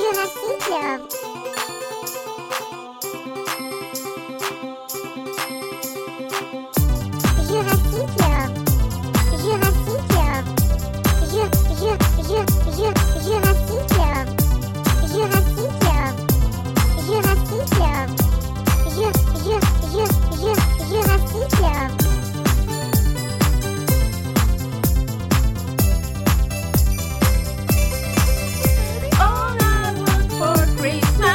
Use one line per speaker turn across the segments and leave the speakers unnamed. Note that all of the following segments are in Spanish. Юнасилием. Юнасилием. Юнасилием. Ю- ю- ю- ю- юнасилием. Юнасилием. Юнасилием. Ю- ю- ю- ю- юнасилием.
All I want for Christmas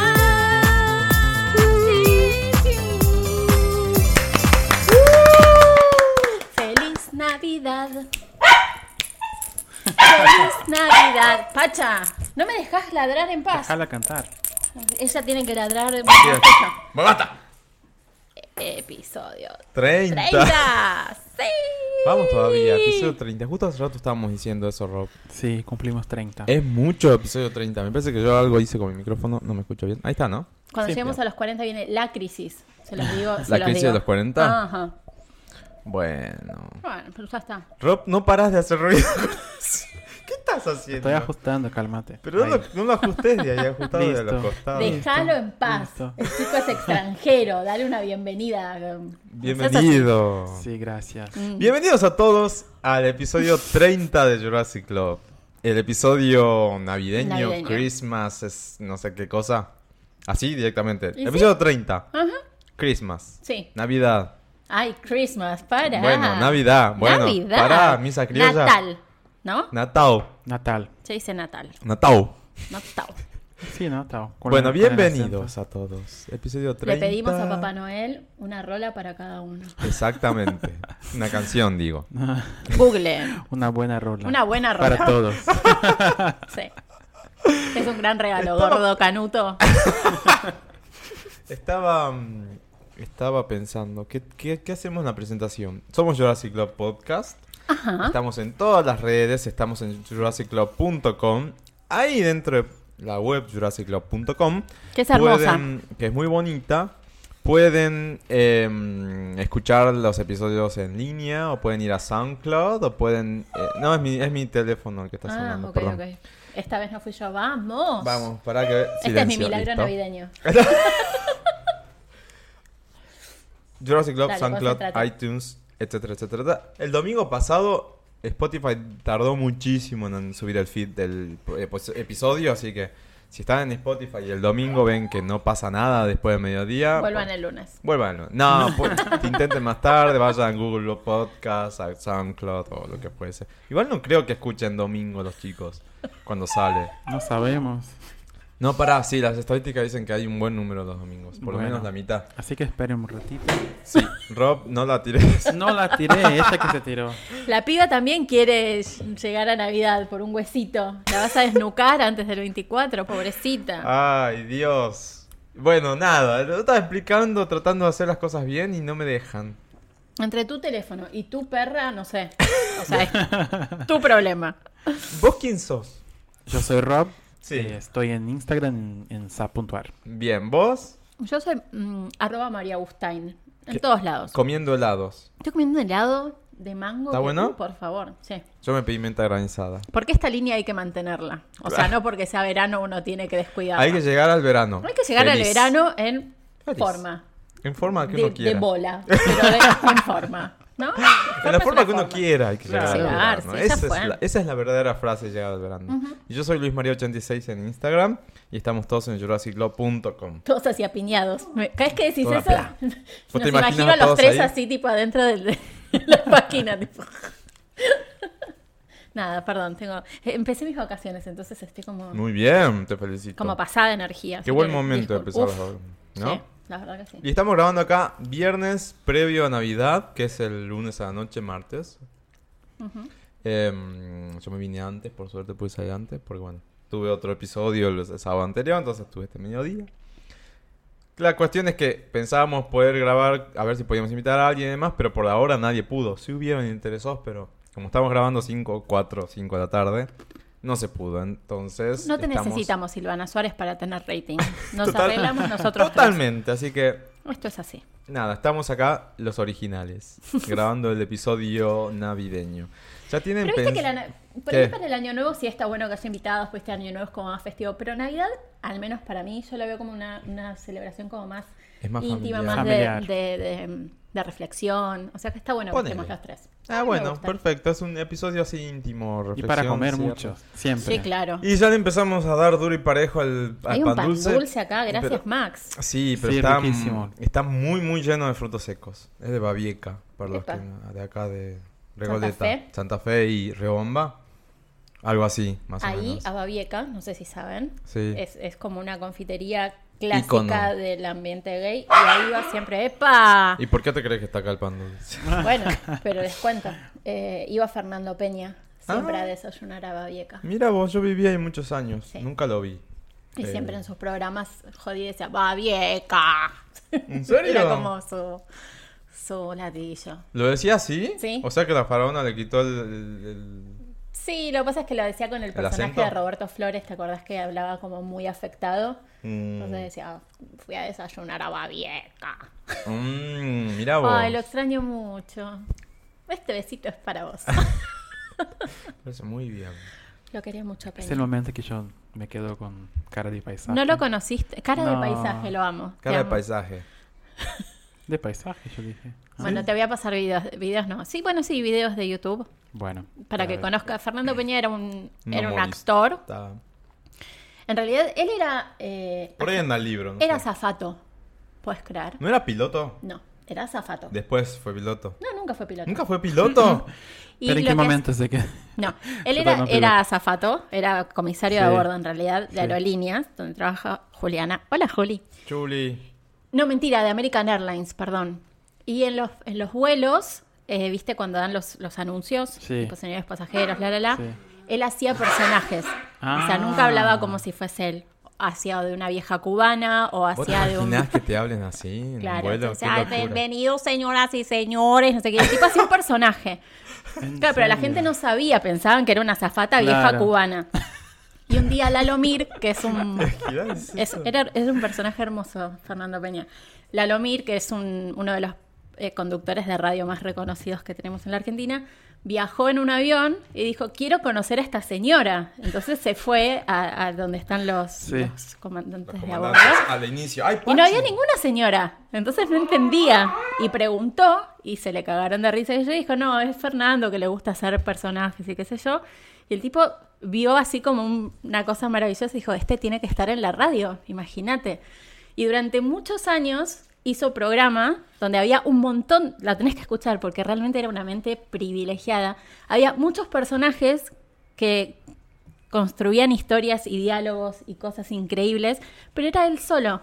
is you. Feliz Navidad. Feliz Navidad. Pacha, no me dejas ladrar en paz.
Déjala cantar.
Ella tiene que ladrar en
Bien.
paz.
¡Basta!
Episodio
30.
30. Sí.
Vamos todavía, episodio 30. Justo hace rato estábamos diciendo eso, Rob.
Sí, cumplimos 30.
Es mucho episodio 30. Me parece que yo algo hice con mi micrófono. No me escucho bien. Ahí está, ¿no?
Cuando
Sí.
lleguemos a los 40 viene la crisis. Se los digo. se
¿La
los
crisis de
digo.
los 40?
Ajá.
Bueno.
Bueno, pero ya está.
Rob, no paras de hacer ruido. ¿Qué estás haciendo?
Estoy ajustando, cálmate.
Pero no
Ahí.
lo, no lo ajustes de ahí, ajustado de los
Listo.
costados.
Listo,
Déjalo en paz.
listo.
El chico es extranjero. Dale una bienvenida. um,
Bienvenido.
Sí, gracias.
Bienvenidos a todos al episodio 30 de Jurassic Club. El episodio navideño,
Navideño.
Christmas, es no sé qué cosa. Así directamente.
¿Y
Episodio 30.
Ajá.
Christmas.
Sí.
Navidad.
Ay, Christmas. Para.
Bueno, Navidad. Bueno,
Navidad.
pará, misa criolla.
Natal. ¿No?
Natal.
Natal.
Se dice Natal.
Natal.
Natal.
Sí, Natal. Con
Bueno,
la- con el
bienvenidos a todos. Episodio 30.
Le pedimos a Papá Noel una rola para cada uno.
Exactamente. Una canción, digo.
acento.
Google.
Una buena rola.
Una buena rola.
Para todos.
Sí. Es un gran regalo, gordo canuto.
Estaba. mm, Estaba pensando, ¿qué, qué, qué hacemos en la presentación? Somos Jurassic Club Podcast.
Ajá.
Estamos en todas las redes, estamos en jurassicclub.com. Ahí dentro de la web jurassicclub.com.
Que es hermosa.
pueden- que es muy bonita. Pueden em, escuchar los episodios en línea, o pueden ir a SoundCloud, o pueden... eh, no, es mi, es mi teléfono el que está
Ah,
sonando,
ok,
perdón.
ok. Esta vez no fui yo. Vamos.
Vamos, para que...
Este es mi milagro navideño.
Jurassic Club,
Dale,
SoundCloud,
concentrate.
iTunes, etcétera, etcétera, etcétera. El domingo pasado Spotify tardó muchísimo en subir el feed del eh, pues, episodio, así que si están en Spotify y el domingo ven que no pasa nada después del mediodía,
Vuelvan el lunes.
Vuelvan. No, pu- intenten más tarde, vayan a Google Podcast, a SoundCloud o lo que fuese. Igual no creo que escuchen domingo los chicos cuando sale.
No sabemos.
No, pará, sí, las estadísticas dicen que hay un buen número los domingos, por lo
Bueno.
menos la mitad.
Así que esperen un ratito.
Sí, Rob, no la tires.
No la tiré, esa que se tiró.
La piba también quiere llegar a Navidad por un huesito. La vas a desnucar antes del 24,
Ah.
pobrecita.
Ay, Dios. Bueno, nada, lo estaba explicando, tratando de hacer las cosas bien y no me dejan.
Entre tu teléfono y tu perra, no sé. O sea, es tu problema.
¿Vos quién sos?
Yo soy Rob.
Sí.
Eh, estoy en Instagram en, en sa.ar.
Bien, vos
Yo soy mm, arroba María Agustain. En todos lados.
comiendo helados.
Estoy comiendo un helado de mango.
¿Está
que-
bueno?
uh, por favor, sí.
Yo me pedí menta granizada.
Porque esta línea hay que mantenerla. O sea, no porque sea verano uno tiene que descuidarla.
Ah. Hay que llegar al verano.
Hay que llegar al
Feliz.
verano en
Feliz.
forma.
En forma Ah, que
de,
uno quiera.
de bola, pero de, en forma. ¿no?
en la
es
forma
una
que uno quiera hay que llegar
Claro.
al
Llegar,
verano.
sí, ya
esa,
fue.
es la, esa es la verdadera frase, llegar al verano. Y yo soy Luis María 86 en Instagram y estamos todos en jurassiclub.com.
Todos así apiñados. Me- Cada vez que decís
Toda
eso,
pla. te
nos
imaginas
imagino a
a
los
todos
tres
ahí?
así, tipo, adentro del- de la máquina. tipo. Nada, perdón, tengo... eh, Empecé mis vacaciones, entonces estoy como,
Muy bien, te felicito.
como pasada de energía. así
Qué buen
que
momento de
discul- Uf,
empezar las vacaciones, ¿no?
sí, la verdad que
Y
sí.
estamos grabando acá viernes previo a Navidad, que es el lunes a la noche, martes. Em, yo me vine antes, por suerte pude salir antes, porque bueno, tuve otro episodio el, el sábado anterior, entonces tuve este mediodía. La cuestión es que pensábamos poder grabar, a ver si podíamos invitar a alguien y demás, pero por ahora nadie pudo. Sí hubieron interesados, pero como estamos grabando 5, 4, 5 de la tarde, no se pudo. Entonces.
No te
estamos-
necesitamos, Silvana Suárez, para tener rating. Nos
Total-
arreglamos nosotros tres.
Totalmente, así que
Esto es así.
Nada, estamos acá los originales, grabando el episodio navideño. Ya tienen
Pero viste
pens-
que la na- por
¿Qué?
ahí para el año nuevo sí está bueno que haya invitados, pues este año nuevo es como más festivo. Pero Navidad, al menos para mí, yo la veo como una, una celebración como más,
Es más
íntima,
familiar.
más de,
Familiar.
de- de- de reflexión. O sea que está bueno
Ponele.
que estemos los tres.
Ah,
Me
bueno,
gusta.
perfecto. Es un episodio así íntimo.
Y para
reflexión,
comer
cierre.
mucho, siempre.
Sí, claro.
Y ya le empezamos a dar duro y parejo al, al
Hay un pan dulce, acá,
pero-
gracias Max.
Sí, pero
Sí,
está,
riquísimo.
está muy, muy lleno de frutos secos. Es de Babieca, para los
Epa.
que no- de acá de Regoleta. Santa
Fe.
Fe, y Rebomba. Algo así, más o
Ahí,
menos.
a Babieca, no sé si saben,
Sí.
es, es como una confitería clásica
Icono.
del ambiente gay. Y ahí va siempre, ¡epa!
¿Y por qué te crees que está acá el pan dulce?
Bueno, pero les cuento. Eh, iba Fernando Peña siempre
Ah.
a desayunar a Babieca.
Mira vos, yo viví ahí muchos años.
Sí.
Nunca lo vi.
Y
Eh,
siempre en sus programas jodía y decía, ¡Babieca!
Eh, ¿En serio?
Era como su, su ladrillo.
¿Lo decía así?
Sí.
O sea que la faraona le quitó el... el- el-
Sí, lo que pasa es que lo decía con el personaje
acento?
de Roberto Flores, ¿te acordás que hablaba como muy afectado?
Mm,
Entonces decía, "Oh, fui a desayunar a Babieca.
mm, mira vos.
Ay, lo extraño mucho. Este besito es para vos.
Parece muy bien.
lo quería mucho
Es el
Peña.
momento que yo me quedo con cara de paisaje.
No lo conociste. Cara de
No.
paisaje, lo amo. te
Cara de
amo.
paisaje.
De paisaje, yo dije. Ah,
Bueno, te voy a pasar videos, videos no. Sí, bueno, sí, videos de YouTube
Bueno.
para
A
que
ver.
conozca. Fernando Peña era un,
No
era un
moriste.
actor.
Está-
En realidad, él era eh,
Por ahí anda el libro. No,
era
sé.
zafato. ¿Puedes creer?
¿No era piloto?
No, era zafato.
Después fue piloto.
No, nunca fue piloto.
¿Nunca fue piloto?
Y lo
¿Pero en qué
que hace-
momento se queda?
No, él
Yo
era,
también, pero-
era azafato, era comisario
Sí.
de bordo en realidad, de
Sí.
aerolíneas, donde trabaja Juliana. Hola, Juli.
Chuli.
No, mentira, de American Airlines, perdón. Y en los, en los vuelos, eh, viste cuando dan los, los anuncios,
Sí.
tipo, señores pasajeros, la, la, la,
Sí.
él hacía personajes. O sea,
Ah.
nunca hablaba como si fuese él. Hacía de una vieja cubana o
¿Vos te
hacía de un...
imaginás que te hablen así en un
Claro,
vuelo?
entonces,
Qué
"Ay,
locura.
bienvenidos señoras y señores, no sé qué, el tipo hacía un personaje.
¿En
Claro, pero la
serio?
gente no sabía, pensaban que era una zafata vieja
Claro.
cubana. Y un día Lalomir, que es un
¿Qué es
es,
eso?
era- es un personaje hermoso, Fernando Peña. Lalomir, que es un- uno de los eh, conductores de radio más reconocidos que tenemos en la Argentina, viajó en un avión y dijo, quiero conocer a esta señora. Entonces se fue a, a donde están los,
Sí.
los comandantes
Los
de a bordo.
comandantes al inicio. ¡Ay,
Y no había
Pachi!
ninguna señora, entonces no entendía. Y preguntó y se le cagaron de risa. Y ella dijo, no, es Fernando que le gusta hacer personajes y qué sé yo. Y el tipo vio así como un- una cosa maravillosa y dijo, este tiene que estar en la radio, imagínate. Y durante muchos años hizo programa donde había un montón, la tenés que escuchar porque realmente era una mente privilegiada. Había muchos personajes que construían historias y diálogos y cosas increíbles, pero era él solo.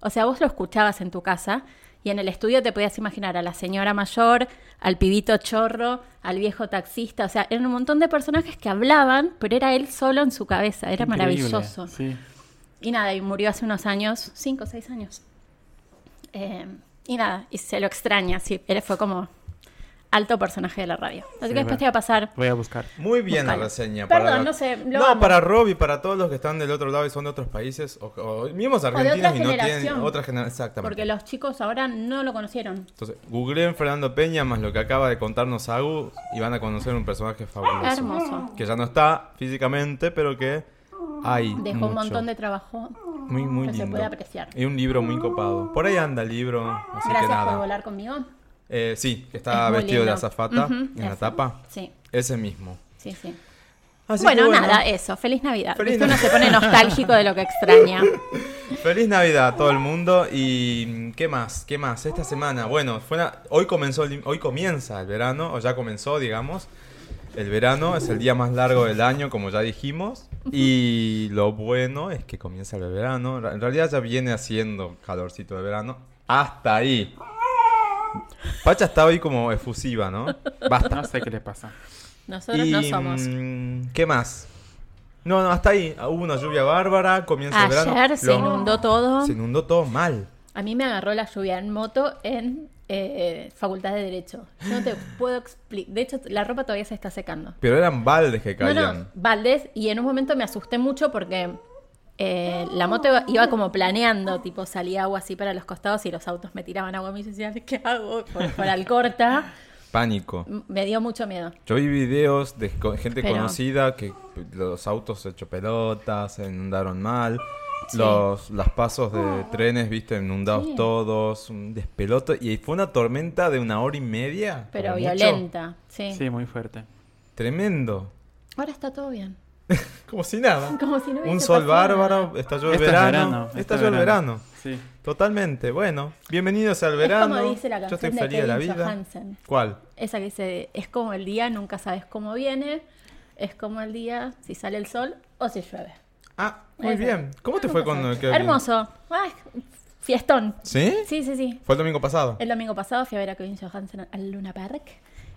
O sea, vos lo escuchabas en tu casa y en el estudio te podías imaginar a la señora mayor, al pibito chorro, al viejo taxista. O sea, eran un montón de personajes que hablaban, pero era él solo en su cabeza. Era
Increíble,
maravilloso.
Sí.
Y nada, y murió hace unos años, cinco o seis años. Eh, y nada, y se lo extraña, sí. Él fue como alto personaje de la radio. Así
Sí,
que después
bueno.
te va a pasar.
Voy a buscar.
Muy bien la
Búscalo.
reseña.
Perdón,
para la-
no sé, lo
no,
amo.
para Rob y para todos los que están del otro lado y son de otros países, o, o mismos argentinos
otra
y no tienen
generación.
otra generación. Exactamente.
Porque los chicos ahora no lo conocieron.
Entonces, googleen Fernando Peña más lo que acaba de contarnos Agu y van a conocer un personaje fabuloso.
Hermoso.
Que ya no está físicamente, pero que hay.
Dejó
mucho.
un montón de trabajo.
Muy, muy
que se
lindo.
puede apreciar.
Y un libro muy copado. Por ahí anda el libro, así que
Gracias por
nada.
volar conmigo.
Eh, sí, que está
Es muy
vestido de
lindo.
azafata
Ujú,
en la
eso.
tapa.
Sí,
Ese mismo.
sí, sí.
Así
bueno,
que
nada, eso. Feliz Navidad.
Feliz
Viste, Uno
Navidad.
se pone nostálgico de lo que extraña.
Feliz Navidad a todo el mundo y mm, qué más, qué más esta semana. Bueno, fue una- hoy comenzó, el- hoy comienza el verano o ya comenzó, digamos. El verano es el día más largo del año, como ya dijimos, y lo bueno es que comienza el verano. En realidad ya viene haciendo calorcito de verano hasta ahí. Pacha está hoy como efusiva, ¿no? Basta.
No sé qué le pasa.
Nosotros no somos.
mm, ¿Qué más? No, no, hasta ahí. Hubo una lluvia bárbara, comienza el verano.
Ayer se
Lo-
inundó todo.
Se inundó todo mal.
A mí me agarró la lluvia en moto en eh, Facultad de Derecho. Yo No te puedo explicar. De hecho, la ropa todavía se está secando.
Pero eran baldes que
No,
caían.
no, Valdés, y en un momento me asusté mucho porque eh, la moto iba, iba como planeando, tipo salía agua así para los costados y los autos me tiraban agua a mí y yo decía, ¿qué hago? Por, por al corta.
Pánico.
M- Me dio mucho miedo.
Yo vi videos de co- gente
Pero-
conocida que los autos se echó pelotas, se inundaron mal.
Sí. Ah.
Los, las pasos de trenes, viste, inundados
Sí.
todos, un despeloto. Y fue una tormenta de una hora y media.
Pero
como mucho.
violenta, sí.
Sí, muy fuerte.
Tremendo.
Ahora está todo bien.
Como si nada.
Como si no
un
hubiese
sol
pasado
bárbaro,
nada.
estalló el
Esto Este es
verano.
esto
Estalló
es
el verano.
Sí.
Totalmente, bueno. Bienvenidos al
Es
verano.
como dice la
Yo estoy
canción de
feliz de la
Kevin
vida.
Johansen.
¿Cuál?
Esa que dice, es como el día, nunca sabes cómo viene. Es como el día, si sale el sol o si llueve.
Ah, muy
Esa.
bien. ¿Cómo te
Ah,
fue
nunca
con el
sabes.
Kevin?
Hermoso. Ay, fiestón.
¿Sí?
Sí, sí, sí.
Fue el domingo pasado.
El domingo pasado fui a ver a Kevin Johansen al Luna Park.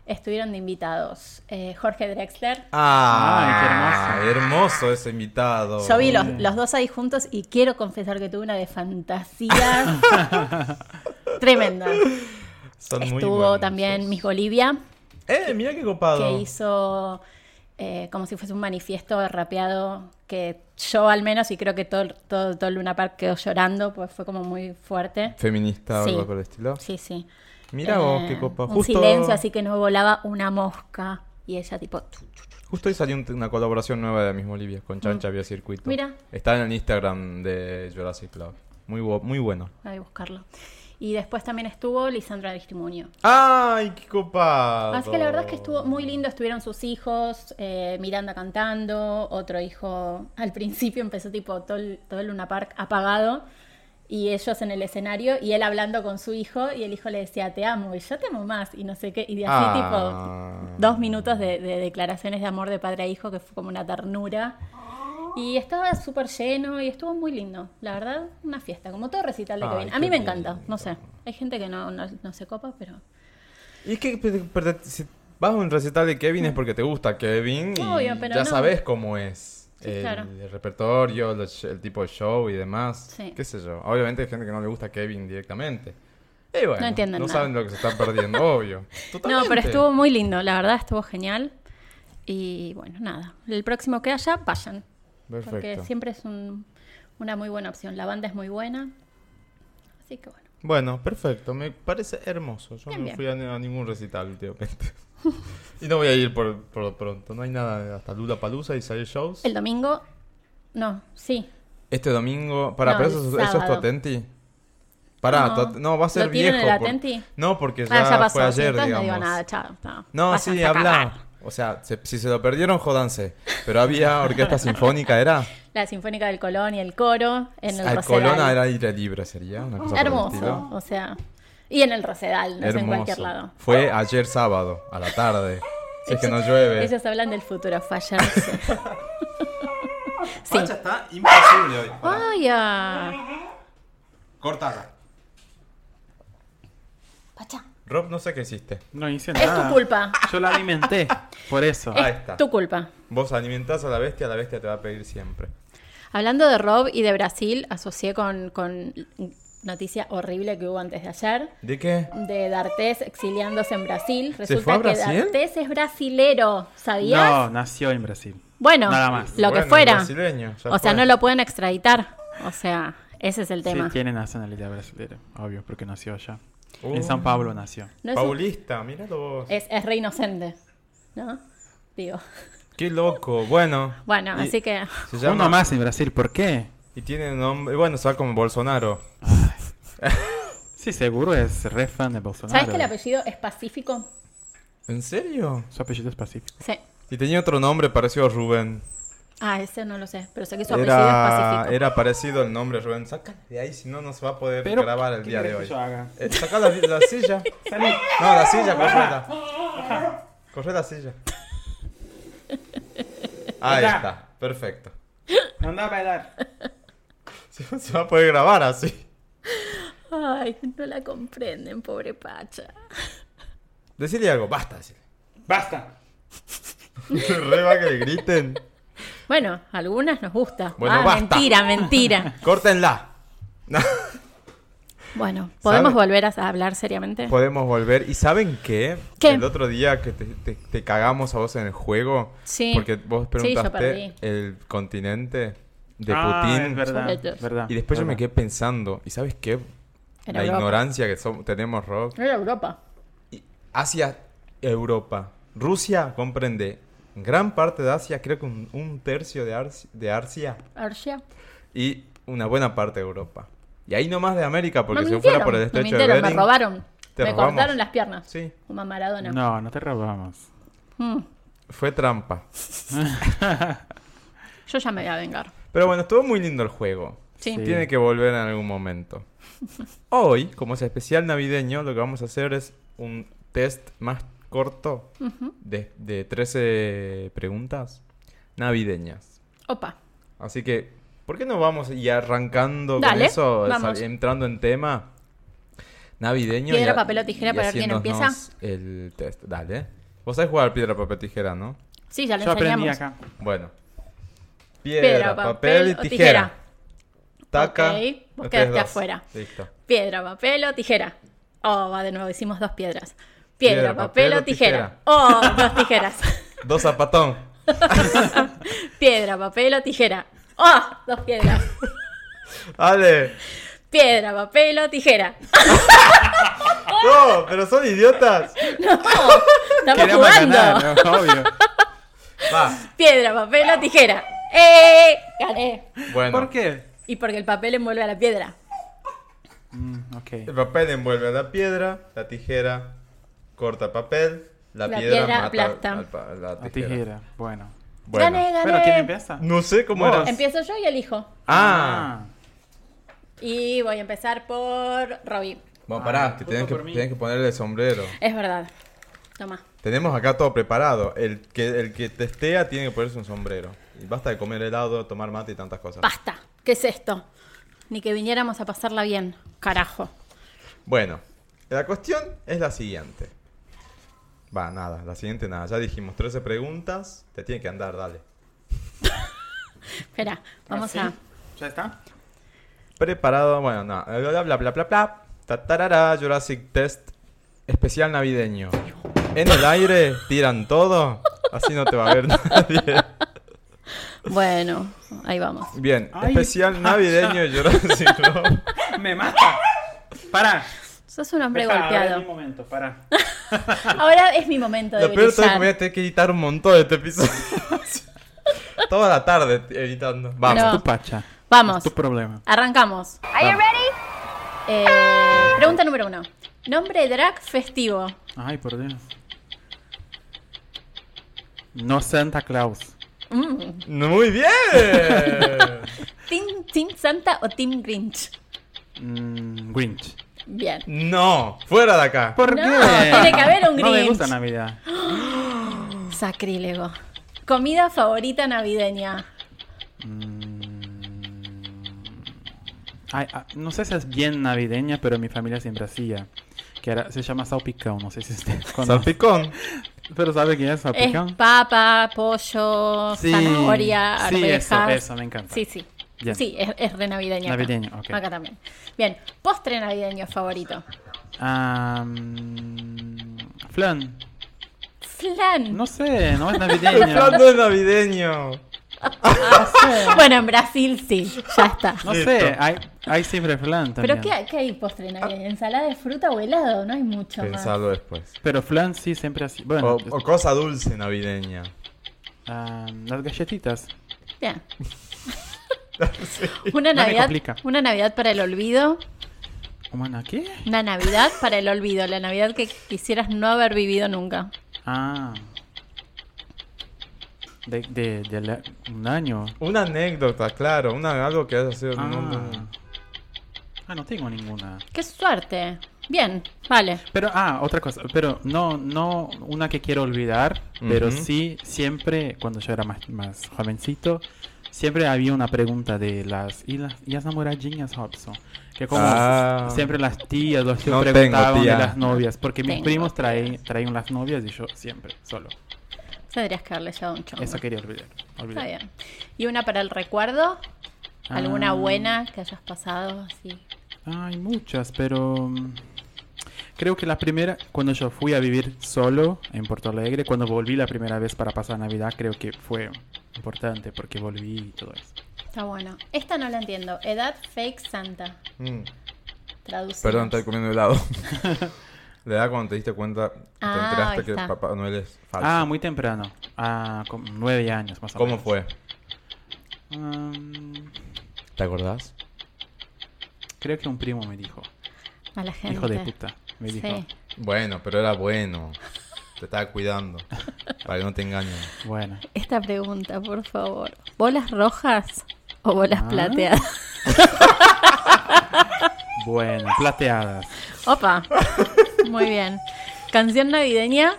Estuvieron de invitados eh, Jorge Drexler.
Ah,
Ay,
qué hermoso. Hermoso ese invitado.
Yo vi los, los dos ahí juntos y quiero confesar que tuve una de fantasía tremenda.
Son muy
Estuvo
buenos.
también Miss Bolivia,
Eh, mira qué copado.
que hizo eh, como si fuese un manifiesto rapeado que yo al menos, y creo que todo, todo, todo el Luna Park quedó llorando, pues fue como muy fuerte.
Feminista o
Sí.
algo por el estilo.
Sí, sí. Eh,
Mira vos, qué copa.
Un
Justo-
silencio así que no volaba una mosca. Y ella tipo... chu, chu, chu.
Justo hoy salió un- una colaboración nueva de Miss Bolivia
Mm.
con Chancha Vía Circuito.
Mira.
Está en el Instagram de Jurassic Club. Muy, bu- muy bueno.
Voy a buscarlo. Y después también estuvo Lisandra Aristimuño.
¡Ay, qué copado!
Así que la verdad es que estuvo muy lindo, estuvieron sus hijos, eh, Miranda cantando, otro hijo, al principio empezó tipo todo el, todo el Luna Park apagado y ellos en el escenario y él hablando con su hijo y el hijo le decía te amo y yo te amo más y no sé qué y de así
Ah.
tipo dos minutos de, de declaraciones de amor de padre a hijo que fue como una ternura y estaba súper lleno y estuvo muy lindo, la verdad una fiesta, como todo recital de
Ay,
Kevin. A
qué
mí me encanta,
lindo.
no sé, hay gente que no, no, no se copa pero...
Y es que pero- pero si vas a un recital de Kevin es porque te gusta Kevin y
Mm. Obvio, pero
ya
no.
sabes cómo es.
Sí,
el,
claro.
el repertorio, los- el tipo de show y demás.
Sí.
¿Qué sé yo? Obviamente hay gente que no le gusta Kevin directamente. Y bueno,
No entienden nada.
saben lo que se están perdiendo, obvio.
No,
Totalmente.
pero estuvo muy lindo, la verdad estuvo genial. Y bueno, nada, el próximo que haya, vayan. Porque
Perfecto.
siempre es un- una muy buena opción. La banda es muy buena. Así que bueno.
Bueno, perfecto. Me parece hermoso. Yo
Bien,
no
bien.
fui a, ni- a ningún recital últimamente. y no voy a ir por, por lo pronto. No hay nada hasta Lula Palusa y sale shows.
El domingo, no, sí.
Este domingo. Para,
No,
pero
el
eso, eso es tu
sábado.
atenti. Pará,
No.
tu at- no, va a ser
¿Lo tienen
viejo.
en el
por-
Atenti?
No, porque ya,
Ah, ya pasó.
fue
sí,
ayer,
entonces
digamos.
no digo nada, chao. No,
No,
Vayan,
sí,
saca,
habla.
va.
O sea, se- si se lo perdieron, jodanse. Pero había orquesta sinfónica, ¿era?
La Sinfónica del Colón y el coro en el
Al
Rosedal.
Colona era aire libre, sería. Una cosa por el
Hermoso,
estilo.
o sea. Y en el Rosedal, no sé, en
Hermoso.
cualquier lado.
Fue ayer sábado, a la tarde. Si es que no llueve.
Ellos hablan del futuro, fallan. sí. Sí.
Facha está imposible hoy.
Ah. Vaya.
Cortala.
Pacha.
Rob, no sé qué hiciste.
No hice
Es
nada.
tu culpa.
Yo la alimenté. Por eso.
Ah. Ahí
es
está.
tu culpa.
Vos alimentás a la bestia, la bestia te va a pedir siempre.
Hablando de Rob y de Brasil, asocié con, con noticia horrible que hubo antes de ayer.
¿De qué?
De D'Artés exiliándose en Brasil. Resulta
fue a
que
Brasil?
D'Artés es brasilero, ¿sabías?
No, nació en Brasil.
Bueno,
Nada
lo
más.
que
Pues Bueno,
fuera.
brasileño, ya
o sea,
fue.
no lo pueden extraditar. O sea, ese es el tema.
Sí, tiene nacionalidad brasileña, obvio, porque nació allá.
Uh.
En San Pablo nació.
No es, un- Eh.
Paulista, míralo vos.
es- es re inocente, ¿no? Digo.
Qué loco. Bueno.
Bueno,
Y-
así que
Se llama
Uno más en Brasil, ¿por qué?
Y tiene nombre. Bueno, se va como Bolsonaro.
Sí, seguro es re fan de Bolsonaro. eh.
¿Sabes que el apellido es Pacífico?
¿En serio?
Su apellido es Pacífico.
Sí.
Y tenía otro nombre parecido a Rubén.
Ah, ese no lo sé, pero sé que su apellido es
Era,
Pacífico.
era parecido el nombre Rubén. Sácala de ahí, si no, no se va a poder grabar el día de hoy.
haga?
Eh, saca la, la silla. No, la silla, correla. Corre la silla. Ahí
Ajá.
está, perfecto.
Anda a bailar.
Se, se va a poder grabar así.
Ay, no la comprenden, pobre Pacha.
Decirle algo, basta decirle.
¡Basta!
Re va que le griten.
Bueno, algunas nos gusta.
Bueno,
ah,
basta.
mentira, mentira.
Córtenla.
Bueno, ¿podemos
¿Sabe?
volver a a hablar seriamente?
Podemos volver. ¿Y saben qué?
¿Qué?
El otro día que te, te- te cagamos a vos en el juego.
Sí.
Porque vos
Sí, yo
preguntaste
perdí.
el continente. de
Ah,
Putin.
Es verdad,
Soviéticos.
verdad.
Y después yo me
verdad.
quedé pensando, ¿y sabes qué?
Era
la
Europa.
ignorancia que som- tenemos, Rob.
Era Europa.
Y Asia, Europa. Rusia comprende gran parte de Asia, creo que un, un tercio de, Arci- de Asia
Arsia.
y una buena parte de Europa. Y ahí nomás de América, porque
me
si
mintieron,
fuera por el
me
estrecho de
mintieron,
Bering...
me robaron.
Te
me
robamos.
cortaron las piernas.
Sí,
Como a Maradona.
No, no te robamos.
Mm.
fue trampa.
Yo ya me voy a vengar.
Pero bueno, estuvo muy lindo el juego.
Sí.
Sí.
Tiene que volver en algún momento. Hoy, como es especial navideño, lo que vamos a hacer es un test más corto
Ujú.
de, de 13 preguntas navideñas.
Opa.
Así que, ¿por qué no vamos y arrancando con
Dale,
eso?
vamos.
sal- Entrando en tema navideño.
Piedra,
a-
papel o tijera
y
para ver quién empieza.
haciéndonos El test, dale. Vos sabés jugar piedra, papel, tijera, ¿no?
Sí, ya lo
Yo aprendí
enseñamos.
acá.
Bueno. Piedra,
Piedra,
papel,
papel
y
o
tijera.
tijera.
Taca.
Ok, vos
ustedes
quedaste
dos.
afuera.
Listo.
Piedra, papel o tijera. Oh, va de nuevo, hicimos dos piedras. Piedra,
Piedra,
papel,
papel o
o tijera. Oh, dos tijeras.
Dos zapatón.
Piedra, papel o tijera. Oh, dos piedras.
Ale.
Piedra, papel o tijera.
No, pero son idiotas.
Estamos
Queremos
jugando.
ganar, obvio.
Va.
Piedra, papel o tijera. ¡Eh! Gané.
Bueno.
¿Por qué?
Y porque el papel envuelve a la piedra.
Mm,
El
ok.
papel envuelve a la piedra, la tijera corta el papel, la,
La
piedra,
piedra
mata
aplasta.
al pa- la
La
tijera.
tijera. Bueno. em-
Bueno.
Gané, gané.
¿Pero quién empieza?
No sé cómo
Vos.
era.
Empiezo yo y elijo.
Ah.
Y voy a empezar por Robbie.
Bueno, pará,
Ah,
que
justo
tenés que,
por mí.
tenés que ponerle el sombrero.
Es verdad. Toma.
Tenemos acá todo preparado. El que, el que testea tiene que ponerse un sombrero. Y basta de comer helado, tomar mate y tantas cosas.
Basta. ¿Qué es esto? Ni que viniéramos a pasarla bien. Carajo.
Bueno, la cuestión es la siguiente. Va, nada, la siguiente nada. Ya dijimos 13 preguntas. Te tiene que andar, dale.
Espera, vamos
¿Así?
¿Ah,
a.
Ah, ¿Ya está?
Preparado, bueno, no. Bla, bla, bla, bla, bla, bla. Ta, tarara, Jurassic Test especial navideño. En el aire tiran todo. Así no te va a ver nadie.
Bueno, ahí vamos.
Bien,
Ay,
especial
vaya.
navideño Jurassic World.
¡Me mata! ¡Para!
Sos un hombre
un
golpeado.
momento, para.
Ahora es mi momento de
Lo peor todo es que
brillar.
voy a tener que editar un montón de este episodio. Toda la tarde editando. Vamos.
Pero-
Tu pacha.
Vamos.
Es tu problema.
Arrancamos.
Are you ready?
Eh, pregunta número uno. Nombre drag festivo.
Ay, por Dios. No Santa Claus.
Mm.
Muy bien.
Team, Team Santa o Team Grinch.
Mm, Grinch.
Bien.
No, fuera de acá.
¿Por
No,
qué?
tiene que haber un
No me
Grinch.
gusta Navidad. Mm.
Sacrílego. Comida favorita navideña.
Ay, ah, no sé si es bien navideña, pero mi familia siempre hacía. Que era, se llama salpicón, no sé si ustedes conocen.
Salpicón.
Pero ¿sabe quién es
Es
salpicón?
papa, pollo,
Sí.
zanahoria,
Sí, eso,
arvejas.
eso, me encanta.
Sí, sí.
Bien.
Sí, es, es re navideña. acá.
Navideño, ok.
Acá también. Bien. Postre navideño favorito.
Ah, mm, flan.
Flan.
No sé, no es
El
navideño.
plato es navideño.
Bueno, en Brasil sí, ya está.
No
Listo.
sé, hay, hay siempre flan también.
Pero
Ah.
¿qué, hay- qué hay postre navideño? ¿Ensalada de fruta o helado? No hay mucho más.
Pensalo después.
Pero flan sí siempre así. Bueno,
O, o cosa dulce navideña.
ah, las galletitas.
Bien. Una,
No me
Navidad,
complica.
una Navidad para el olvido.
Bueno, ¿qué?
Una Navidad para el olvido. La Navidad que quisieras no haber vivido nunca.
Ah. De, de, de la- un año.
Una anécdota, claro. Una, algo que hayas sido en
Ah.
el mundo.
Ah, no tengo ninguna.
¡Qué suerte! Bien, vale.
Pero, ah, otra cosa. Pero no, no una que quiero olvidar. Pero
Ujú.
sí, siempre, cuando yo era más, más jovencito, siempre había una pregunta de las. ¿Y las, y las namoradinhas, Hobson? Que como
Ah.
siempre las tías, los tíos
No tengo
preguntaban
tía.
de las novias. Porque mis
Tengo
primos traen, traen las novias y yo siempre, solo.
Tendrías que haberle llevado un chongo.
Eso quería olvidar.
Está
olvidar.
bien. ¿Y una para el recuerdo? ¿Alguna
Ah.
buena que hayas pasado así?
Hay muchas, pero mm, creo que la primera, cuando yo fui a vivir solo en Porto Alegre, cuando volví la primera vez para pasar Navidad, creo que fue importante porque volví y todo eso.
Está bueno. Esta no la entiendo. Edad fake Santa.
Mm.
Traducimos.
Perdón, estoy comiendo helado. La edad cuando te diste cuenta, te
Ah,
enteraste
ahí
que
está.
Papá Noel es falso.
Ah, muy temprano. Ah, con nueve años más o
¿Cómo
menos.
fue?
Mm,
¿Te acordás?
creo que un primo me dijo.
A la gente.
Hijo de puta. Me dijo.
Sí.
Bueno, pero era bueno. Te estaba cuidando. Para que no te engañen.
Bueno.
Esta pregunta, por favor. ¿Bolas rojas o bolas
Ah.
plateadas?
Bueno, plateadas.
Opa. Muy bien. ¿Canción navideña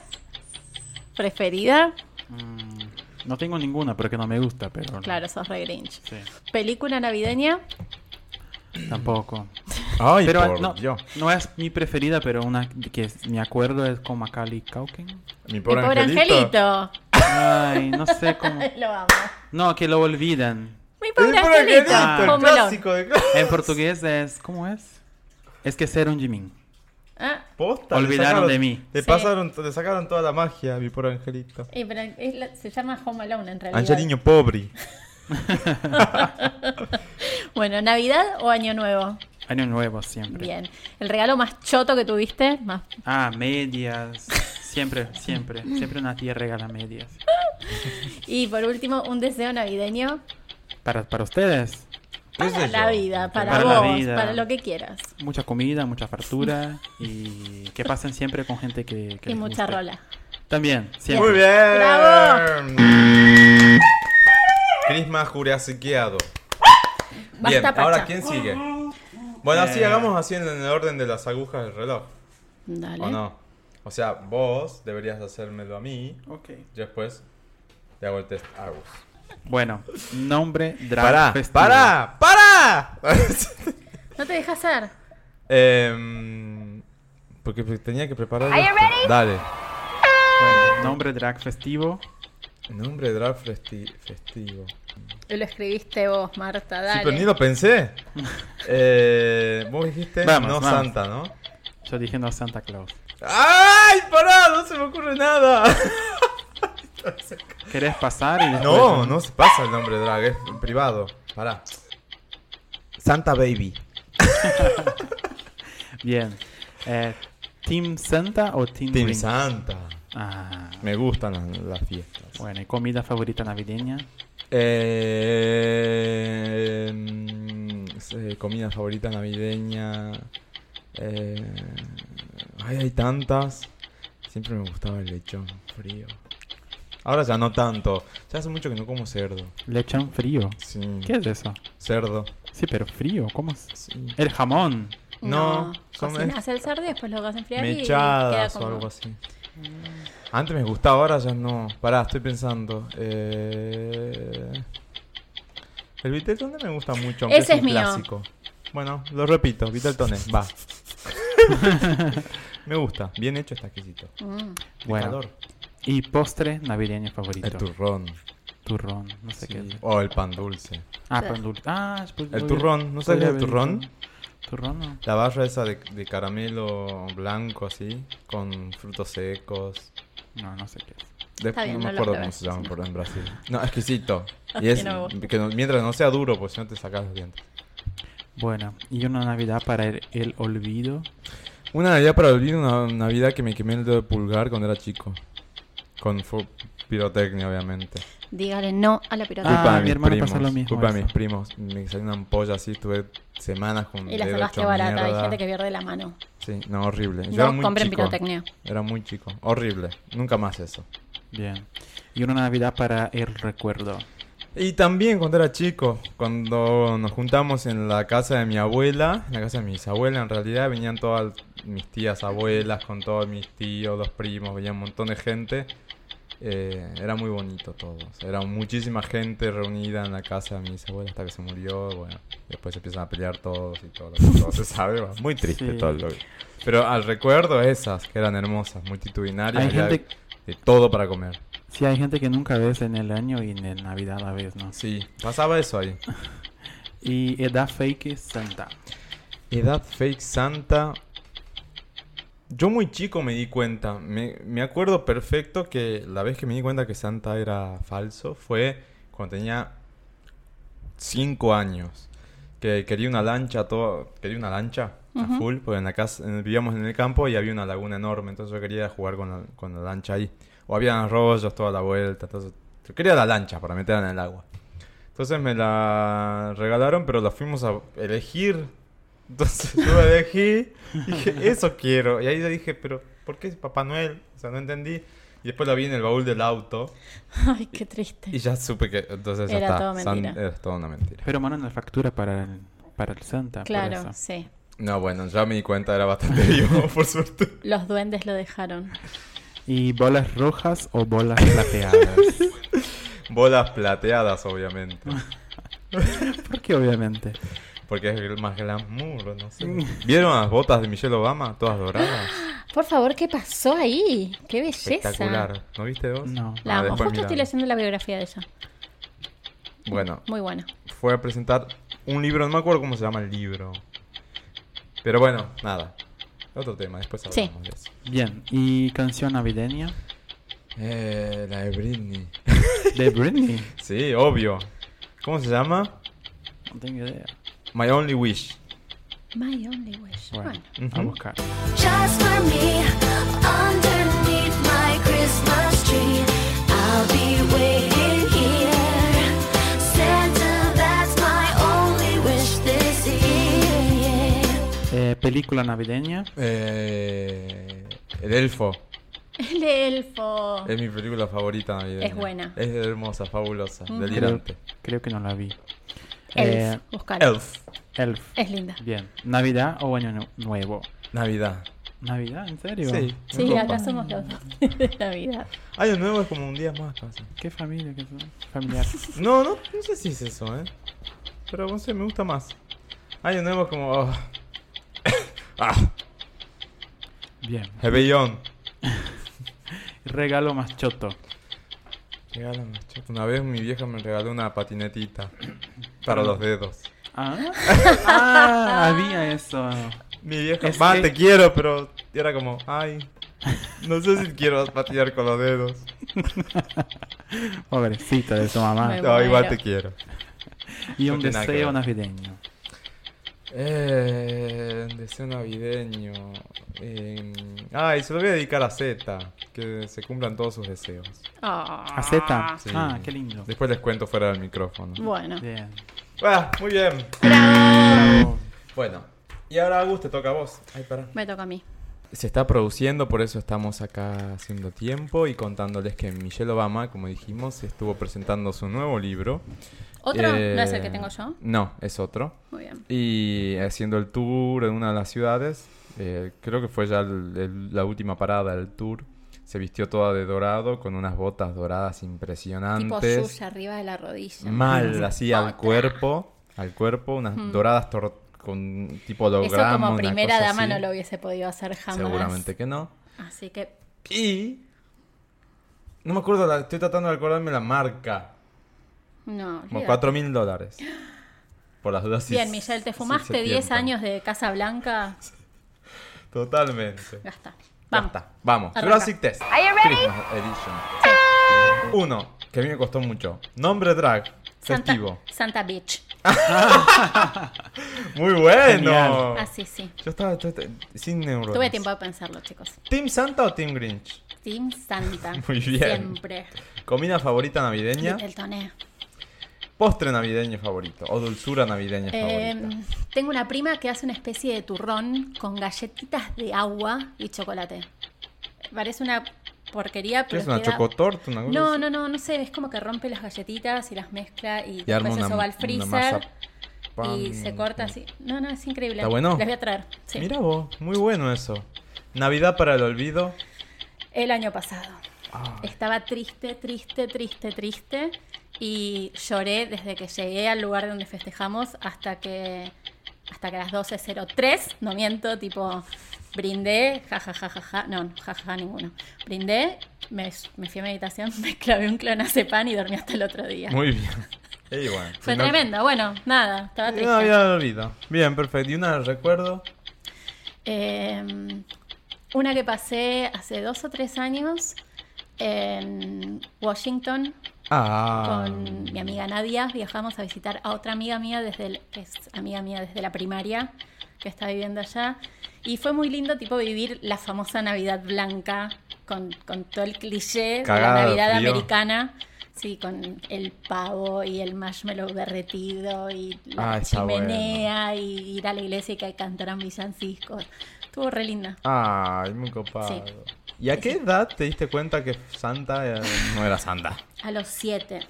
preferida?
Mm, no tengo ninguna, pero que no me gusta, pero.
Claro, sos re Grinch.
Sí,
¿Película navideña?
tampoco.
Ay,
pero
por
no,
Dios.
no es mi preferida, pero una que es- me acuerdo es con Macaulay Culkin.
Mi
Mi
pobre, angelito.
Ay, no sé cómo.
Lo amo.
No, que lo olvidan.
Mi
Mi
pobre angelito. Ah,
angelito,
el
Home Alone.
clásico de clásico.
En portugués es. ¿Cómo es? Es que ser un Jimin.
Ah,
Posta,
Olvidaron
le sacaron-
de mí.
Le,
Sí.
pasaron, le sacaron toda la magia a mi pobre angelito.
y pero es la- se llama Home Alone en realidad.
Angelino pobre.
Ah, Bueno, ¿Navidad o Año Nuevo?
Año nuevo siempre.
Bien. ¿El regalo más choto que tuviste? Más...
Ah, medias. Siempre, siempre. Siempre una tía regala medias.
Y por último, un deseo navideño
Para, para ustedes,
¿Qué sé
para la
yo?
vida, para,
Para la
vos,
vida.
para lo que quieras.
mucha comida, mucha fartura y que pasen siempre con gente que, que
y
les
mucha
guste.
rola.
También, siempre.
Muy bien.
Bravo.
Crisma jurassiqueado.
Basta,
Bien,
Pacha.
ahora ¿quién sigue? Bueno, así
Eh.
hagamos así en el orden de las agujas del reloj.
Dale.
¿O
¿Eh?
no? O sea, vos deberías hacérmelo a mí.
Ok.
Yo después te hago el test a vos.
Bueno, nombre drag
¡Para!
festivo.
¡Para! ¡Para!
No te dejas hacer.
Em, porque tenía que preparar. esto. Dale.
Bueno, nombre drag festivo.
Nombre draft festi- festivo.
Lo escribiste vos, Marta, dale.
Sí, pero ni lo pensé. Eh, vos dijiste
Vamos,
no
vamos.
Santa, ¿no?
Yo dije no Santa Claus.
¡Ay! ¡Pará! No se me ocurre nada.
¿Querés pasar? Y después-
No, no se pasa el nombre drag, es privado. Pará. Santa Baby.
Bien. Eh, ¿Team Santa o Team,
Team
Grinch?
Santa.
Ah,
Me gustan las, las fiestas.
bueno, ¿y comida favorita navideña?
Eh, mm, se- comida favorita navideña. Eh, ay, hay tantas. Siempre me gustaba el lechón frío. Ahora ya no tanto. Ya hace mucho que no como cerdo.
Lechón frío.
Sí.
¿Qué es eso?
Cerdo.
Sí, pero frío, ¿cómo es?
Sí.
El jamón.
No, son-
Cocinas el cerdo y después lo vas a enfriar y queda
Mechadas
como...
o algo así. Antes me gustaba, ahora ya no. Pará, estoy pensando. Eh, El Vitel Toné me gusta mucho, aunque
Ese
es
es
un
mío.
clásico. Bueno, lo repito, Vitel Toné, va. me gusta, bien hecho está exquisito.
Mm.
Bueno.
Calor.
Y postre navideño favorito.
El turrón.
Turrón, no sé qué
sí.
es.
O Oh, el pan dulce.
Ah,
Sí.
pan dulce. Ah, pues,
El
podría-
turrón, ¿no sabes
podría
el
haber
turrón?
dicho. Turrón no.
La barra esa de, de caramelo blanco así, con frutos secos.
No, no sé qué es.
De-
Está bien,
no me
no lo
acuerdo
probé,
cómo se llama
sí.
por en Brasil. No, exquisito. Y
Sí,
es
no me gusta.
que no- mientras no sea duro, pues si no te sacas los dientes.
Bueno, y una Navidad para el, el olvido.
Una Navidad para olvidar, una Navidad que me quemé el dedo de pulgar cuando era chico. Con fu- pirotecnia, obviamente.
Dígale no a la pirata.
Ah,
Culpa de
mi
mis
hermano
primos.
pasa lo mismo,
Culpa de
eso.
mis primos. Me salió una ampolla así, estuve semanas con
y la
dedo
sacaste
hecho
barata. Hay
mierda.
gente que pierde la mano.
Sí, no, horrible. Yo era
no
muy
compren
chico.
pirotecnia.
Era muy chico. Horrible. Nunca más eso.
Bien. Y una Navidad para el recuerdo.
Y también cuando era chico, cuando nos juntamos en la casa de mi abuela, en la casa de mi bisabuela en realidad, venían todas mis tías, abuelas, con todos mis tíos, los primos, venía un montón de gente. Eh, era muy bonito todo. O sea, era muchísima gente reunida en la casa de mi bisabuela hasta que se murió. Bueno, después se empiezan a pelear todos y todo lo que todo se sabe. va. Muy triste
Sí.
todo lo que- Pero al recuerdo esas, que eran hermosas, multitudinarias,
Hay
había
gente-
de todo para comer.
Sí, hay gente que nunca ves en el año y en Navidad la ves, ¿no?
Sí, pasaba eso ahí.
Y edad fake es Santa.
Edad fake santa. Yo muy chico me di cuenta. Me, me acuerdo perfecto que la vez que me di cuenta que Santa era falso fue cuando tenía cinco años. Que quería una lancha, todo, quería una lancha a full, porque en la casa, en- vivíamos en el campo y había una laguna enorme, entonces yo quería jugar con la, con la lancha ahí. O había arroyos toda la vuelta, entonces yo quería la lancha para meterla en el agua. Entonces me la regalaron, pero la fuimos a elegir. Entonces yo la elegí y dije, eso quiero. Y ahí le dije, pero ¿por qué es Papá Noel? O sea, no entendí. Y después la vi en el baúl del auto
Ay, qué triste.
y ya supe que entonces ya
Era
está.
todo
San-
mentira.
era toda una mentira.
Pero mandan la factura para el, para el Santa. por
claro,
eso.
sí.
No, bueno, ya me di cuenta, era bastante vivo, por suerte.
Los duendes lo dejaron.
¿Y bolas rojas o bolas plateadas?
Bolas plateadas, obviamente.
Porque obviamente.
Porque es el más glamour, no sé. ¿Vieron las botas de Michelle Obama? Todas doradas.
Por favor, ¿qué pasó ahí? ¡Qué Ah, belleza!
Espectacular. ¿No viste vos?
No.
La
Ah,
amo.
después
Justo estoy
miramos.
leyendo la biografía de ella.
Bueno,
Muy buena.
fue a presentar un libro, no me acuerdo cómo se llama el libro. Pero bueno, nada. Otro tema, después
Sí.
hablamos de eso.
Bien, ¿y canción navideña?
Eh, la de Britney.
De Britney.
Sí, obvio. ¿Cómo se llama?
No tengo idea.
My Only Wish.
My only wish. Bueno.
Bueno, a
Ujú.
buscar.
Just for me, underneath my Christmas tree, I'll be waiting here. Santa, that's my only wish this year.
Eh, película navideña.
Eh, el Elfo.
El elfo.
Es mi película favorita navideña.
Es buena.
Es hermosa, fabulosa,
Creo,
delirante.
creo que no la vi.
Elf.
Eh,
Buscalo.
Elf.
Elf.
Es linda.
Bien. ¿Navidad o Año Nu- Nuevo?
Navidad.
¿Navidad? ¿En serio?
Sí,
me
acá
copa.
somos los dos de Navidad.
Año nuevo es como un día más casi.
¿Qué familia? ¿Qué familiar?
No, no, no sé si es eso, ¿eh? Pero no sé, me gusta más. Año nuevo es como... oh. ah,
Bien.
rebelión.
Regalo más choto.
Regálame, chato. Una vez mi vieja me regaló una patinetita para los dedos.
Ah, Ah, había eso.
Mi vieja,
Es
"Ma,
que-
te quiero, pero y era como, ay, no sé si quiero patinar con los dedos.
Pobrecita de su mamá.
Me
No, igual
muero.
te quiero.
Y un
No tiene nada que
deseo
ver.
navideño.
Eh, deseo navideño. Eh, ay, se lo voy a dedicar a Z, que se cumplan todos sus deseos.
Ah.
A Z.
Sí.
Ah, qué lindo.
Después les cuento fuera del micrófono.
Bueno.
Bien.
Ah, muy bien.
Bravo.
Bueno, y ahora Agus te toca a vos. Ay, pará.
Me toca a mí.
Se está produciendo, por eso estamos acá haciendo tiempo y contándoles que Michelle Obama, como dijimos, estuvo presentando su nuevo libro.
¿Otro?
Eh,
¿No es el que tengo yo?
No, es otro.
Muy bien.
Y haciendo el tour en una de las ciudades, eh, creo que fue ya el- el- la última parada del tour. Se vistió toda de dorado, con unas botas doradas
Tipo
impresionantes.
suya arriba de la rodilla.
Mal, así al cuerpo, al cuerpo, unas doradas tor- con tipo
Eso
holograma.
como
una
primera
cosa
dama
así.
no lo hubiese podido hacer jamás.
Seguramente que no.
Así que
Y... No me acuerdo, la- estoy tratando de acordarme la marca.
no.
Como
olvídate.
4 mil dólares. Por las dudas. si-
Bien, Michelle, te
si
fumaste
se
10
tientan.
años de Casa Blanca.
Totalmente.
Gasta.
Ya
Vamos.
está. Vamos.
Arranca.
Jurassic Test. Christmas Edition. Uno, que a mí me costó mucho. Nombre drag.
Santa,
Festivo.
Santa Beach.
Muy bueno.
Genial.
Así sí.
Yo estaba, estaba- estaba- sin neuronas.
Tuve tiempo de pensarlo, chicos.
¿Team Santa o Team Grinch?
Team Santa.
Muy bien.
Siempre.
Comida favorita navideña.
El toné.
Postre navideño favorito. O dulzura navideña
Eh,
favorita.
tengo una prima que hace una especie de turrón con galletitas de agua y chocolate. Parece una porquería,
¿Qué
mm, pero
es una
queda-
chocotorta? Una cosa
No,
así?
no, no, no sé. Es como que rompe las galletitas y las mezcla y,
Y arma
después
una,
eso va al
una
freezer.
masa pan.
Y se corta así. No, no, es increíble.
¿Está bueno?
Les voy a traer. sí.
Mira vos, muy bueno eso. Navidad para el olvido.
El año pasado. Estaba triste, triste, triste, triste. Y lloré desde que llegué al lugar donde festejamos hasta que hasta que a las 12.03, no miento, tipo, brindé, ja, ja, ja, ja, ja, no, ja, ja, ja, ninguno. Brindé, me, me fui a meditación, me clavé un clonazepam y dormí hasta el otro día.
Muy bien. Y bueno,
Fue
si no-
tremendo, bueno, nada, estaba
Y
triste.
Una Navidad del olvido. Bien, perfecto. Y una del recuerdo.
Em, Eh, una que pasé hace dos o tres años en Washington
Ah.
con mi amiga Nadia. Viajamos a visitar a otra amiga mía, desde el- que es amiga mía desde la primaria, que está viviendo allá. Y fue muy lindo, tipo, vivir la famosa Navidad blanca, con, con todo el cliché de
Cagada
la
de
Navidad
frío.
americana. Sí, con el pavo y el marshmallow derretido y la
Ah, está bueno.
chimenea y ir a la iglesia y que cantaran villancicos. Estuvo re linda.
Ay, muy copado.
Sí.
¿Y a qué edad te diste cuenta que Santa eh, no era Santa?
A los siete.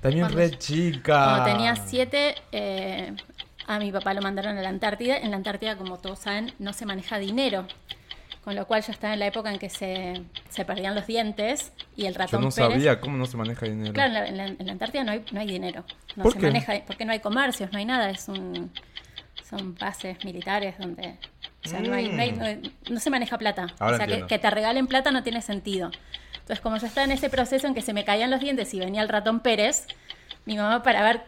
También
Cuando-
re chica.
Cuando tenía siete, eh, a mi papá lo mandaron a la Antártida. En la Antártida, como todos saben, no se maneja dinero. Con lo cual yo estaba en la época en que se, se perdían los dientes y el
Yo
ratón
no
Pérez.
sabía cómo no se maneja dinero.
Claro, en la, en la- en la Antártida no hay, no hay dinero. No
¿Por
se
qué?
maneja, porque no hay comercios, no hay nada. Es un, son bases militares donde. O sea, no, hay- no hay- no hay- no se maneja plata.
Mm. Ahora
o sea, que,
entiendo.
que te regalen plata no tiene sentido. Entonces, como yo estaba en ese proceso en que se me caían los dientes y venía el ratón Pérez, mi mamá, para ver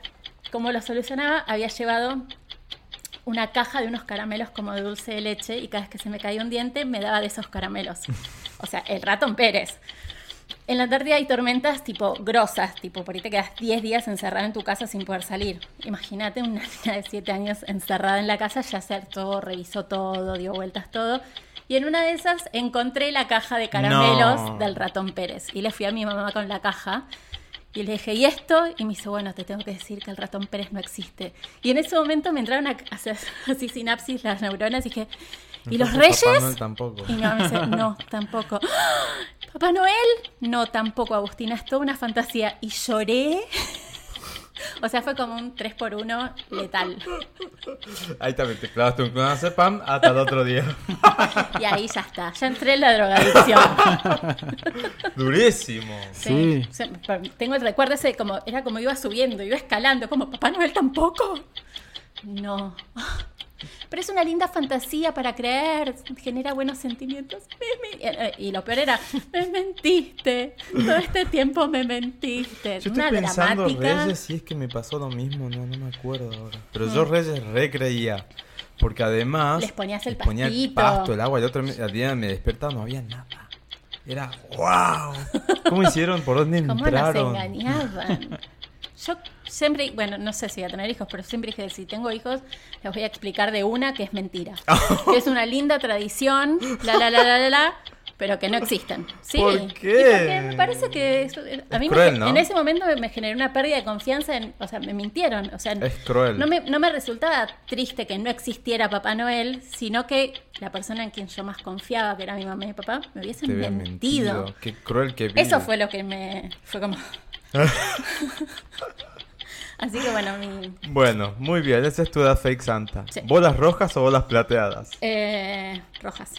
cómo lo solucionaba, había llevado una caja de unos caramelos como de dulce de leche y cada vez que se me caía un diente me daba de esos caramelos. O sea, el ratón Pérez. En la Antártida hay tormentas tipo grosas, tipo por ahí te quedas 10 días encerrada en tu casa sin poder salir. Imagínate una niña de 7 años encerrada en la casa, ya se todo, revisó todo, dio vueltas todo. Y en una de esas encontré la caja de caramelos
No.
del ratón Pérez. Y le fui a mi mamá con la caja. Y le dije, ¿y esto? Y me dice, bueno, te tengo que decir que el ratón Pérez no existe. Y en ese momento me entraron a- a- así sinapsis las neuronas y dije, ¿y los
Entonces, Papá Noel
reyes?
tampoco.
Y mi mamá me dice, no, tampoco. ¿Papá Noel? No, tampoco, Agustina, es toda una fantasía. Y lloré. O sea, fue como un 3 por 1 letal.
Ahí también te clavaste un clonazepam hasta el otro día.
Y ahí ya está, ya entré en la drogadicción.
Durísimo.
Sí.
O sea, tengo el recuerdo ese, como, era como iba subiendo, iba escalando, como, Papá Noel tampoco. No. Pero es una linda fantasía para creer, genera buenos sentimientos. Me- me- eh, eh, Y lo peor era, me mentiste, todo este tiempo me mentiste.
Yo
una
estoy pensando
dramática.
Reyes si es que me pasó lo mismo, no, no me acuerdo ahora. Pero yo Reyes recreía. Porque además.
Mm. Les ponías el
les ponía
pastito.
pasto, el agua. El otro mi- al día me despertaba, no había nada. Era wow. ¿Cómo hicieron? ¿Por dónde
¿Cómo nos
entraron?
engañaban? Yo siempre, bueno, no sé si voy a tener hijos, pero siempre dije, si tengo hijos, les voy a explicar de una que es mentira. que es una linda tradición, la, la, la, la, la, la, pero que no existen. ¿Sí?
¿Por
Y
qué?
porque me parece que... eso- a mí me-
cruel, ¿no?
en ese momento me, me generó una pérdida de confianza, en, o sea, me mintieron. O sea,
Es cruel.
No me, no me resultaba triste que no existiera Papá Noel, sino que la persona en quien yo más confiaba, que era mi mamá y mi papá, me
Te
hubiesen
había
mentido.
mentido. Qué cruel que vi.
Eso fue lo que me. Fue como. Así que bueno, mi.
Bueno, muy bien. Esa es tu edad fake Santa.
Sí.
¿Bolas rojas o bolas plateadas?
eh, rojas.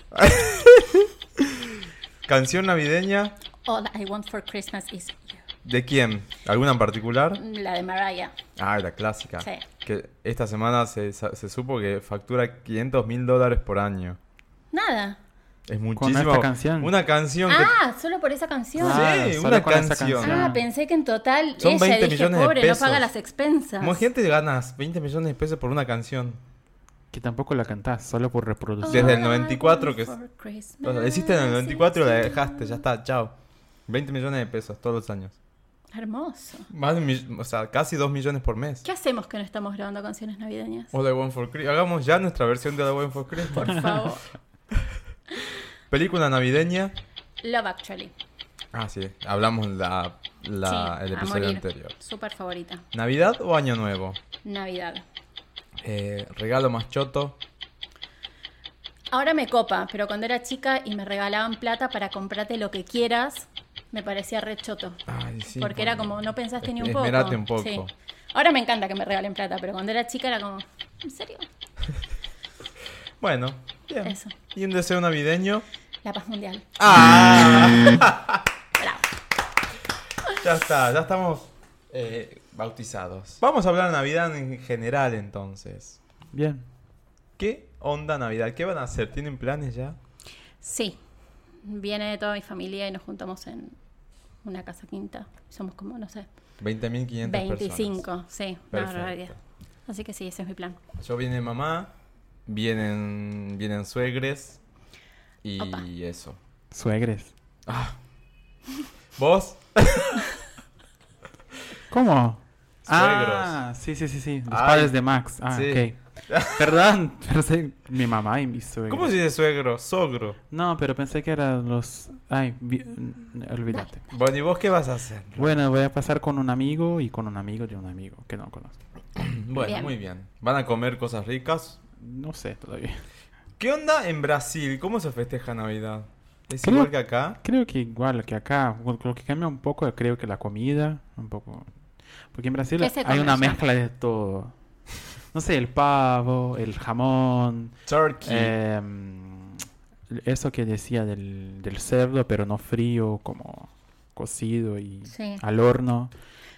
¿Canción navideña?
All I want for Christmas is you.
¿De quién? ¿Alguna en particular?
La de Mariah.
Ah, la clásica.
Sí.
Que esta semana se, sa- se supo que factura 500 mil dólares por año.
Nada.
Es muchísimo.
esta canción.
Una canción que...
Ah, solo por esa canción.
Sí,
Ah,
Ah, solo
una
con esa
canción.
canción.
pensé que en total
Son
ella
20
dije,
millones de
pobre,
pesos.
no paga las expensas.
Como gente ganas 20 millones de pesos por una canción.
Que tampoco la cantás, solo por reproducir.
Desde el
All I
94
want
que-
for Christmas
O sea, la hiciste en el
is
94 y la
you.
dejaste, ya está, chao. 20 millones de pesos todos los años.
Hermoso.
Más de un mill- o sea, casi 2 millones por mes.
¿Qué hacemos que no estamos grabando canciones navideñas?
All I Want for Christmas. Hagamos ya nuestra versión de All I Want for Christmas.
Por favor.
Película navideña.
Love Actually.
Ah, sí. Hablamos la, la-
Sí,
el
a
episodio
morir.
anterior.
Súper favorita.
¿Navidad o Año Nuevo?
Navidad.
Eh, regalo más choto.
Ahora me copa, pero cuando era chica y me regalaban plata para comprarte lo que quieras, me parecía re choto.
Ay, sí,
porque era como, no pensaste ni un poco.
Esmerate un poco.
Sí. Ahora me encanta que me regalen plata, pero cuando era chica era como, ¿en serio?
Bueno, bien.
Eso.
¿Y un deseo navideño? Ah,
La paz mundial.
Ya está, ya estamos eh, bautizados. Vamos a hablar de Navidad en general entonces.
Bien.
¿Qué onda Navidad? ¿Qué van a hacer? ¿Tienen planes ya?
Sí. Viene toda mi familia y nos juntamos en una casa quinta. Somos como, no sé,
20.500 personas.
25. Sí, una
Perfecto.
barbaridad. Así que sí, ese es mi plan.
Yo viene mamá, vienen, vienen suegres y
Opa.
eso.
Suegres.
¿Vos?
¿Cómo?
Suegros.
Ah, sí, sí, sí, sí. Los
Ay.
padres de Max. Ah,
Sí.
ok. Perdón, pensé- mi mamá y mis suegros.
¿Cómo se dice suegro? Sogro.
No, pero pensé que eran los... Ay, vi- mm, olvídate.
Bueno, ¿y vos qué vas a hacer?
Bueno, voy a pasar con un amigo y con un amigo de un amigo que no conozco.
Bueno,
Bien.
muy bien. ¿Van a comer cosas ricas?
No sé todavía.
¿Qué onda en Brasil? ¿Cómo se festeja Navidad? ¿Es
Creo-
igual que acá?
Creo que igual que acá, lo que cambia un poco creo que la comida, un poco... Porque en Brasil
¿Qué se
hay
come
una
allá?
mezcla de todo. No sé, el pavo, el jamón,
Turkey.
eh, eso que decía del, del cerdo, pero no frío, como cocido y
Sí.
al horno.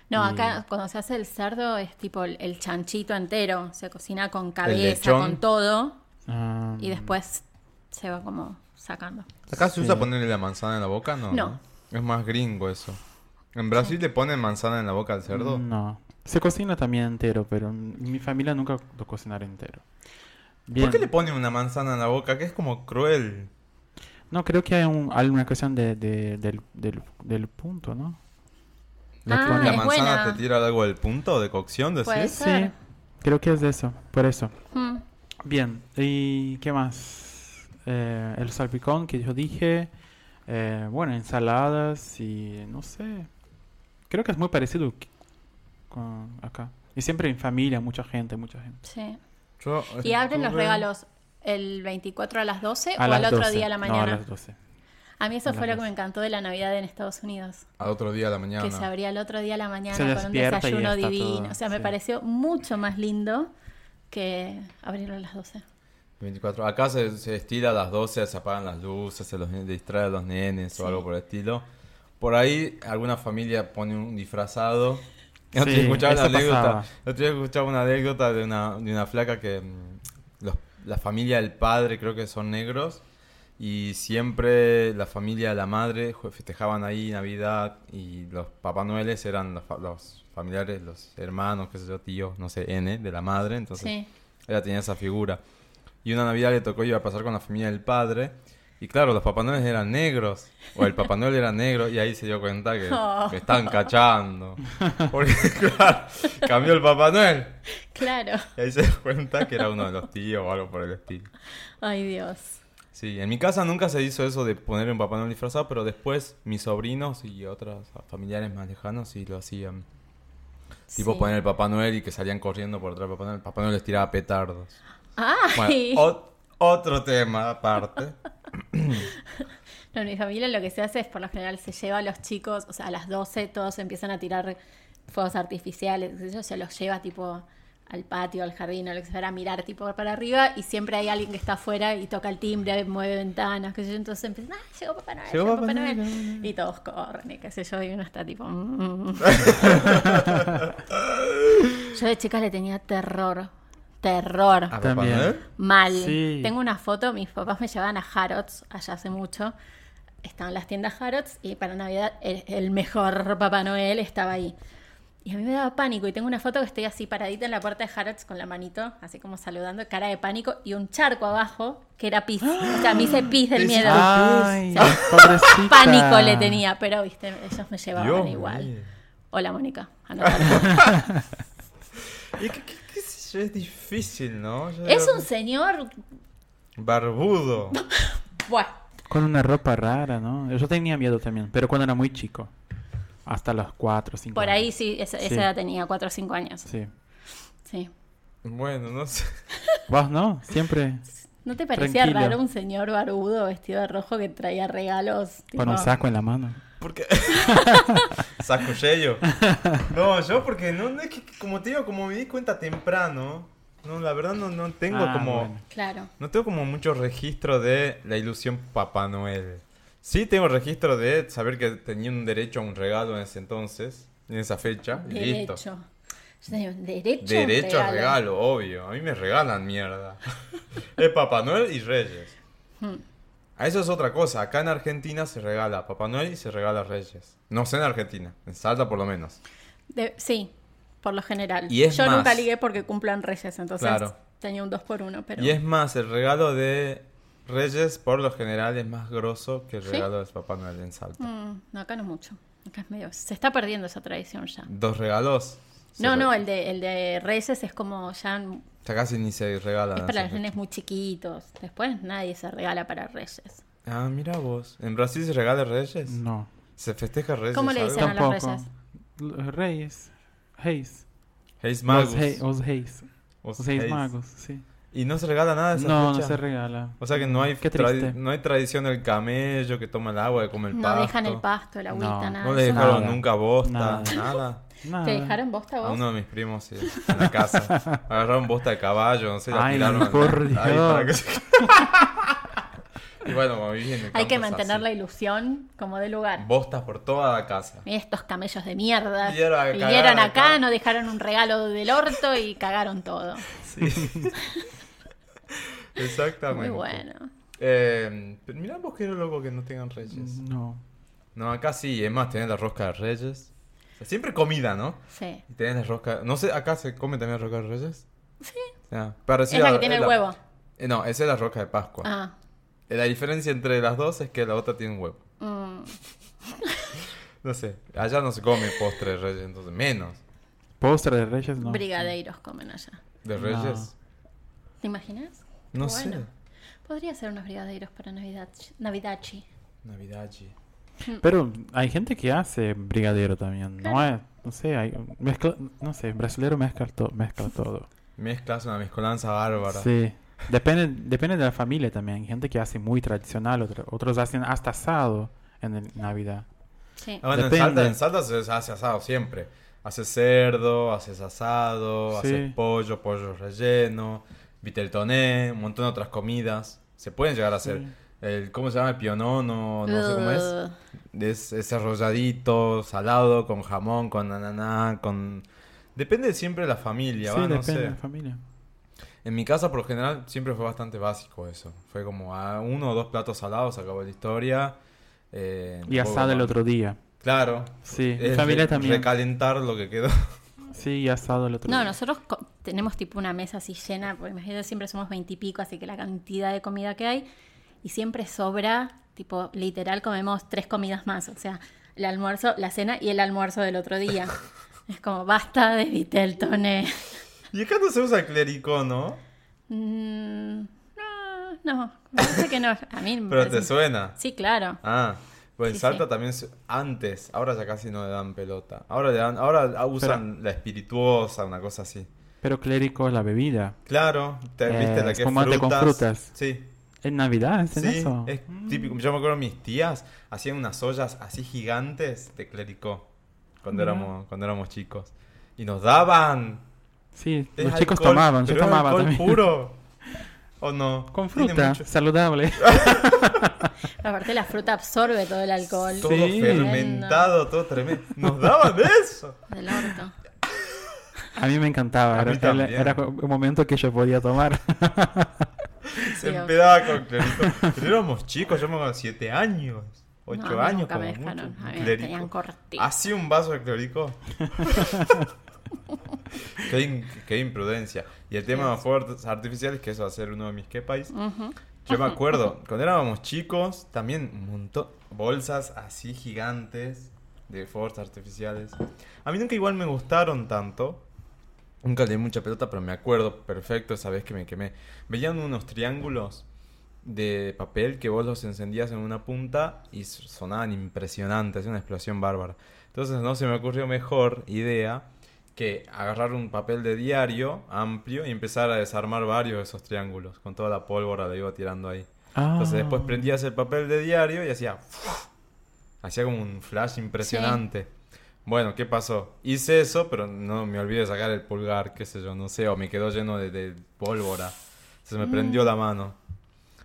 No,
Y-
acá cuando se hace el cerdo es tipo el, el chanchito entero. Se cocina con cabeza,
lechón.
con todo.
Ah,
Y después se va como sacando.
¿Acá se
Sí.
usa ponerle la manzana en la boca? No.
No.
Es más gringo eso. ¿En Brasil le ponen manzana en la boca al cerdo?
No. Se cocina también entero, pero en mi familia nunca lo cocinará entero. Bien.
¿Por qué le ponen una manzana en la boca? Que es como cruel.
No, creo que hay un, alguna cuestión de, de- del, del, del punto, ¿no? Le
Ah,
ponen-
¿La
es
manzana
buena.
te tira algo del punto de cocción? Decís?
Puede
Sí,
ser.
creo que es de eso, por eso.
Mm.
Bien, ¿y qué más? Eh, el salpicón que yo dije, eh, bueno, ensaladas y no sé. Creo que es muy parecido que- con acá. Y siempre en familia, mucha gente, mucha gente.
Sí.
Yo
Y abren los
estuve-
regalos el 24 a las 12
A
o
las
al otro
12.
día a la
No,
mañana.
a las 12.
A mí eso
a
fue
las
lo que me encantó de la Navidad en Estados Unidos.
Al otro día de la mañana.
que se abría el otro día a la mañana
Se
con un
despierta y
desayuno
está
divino.
todo,
o sea, me
sí.
pareció mucho más lindo que abrirlo a las 12.
24. Acá se, se estira a las 12, se apagan las luces, se los distrae a los nenes o algo por el estilo. Por ahí alguna familia pone un disfrazado. El otro día
Sí,
escuchaba una
eso
anécdota.
pasaba.
el otro día escuchaba una anécdota de una, de una flaca que mm, los- la familia del padre creo que son negros. Y siempre la familia de la madre jue- festejaban ahí Navidad y los Papá Noeles eran los, fa- los familiares, los hermanos, qué sé yo, tíos, no sé, N, de la madre. Entonces
Sí.
ella tenía esa figura. Y una Navidad le tocó iba a pasar con la familia del padre. Y claro, los Papá Noel eran negros. O el Papá Noel era negro. Y ahí se dio cuenta que,
Oh.
que estaban cachando. Porque, claro, cambió el Papá Noel.
Claro.
Y ahí se dio cuenta que era uno de los tíos o algo por el estilo.
Ay, Dios.
Sí, en mi casa nunca se hizo eso de poner un Papá Noel disfrazado. Pero después mis sobrinos y otros familiares más lejanos sí lo hacían. Tipo
Sí.
poner el Papá Noel y que salían corriendo por atrás del Papá Noel. El Papá Noel les tiraba petardos.
¡Ay!
Bueno, ot- otro tema aparte.
No, en mi familia lo que se hace es por lo general se lleva a los chicos, o sea, a las 12 todos empiezan a tirar fuegos artificiales, qué sé yo, se los lleva tipo al patio, al jardín, o lo que sea, a mirar tipo para arriba y siempre hay alguien que está afuera y toca el timbre, mueve ventanas, qué sé yo, entonces empiezan, ah, llegó Papá Noel, llegó, Papá Noel. Y todos corren, y qué sé yo, y uno está tipo... "Mm, mm". yo de chica le tenía terror, terror.
¿A Papá
También.
Noel?
Mal.
Sí.
Tengo una foto, mis papás me llevaban a Harrods allá hace mucho. Estaban las tiendas Harrods y para Navidad el, el mejor Papá Noel estaba ahí. Y a mí me daba pánico y tengo una foto que estoy así paradita en la puerta de Harrods con la manito, así como saludando, cara de pánico y un charco abajo que era pis. O sea, me hice pis del miedo.
Ah, Ay,
O sea,
pobrecita.
pánico le tenía, pero viste, ellos me llevaban
Dios
igual.
mío.
Hola Mónica, Ah, anotalo.
Y que- que- qué sé yo, es difícil, ¿no? Yo
Es
digo,
un señor...
Barbudo.
Bueno,
Con una ropa rara, ¿no? Yo tenía miedo también, pero cuando era muy chico. Hasta los 4, 5
por ahí sí, esa, esa
Sí.
edad tenía 4 o 5 años.
Sí.
Sí.
Bueno, no sé.
¿Vos no? Siempre
¿No te parecía
Tranquilo.
raro un señor barbudo vestido de rojo que traía regalos?
con un
tipo,
saco en la mano.
Porque. Saco yello. No, yo porque no, no es que, como te digo, como me di cuenta temprano. No, la verdad no, no tengo
Ah,
como.
bueno.
Claro.
No tengo como mucho registro de la ilusión Papá Noel. Sí tengo registro de saber que tenía un derecho a un regalo en ese entonces, en esa fecha. y
Derecho.
listo.
Yo tenía un derecho. a un
Derecho a regalo, obvio. A mí me regalan mierda. es Papá Noel y Reyes.
Hmm.
A eso es otra cosa. Acá en Argentina se regala Papá Noel y se regala Reyes. No sé en Argentina, en Salta por lo menos.
De- sí, por lo general.
Y es
Yo nunca
más.
ligué porque cumplan reyes, entonces
Claro.
tenía un 2 por 1 pero
Y es más, el regalo de Reyes, por lo general, es más grosso que el
¿Sí?
regalo de Papá Noel en Salta.
Mm, no, acá no mucho. Acá es medio. Se está perdiendo esa tradición ya.
¿Dos regalos?
No,
Se-
no, el de, el de Reyes es como ya. n-
Ya casi ni se regalan.
Es para
así
los
que-
nenes muy chiquitos. Después nadie se regala para Reyes.
Ah, mira vos. ¿En Brasil se regala Reyes?
No.
¿Se festeja Reyes?
¿Cómo le
algo?
dicen a los
Tampoco.
reyes?
L- Reyes. Reis.
Reis Magos.
Los, Rei- los Reis.
Os
Los Reis
Reis.
Magos, sí.
¿Y no se regala nada de esa
No, no
fecha?
se regala.
O sea que no hay,
Qué
tradi-
triste.
no hay tradición del camello que toma el agua, que come el
no
pasto.
dejan el pasto, la agüita,
No,
nada.
No le
Eso-
dejaron
Nada.
nunca bosta, nada.
Nada. Nada.
¿Te dejaron bosta
A
vos?
uno de mis primos sí, en la casa. Agarraron bosta de caballo, no sé, la
Ay,
tiraron. al-
por
ahí
Dios.
para que se- y bueno, como viví en el
Hay que
campo, es
mantener
así.
la ilusión como de lugar.
Bostas por toda la casa.
Mirá Estos camellos de mierda
Vinieron a
vinieron
cagar
acá,
acá.
no dejaron un regalo del orto y cagaron todo.
Exactamente.
Muy bueno.
Eh, pero mirá vos que eres loco que no tengan reyes.
No.
No, acá sí, es más, tenés la rosca de reyes. O sea, siempre comida, ¿no?
Sí.
Y tenés la rosca... No sé, ¿acá se come también rosca de reyes?
Sí.
Ah,
es
parecida
la que
a-
tiene
es
el huevo.
Eh, No, esa es la rosca de Pascua. Eh,
Ah.
La diferencia entre las dos es que la otra tiene un huevo.
Mm.
No sé, allá no se come postre de reyes, entonces menos
Postre de Reyes, no.
Brigadeiros comen allá.
de
No.
reyes.
¿Te imaginas?
No,
Qué
sé.
bueno. Podría ser unos brigadeiros para Navidad. Navidachi.
Navidad, sí.
Pero hay gente que hace brigadero también. No
Claro.
es, no sé, hay, mezcla, no sé, brasilero mezcla, to- mezcla todo.
Mezclas una mezcolanza bárbara.
Sí. Depende, depende de la familia también. Hay gente que hace muy tradicional, otra- otros hacen hasta asado en el- Navidad.
Sí.
Ah, bueno, en
Depende.
Salta, en Salta se hace asado siempre. Haces cerdo, haces asado,
Sí.
haces pollo, pollo relleno, viteltoné, un montón de otras comidas. Se pueden llegar a hacer.
Sí.
El, ¿Cómo se llama? El pionono, no sé cómo es.
Ugh.
Es, es arrolladito, salado, con jamón, con ananá, con... Depende siempre de la familia,
sí,
¿va? No
depende de
sé.
la familia.
En mi casa, por lo general, siempre fue bastante básico eso. Fue como a uno o dos platos salados, acabó la historia. eh,
Y
poco
asado el
más.
otro día.
Claro.
Sí, mi
Es
familia
re-
también.
Recalentar lo que quedó.
Sí, y asado el otro
No,
día.
nosotros co- tenemos tipo una mesa así llena, porque imagínate, siempre somos veintipico, así que la cantidad de comida que hay, y siempre sobra, tipo, literal, comemos tres comidas más, o sea, el almuerzo, la cena y el almuerzo del otro día. es como, basta de vitel, toné.
Y acá no se usa clericó, ¿no?
Mm, no, no, me parece que no, a mí me
Pero te
parece-
suena.
Sí, claro.
Ah. Bueno, en
Sí,
Salta
sí.
también se- antes, ahora ya casi no le dan pelota. Ahora le dan, ahora usan la espirituosa, una cosa así.
Pero clérico es la bebida.
Claro, te
Eh,
viste la que es
espumante con frutas.
Sí,
¿En Navidad hacen
sí,
eso?
es típico. Yo me acuerdo mis tías hacían unas ollas así gigantes de clericó cuando
Mirá.
éramos cuando éramos chicos y nos daban.
Sí,
Es
los chicos
alcohol,
tomaban, yo
pero es
tomaba
alcohol
también.
puro. ¿O no?
Con
Tiene
fruta,
mucho-
saludable.
Aparte la fruta absorbe todo el alcohol.
Todo
Sí.
fermentado, todo tremendo. Nos daban eso.
Del orto.
A mí me encantaba,
A
era,
mí
era-
también.
era un momento que yo podía tomar.
Se
Sí,
empedaba con clericó. Pero éramos chicos, yo me acuerdo, siete años, ocho
No, a mí
años
nunca
como
me
mucho.
dejaron, a mí me
Clericó.
tenían cortito.
Así un vaso de clericó. qué, in- qué imprudencia. Y el tema de los fuegos artificiales, que eso va a ser uno de mis quepais.
Ujú.
Yo me acuerdo, cuando éramos chicos, también un montón, bolsas así gigantes de fuegos artificiales. A mí nunca igual me gustaron tanto. Nunca le di mucha pelota, pero me acuerdo perfecto esa vez que me quemé. Veían unos triángulos de papel que vos los encendías en una punta y s- sonaban impresionantes, una explosión bárbara. Entonces no se me ocurrió mejor idea que agarrar un papel de diario amplio y empezar a desarmar varios de esos triángulos con toda la pólvora que iba tirando ahí. Entonces
Ah.
después prendías el papel de diario y hacía... Hacía como un flash impresionante. Bueno, ¿qué pasó? Hice eso, pero no me olvidé de sacar el pulgar, qué sé yo, no sé, o me quedó lleno de, de pólvora. Se
Mm.
me prendió la mano.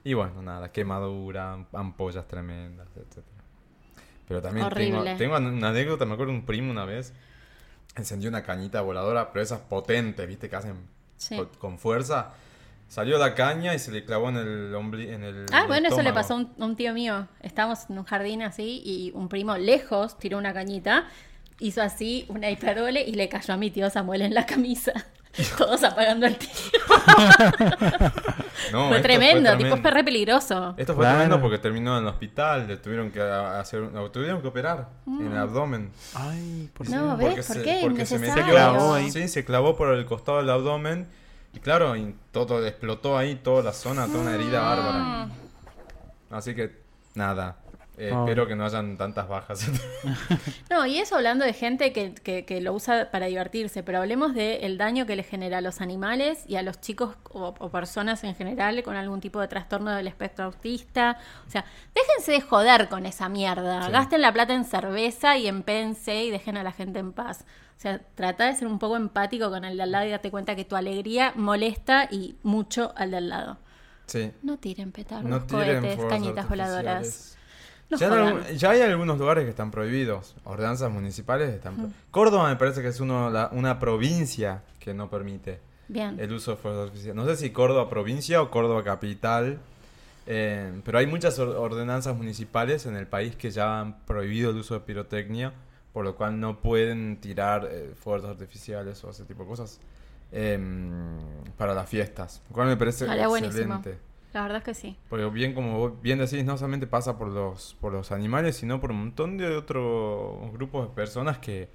Y bueno, nada, quemadura, ampollas tremendas, etc. Pero también tengo,
Horrible.
tengo una anécdota, me acuerdo un primo una vez, encendió una cañita voladora, pero esas potentes, viste, que hacen
Sí.
co- con, fuerza. Salió la caña y se le clavó en el ombligo, en el
Ah, bueno, eso le
estómago.
pasó a un, a un tío mío. Estábamos en un jardín así y un primo lejos tiró una cañita, hizo así una hiperbole y le cayó a mi tío Samuel en la camisa. Todos apagando el tiro.
No, esto
fue, tremendo, tipo
tremendo.
fue re peligroso.
Esto fue
Claro.
tremendo porque terminó en el hospital, le tuvieron que a- hacer, lo tuvieron que operar en el abdomen.
Ay, por
No,
Dios.
¿ves? Mm. ¿Por qué?
se
Innecesario.
metió-
Se clavó ahí.
Sí, se clavó por el costado del abdomen y claro, y todo explotó ahí toda la zona, toda una
Mm.
herida bárbara. Así que nada. Eh,
Oh.
Espero que no hayan tantas bajas.
No, y eso hablando de gente que, que- que lo usa para divertirse, pero hablemos del el daño que le genera a los animales y a los chicos o, o personas en general con algún tipo de trastorno del espectro autista. O sea, déjense de joder con esa mierda.
Sí.
Gasten la plata en cerveza y en pense y dejen a la gente en paz. O sea, trata de ser un poco empático con el de al lado y date cuenta que tu alegría molesta y mucho al de al lado.
sí.
No tiren petardos,
No tiren
cohetes,
fuegos
cañitas voladoras.
artificiales.
No
ya, eh, en
jodan.
algún- ya hay algunos lugares que están prohibidos. Ordenanzas municipales están pro- Córdoba me parece que es uno, la- una provincia que no permite
Bien.
el uso de fuerzas artificiales. No sé si Córdoba provincia o Córdoba capital. eh, pero hay muchas or- ordenanzas municipales en el país que ya han prohibido el uso de pirotecnia, por lo cual no pueden tirar eh, fuerzas artificiales o ese tipo de cosas em, para las fiestas. Lo cual me parece
Estaría
excelente.
buenísimo. La verdad es que sí.
Porque bien como vos bien decís, no solamente pasa por los, por los animales, sino por un montón de otros grupos de personas que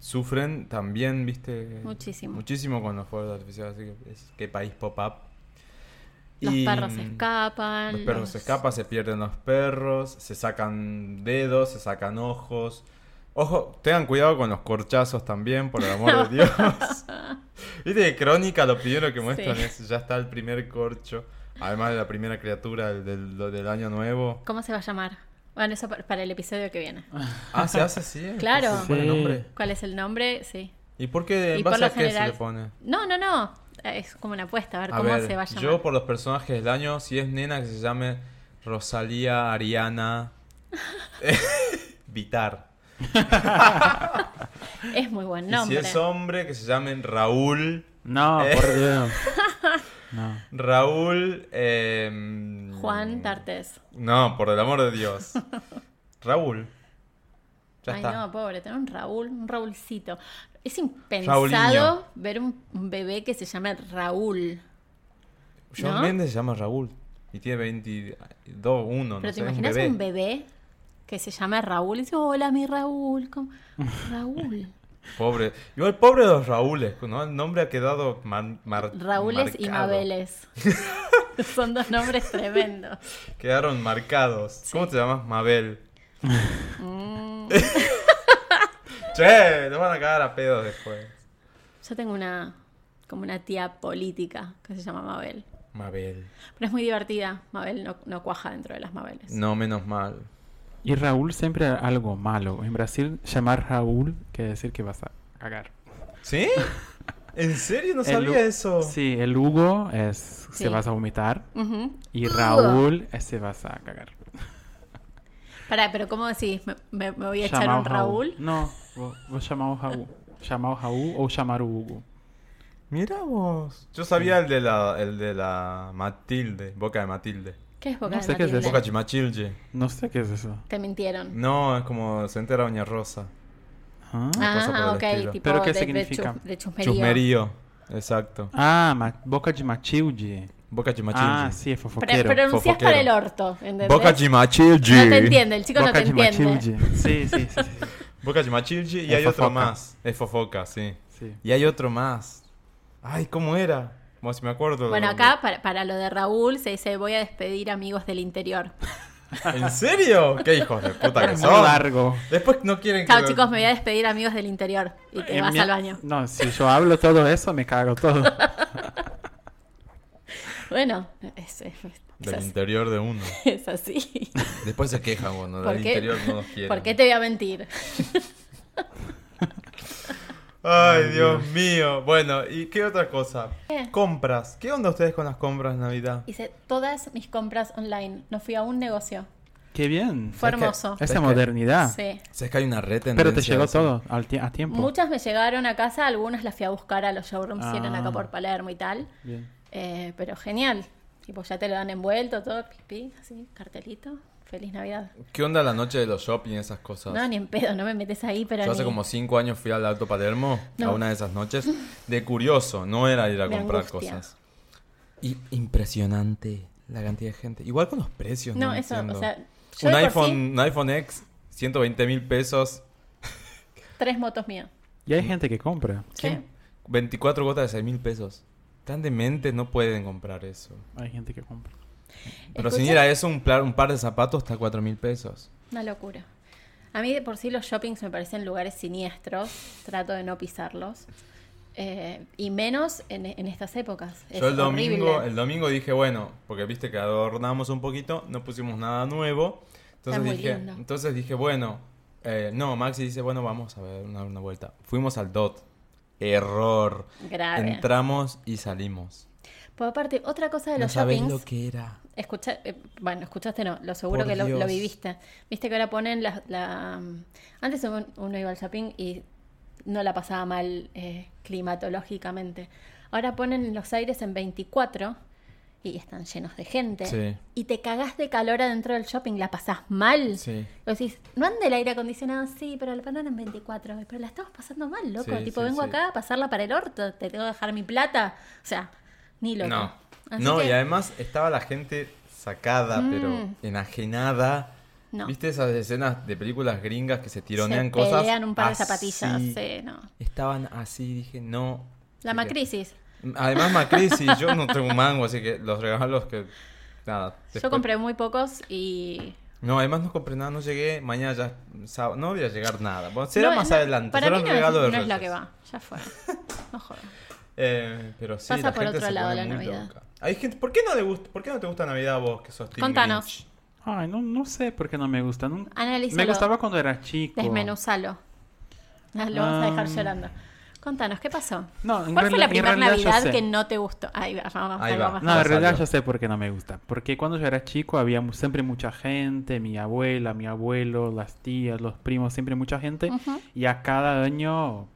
sufren también, viste,
Muchísimo.
muchísimo con los fuegos artificiales, así que es qué país pop-up.
Los
Y,
perros se
mm,
escapan.
Los perros se escapan, se pierden los perros, se sacan dedos, se sacan ojos. Ojo, tengan cuidado con los corchazos también, por el amor de Dios. Viste que Crónica lo primero que muestran
Sí.
es ya está el primer corcho. Además de la primera criatura del, del- del año nuevo.
¿Cómo se va a llamar? Bueno, eso pa- para el episodio que viene.
Ah, se hace así. eh?
Claro.
Se pone
Sí.
nombre.
¿Cuál es el nombre? Sí.
¿Y por qué?
Y
¿En
por
base
lo
a qué se
general-
le pone?
No, no, no. Es como una apuesta, a ver
A
cómo
ver,
se va a llamar.
yo por los personajes del año, si es nena que se llame Rosalía Ariana Vitar.
Es muy buen
Y si
nombre.
es hombre, que se llamen Raúl.
No,
Eh.
por Dios. No.
Raúl. em,
Juan Tartes.
No, por el amor de Dios. Raúl. Ya
Ay,
está.
no, pobre, tener un Raúl, un Raúlcito. Es impensado
Raulinho.
ver un, un bebé que se llame Raúl.
John
¿no?
Méndez se llama Raúl. Y tiene 22, 1,
Pero
no
te
sé,
imaginas un bebé que se llame Raúl y dice, hola, mi Raúl. ¿cómo? Raúl.
Pobre. Igual pobre de los Raúles, ¿no? El nombre ha quedado mar, mar-
Raúles y
marcado.
Mabeles. Son dos nombres tremendos.
Quedaron marcados. ¿Cómo te llamas? Mabel. che, te van a cagar a pedos después.
Yo tengo una como una tía política que se llama Mabel.
Mabel.
Pero es muy divertida. Mabel no, no cuaja dentro de las Mabeles.
No, menos mal.
Y Raúl siempre algo malo. En Brasil, llamar Raúl quiere decir que vas a cagar.
¿Sí? ¿En serio? No
El
sabía
Lu-
eso.
Sí, el Hugo es
Sí.
se vas a vomitar.
Ujú.
Y Raúl es se vas a cagar.
Pará, pero ¿cómo decís? ¿Me, me- me voy a echar
Llamao
un Raúl?
No, vos, vos llamado Raúl. Llamado Raúl o llamar Hugo.
Mira vos. Yo sabía el de la, el de la Matilde, boca de Matilde.
¿Qué es Boca
No
de
sé qué es
Matilde?
eso.
Boca Mm, chimachilde.
No sé qué es eso.
Te mintieron.
No, es como se entera Doña Rosa.
Ah,
cosa por el
Ah, ok.
estilo.
Tipo
¿Pero qué
de, de
significa?
chus- de chusmerío.
Chusmerío. Exacto.
Ah, ma- Boca de Matilde.
Boca chimachilde.
Ah, sí, es
Pre-
fofoquero.
pronunciás
fofoquero.
para el orto, ¿entendés?
Boca chimachilde.
No te entiende, el chico no te
de
entiende.
Matilde. Sí, sí, sí. sí,
Boca chimachilde y
Es
hay otro
fofoca.
más. Es fofoca, sí.
sí.
Y hay otro más. Ay, ¿cómo era? Bueno, si me acuerdo.
Bueno, acá para, para lo de Raúl se dice voy a despedir amigos del interior.
¿En serio? ¿Qué hijos de puta que
Es muy
son?
largo.
Después no quieren que...
Chao
lo-
chicos, me voy a despedir amigos del interior y te
En
vas
mi-
al baño.
No, si yo hablo todo eso, me cago todo.
Bueno, es, es- es
Del
así.
interior de uno.
Es así.
Después se quejan cuando
¿Por
del
qué?
interior no nos quieren.
¿Por qué te voy a mentir?
Ay, Dios mío. Bueno, ¿y qué otra cosa?
¿Qué?
Compras. ¿Qué onda ustedes con las compras en Navidad?
Hice todas mis compras online. No fui a un negocio.
Qué bien.
Fue
Es que-
hermoso.
es que-
Esa modernidad.
Sí.
Sé que hay una red en
Pero te llegó todo al tie- a tiempo.
Muchas me llegaron a casa, algunas las fui a buscar a los showrooms que eran
Ah.
acá por Palermo y tal.
Bien.
Eh, pero genial. Tipo, ya te lo dan envuelto, todo, pipí, así, cartelito. Feliz Navidad.
¿Qué onda la noche de los shopping y esas cosas?
No, ni en pedo, no me metes ahí, pero.
Yo hace
ni-
como cinco años fui al Alto Palermo a
No.
una de esas noches de curioso, no era ir a
Me
comprar
angustia.
cosas. Y impresionante la cantidad de gente. Igual con los precios. No,
No, eso,
entiendo.
o sea. yo
un
de por
iPhone,
sí,
un iPhone X, 120 mil pesos,
tres motos mías.
Y hay gente que compra.
Sí.
24 gotas de 6 mil pesos. Tan dementes no pueden comprar eso.
Hay gente que compra.
Pero
Escucha-
sin ir a eso, un, pla- un par de zapatos está 4 mil pesos.
Una locura. A mí de por sí los shoppings me parecen lugares siniestros, trato de no pisarlos. Eh, y menos en, en estas épocas. Es
Yo el domingo,
horrible.
el domingo dije, bueno, porque viste que adornamos un poquito, no pusimos nada nuevo. Entonces
Está muy
dije,
lindo.
entonces dije, bueno, eh, no, Maxi dice, bueno, vamos a ver una, una vuelta. Fuimos al DOT. Error.
Grave.
Entramos y salimos.
Por aparte, otra cosa de
no
los
sabéis
shoppings.
lo que era.
Escucha, eh, bueno, escuchaste no, lo seguro
Por
que lo, lo
Dios.
viviste. Viste que ahora ponen la... la- Antes un- uno iba al shopping y no la pasaba mal eh, climatológicamente. Ahora ponen los aires en 24 y están llenos de gente.
Sí.
Y te cagás de calor adentro del shopping, la pasás mal.
Sí.
Y decís, no anda el aire acondicionado, sí, pero lo ponen en 24. Pero la estamos pasando mal, loco.
Sí,
tipo,
sí,
vengo
sí.
acá a pasarla para el orto, te tengo que dejar mi plata. O sea, ni loco.
No.
Así
no,
que-
y además estaba la gente sacada,
Mm.
pero enajenada.
No.
¿Viste esas escenas de películas gringas que se tironean
se
cosas?
pelean un par de
Así.
zapatillas, sí, no.
Estaban así, dije, no.
La
Dije,
macrisis.
Además, Macri, si yo no tengo un mango, así que los regalos que. Nada.
Yo
después-
compré muy pocos y...
No, además no compré nada, no llegué. Mañana ya. es sábado, no voy a llegar nada. Bueno, será
No,
más
no,
adelante.
Para
será
mí
un
no,
regalo
es,
de
no es la
Reyes.
que va, ya fue. No jodas.
Eh, pero sí,
Pasa
la
por
gente
otro
se
lado
pone
la
muy
Navidad.
loca. Hay gente, ¿por qué, no le gusta, ¿Por qué no te gusta Navidad a vos, que sos Team
Contanos.
Grinch?
Ay, no, no sé por qué no me gusta. nun-
Analízalo.
Me gustaba cuando era chico.
Desmenuzalo. Ah, Lo vamos a dejar
Ah.
llorando. Contanos, ¿qué pasó?
No, en
¿Cuál fue
reali-
la
en
primera
realidad yo
Navidad
sé.
que no te gustó? Ahí va, vamos,
Ahí
algo
va.
más.
Ya
No, en realidad
salió.
yo sé por qué no me gusta. Porque cuando yo era chico había mu- siempre mucha gente, mi abuela, mi abuelo, las tías, los primos, siempre mucha gente. Y a cada año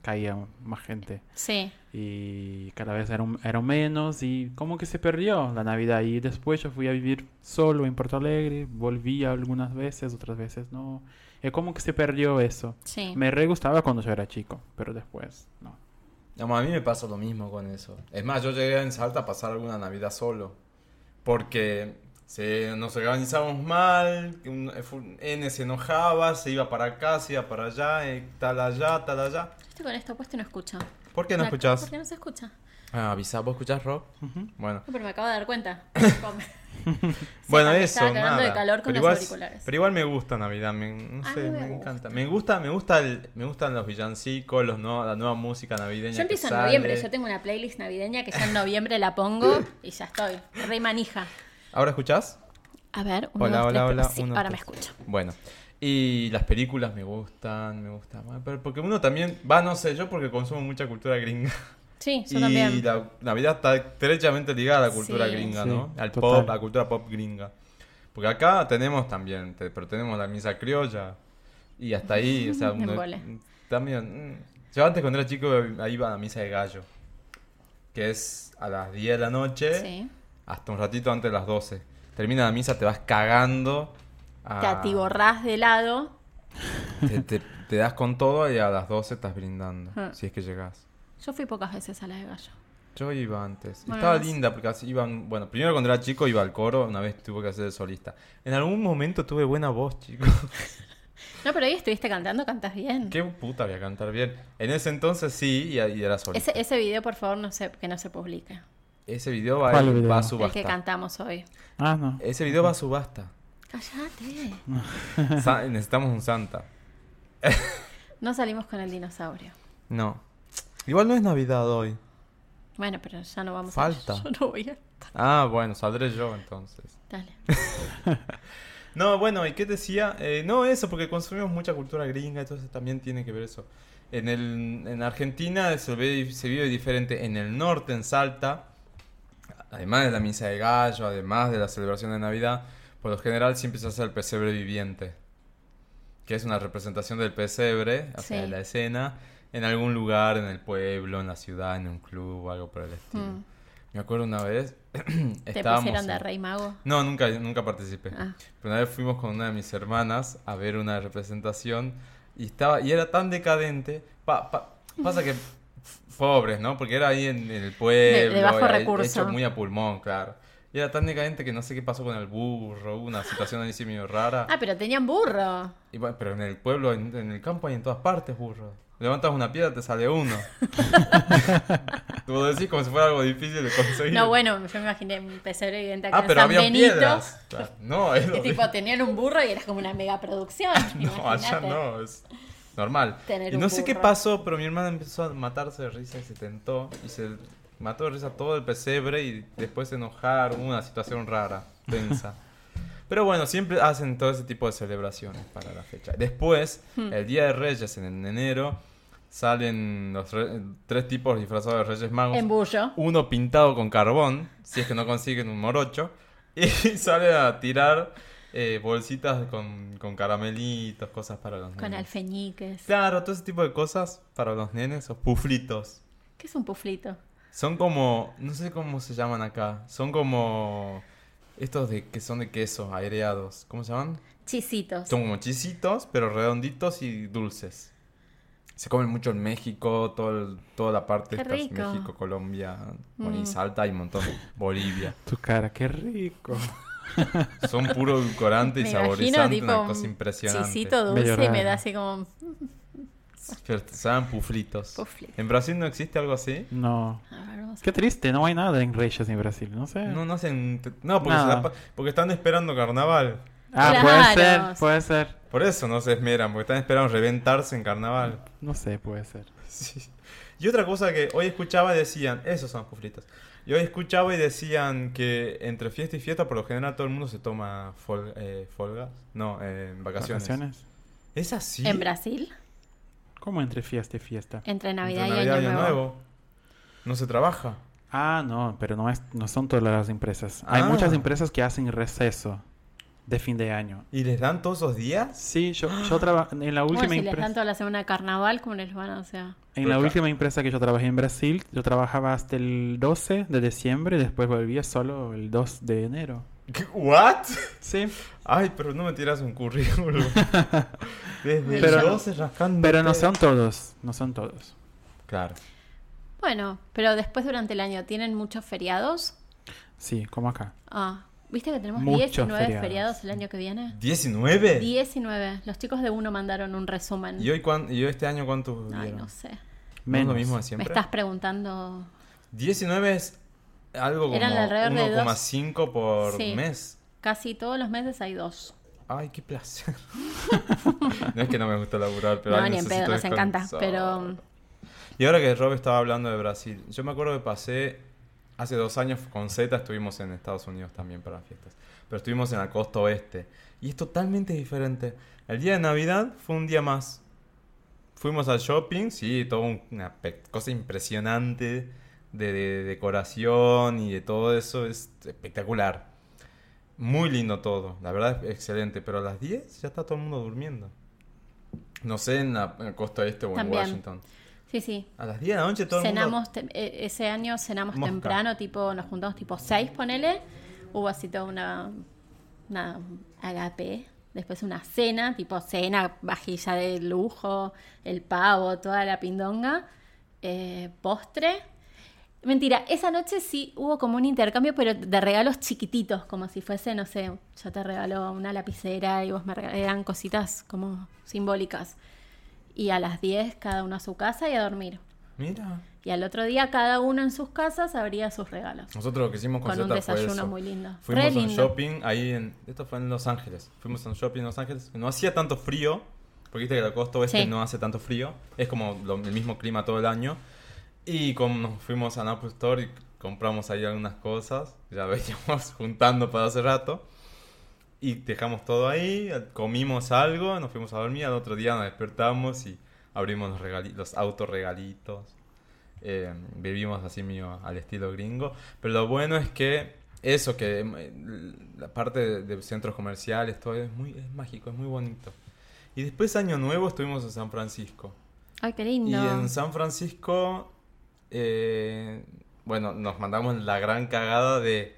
caía más gente.
Sí.
Y cada vez eran, eran menos y como que se perdió la Navidad. Y después yo fui a vivir solo en Porto Alegre, volví algunas veces, otras veces no. Es como que se perdió eso.
Sí.
Me re gustaba cuando yo era chico, pero después no.
No, a mí me pasa lo mismo con eso. Es más, yo llegué en Salta a pasar alguna Navidad solo. Porque se, nos organizábamos mal, un- fu- N se enojaba, se iba para acá, se iba para allá, eh, tal allá, tal allá.
Yo estoy con esto puesto y no escucho.
¿Por qué no
La-
escuchás?
¿Por qué no se escucha?
Ah, avisa, ¿vos escuchás rock? Bueno,
No, pero me acabo de dar cuenta.
bueno
me
eso,
estaba cagando
nada.
de calor con
pero,
los
igual,
auriculares.
pero igual me gusta Navidad, me, no
A
sé,
mí me
me,
gusta.
encanta. Me gusta, me gusta el- me gustan los villancicos, los no- la nueva música navideña
Yo empiezo
que
en noviembre,
sale.
yo tengo una playlist navideña que ya en noviembre la pongo y ya estoy, re manija.
¿Ahora escuchás?
A ver, uno,
Hola,
dos,
hola,
tres,
hola.
pero- sí,
uno,
ahora me
tres.
escucho.
Bueno, y las películas me gustan, me gustan. Bueno, Pero porque uno también, va, no sé, yo porque consumo mucha cultura gringa.
Sí, yo
y
también.
la Navidad está estrechamente ligada a la cultura
Sí.
gringa,
Sí,
¿no? Al
total.
pop, a la cultura pop gringa. Porque acá tenemos también, te- pero tenemos la misa criolla. Y hasta ahí, o sea,
Un
uno-
embole.
también. mm. Yo antes cuando era chico ahí iba a la misa de gallo. Que es a las 10 de la noche
Sí.
hasta un ratito antes de las 12. Termina la misa, te vas cagando. a-
Te atiborrás de lado.
Te, te- te das con todo y a las 12 estás brindando,
Ah.
si es que llegás.
Yo fui pocas veces a la de gallo.
Yo iba antes.
Bueno,
Estaba
no sé.
linda porque así iban... Bueno, primero cuando era chico iba al coro, una vez tuve que hacer el solista. En algún momento tuve buena voz, chicos.
No, pero ahí estuviste cantando, cantas bien.
Qué puta voy a cantar bien. En ese entonces sí, y, y era solista.
Ese,
Ese,
ese video, por favor, no se, que no se publique.
video va,
¿Cuál video?
va a
El que
El
subasta.
que cantamos hoy.
Ah, no.
Ese video va a subasta.
Cállate.
Sa- necesitamos un santa.
No salimos con el dinosaurio.
No. Igual no es Navidad hoy.
Bueno, pero ya no vamos a...
Falta.
Yo no voy a...
Ah, bueno, saldré yo entonces.
Dale.
No, bueno, ¿y qué decía? Eh, no, eso, porque consumimos mucha cultura gringa, entonces también tiene que ver eso. En, el, en Argentina se, ve- se vive diferente. En el norte, en Salta, además de la misa de gallo, además de la celebración de Navidad, por lo general siempre se hace el pesebre viviente, que es una representación del pesebre, o sea,
Sí.
de la escena, en algún lugar, en el pueblo, en la ciudad, en un club o algo por el estilo.
Mm.
Me acuerdo una vez.
¿Te
estábamos
pusieron de
en-
rey mago?
No, nunca, nunca participé.
Ah.
Pero una vez fuimos con una de mis hermanas a ver una representación y estaba y era tan decadente. Pa- pa- pasa que pobres, ¿no? Porque era ahí en, el pueblo,
de bajo
era
recurso.
hecho muy a pulmón, claro. Y era tan decadente que no sé qué pasó con el burro, hubo una situación ahí sí medio rara.
Ah, pero tenían burro.
Y bueno, pero en el pueblo, en, en el campo hay en todas partes burros. Levantas una piedra, te sale uno. Tú lo decís como si fuera algo difícil de conseguir.
No, bueno, yo me imaginé un pesebre evidente acá
Ah,
en
pero
San
había
Benito.
piedras. Claro. No, es
Y
lo
tipo, tenían un burro y era como una megaproducción.
No, allá
imagínate.
no, es normal.
Tener
y
un
no sé qué
burro.
pasó, pero mi hermana empezó a matarse de risa y se tentó. Y se mató de risa todo el pesebre y después se enojaron. Hubo Una situación rara, tensa. pero bueno, siempre hacen todo ese tipo de celebraciones para la fecha. Después,
Hmm.
el Día de Reyes, en en enero, salen los re- tres tipos disfrazados de Reyes Magos.
Embullo.
uno pintado con carbón, si es que no consiguen un morocho, y salen a tirar eh, bolsitas con, con caramelitos, cosas para los
Con
nenes.
alfeñiques.
Mm. Claro, todo ese tipo de cosas para los nenes, o puflitos.
¿Qué es un puflito?
Son como, no sé cómo se llaman acá, son como estos de que son de queso aireados, ¿cómo se llaman?
Chisitos.
Son como chisitos, pero redonditos y dulces. Se comen mucho en México, todo el- toda la parte
Qué
esta,
rico. Mm.
México, Colombia, bueno, y Salta y un montón. Bolivia.
Tu cara, qué rico.
Son puro edulcorante y
me imagino
saborizante,
tipo
una
un
cosa impresionante.
chisito
Medio
dulce y me
raro.
da así como
Pero te saben puflitos.
Puflitos.
¿En Brasil no existe algo así?
No.
A ver, vamos a-
Qué triste, no hay nada en Reyes en Brasil, no
Mm.
sé.
No, no hacen... No, porque,
Nada.
se la pa- porque están esperando carnaval.
Ah,
Claro.
puede ser, puede ser.
Por eso no se esmeran, porque están esperando reventarse en carnaval.
No sé, puede ser.
Sí. Y otra cosa que hoy escuchaba y decían, esos son puflitos. Y hoy escuchaba y decían que entre fiesta y fiesta, por lo general todo el mundo se toma fol- eh, folgas. No, eh, vacaciones.
¿Vacaciones?
¿Es así?
En Brasil,
¿Cómo entre fiesta y fiesta?
entre
Entre
Navidad, y Año Nuevo.
No se trabaja.
Ah, no, pero no, es, no son todas las empresas. Hay
Ah.
muchas empresas que hacen receso de fin de año.
¿Y les dan todos esos días?
Sí, yo, yo trabajo en la última
Bueno, si les
empresa.
dan toda la semana de carnaval, ¿cómo les van? O sea,
En la
Pero-
última empresa que yo trabajé en Brasil, yo trabajaba hasta el 12 de diciembre y después volvía solo el 2 de enero.
¿Qué? ¿What?
Sí,
Ay, pero no me tiras un currículum. Desde
Pero-
el 12 rascando.
pero no son todos, no son todos.
Claro.
bueno, pero después durante el año, ¿tienen muchos feriados?
Sí, como acá.
Ah, ¿viste que tenemos
Muchos
19 feriados.
feriados.
el año que viene?
¿19?
19. Los chicos de uno mandaron un resumen.
¿Y hoy, cuán- y hoy este año cuántos
Ay,
dieron?
no sé.
¿No es lo
Menos.
mismo de
Me
siempre?
estás preguntando.
19 es algo como
Eran alrededor de dos.
1,5 por
Sí.
mes.
Casi todos los meses hay dos.
Ay, qué placer. no es que no me gusta laburar, pero
no,
ay,
ni en pedo,
necesito
nos encanta.
descansar.
Pero
Y ahora que Rob estaba hablando de Brasil, yo me acuerdo que pasé, hace dos años con Z estuvimos en Estados Unidos también para fiestas, pero estuvimos en la costa oeste. Y es totalmente diferente. El día de Navidad fue un día más. Fuimos al shopping, sí, toda una pe- cosa impresionante de, de decoración y de todo eso, es espectacular. Muy lindo todo, la verdad es excelente, pero a las 10 ya está todo el mundo durmiendo. No sé en la, en la costa este o en
También.
Washington.
sí, sí.
A las 10 de la noche todo
Cenamos, tem- eh, ese año cenamos
Mosca.
temprano, tipo, nos juntamos tipo 6, ponele. Hubo así toda una, una agape. Después una cena, tipo cena, vajilla de lujo, el pavo, toda la pindonga, eh, postre. Mentira, esa noche sí hubo como un intercambio, pero de regalos chiquititos, como si fuese, no sé, yo te regalo una lapicera y vos me regalás, eran cositas como simbólicas. Y a las 10 cada uno a su casa y a dormir.
el mundo. Mira.
Y al otro día cada uno en sus casas abría sus regalos.
Nosotros lo que hicimos con,
Con un
Zeta fue
desayuno
eso.
muy lindo. Re
Fuimos a un
lindo.
shopping ahí en. Esto fue en Los Ángeles. Fuimos a un shopping en Los Ángeles. No hacía tanto frío. Porque viste que la costa oeste
Sí.
este no hace tanto frío. Es como lo- el mismo clima todo el año. Y con- nos fuimos a Naples Store y compramos ahí algunas cosas. Ya veníamos juntando para hace rato. Y dejamos todo ahí, comimos algo, nos fuimos a dormir. Al otro día nos despertamos y abrimos los, regali- los autorregalitos. Eh, vivimos así mío al estilo gringo. Pero lo bueno es que eso, que eh, la parte de, de centros comerciales, todo es muy es mágico, es muy bonito. Y después, año nuevo, estuvimos en San Francisco.
Ay, qué
Y
lindo.
en San Francisco eh, bueno, nos mandamos la gran cagada de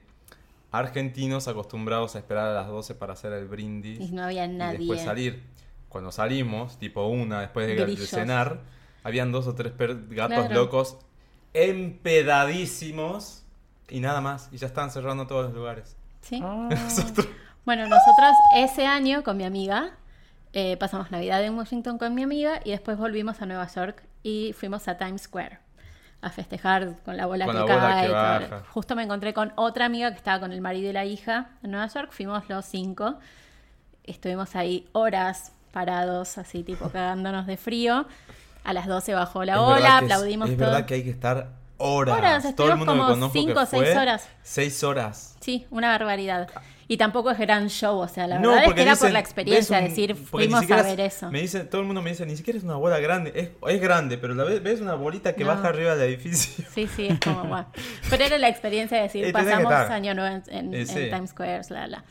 argentinos acostumbrados a esperar a las 12 para hacer el brindis.
Y no había
Y después
nadie.
salir. Cuando salimos, tipo una, después de, de
Grillos.
cenar, habían dos o tres per- gatos
Claro.
locos empedadísimos y nada más. Y ya están cerrando todos los lugares.
¿Sí?
Ah,
Bueno, nosotras ese año con mi amiga eh, pasamos Navidad en Washington con mi amiga y después volvimos a Nueva York y fuimos a Times Square a festejar con la bola
Con
que
la bola
cae.
que
todo lo-
baja.
Justo me encontré con otra amiga que estaba con el marido y la hija en Nueva York. Fuimos los cinco. Estuvimos ahí horas parados, así tipo cagándonos de frío. A las 12 bajó la
Es
ola,
verdad que es-
aplaudimos
Es,
todo.
verdad que hay que estar horas.
Horas,
todo el
estuvimos
mundo que
como
conozco
cinco o
que fue,
seis horas.
Seis horas.
Sí, una barbaridad. Y tampoco es gran show, o sea, la
No,
verdad es que
porque
era por
dicen,
la experiencia,
ves un-
decir,
porque ni
fuimos a
siquiera
ver
es-
eso.
Me dicen, todo el mundo me dice, ni siquiera es una bola grande, es, es grande, pero la ves, ves una bolita que
No.
baja arriba del edificio.
Sí, sí, es como guau. Pero era la experiencia de decir,
Eh, tenés que
pasamos
estar.
año nuevo en, en-
Eh,
en
sí.
Times Square, bla, bla.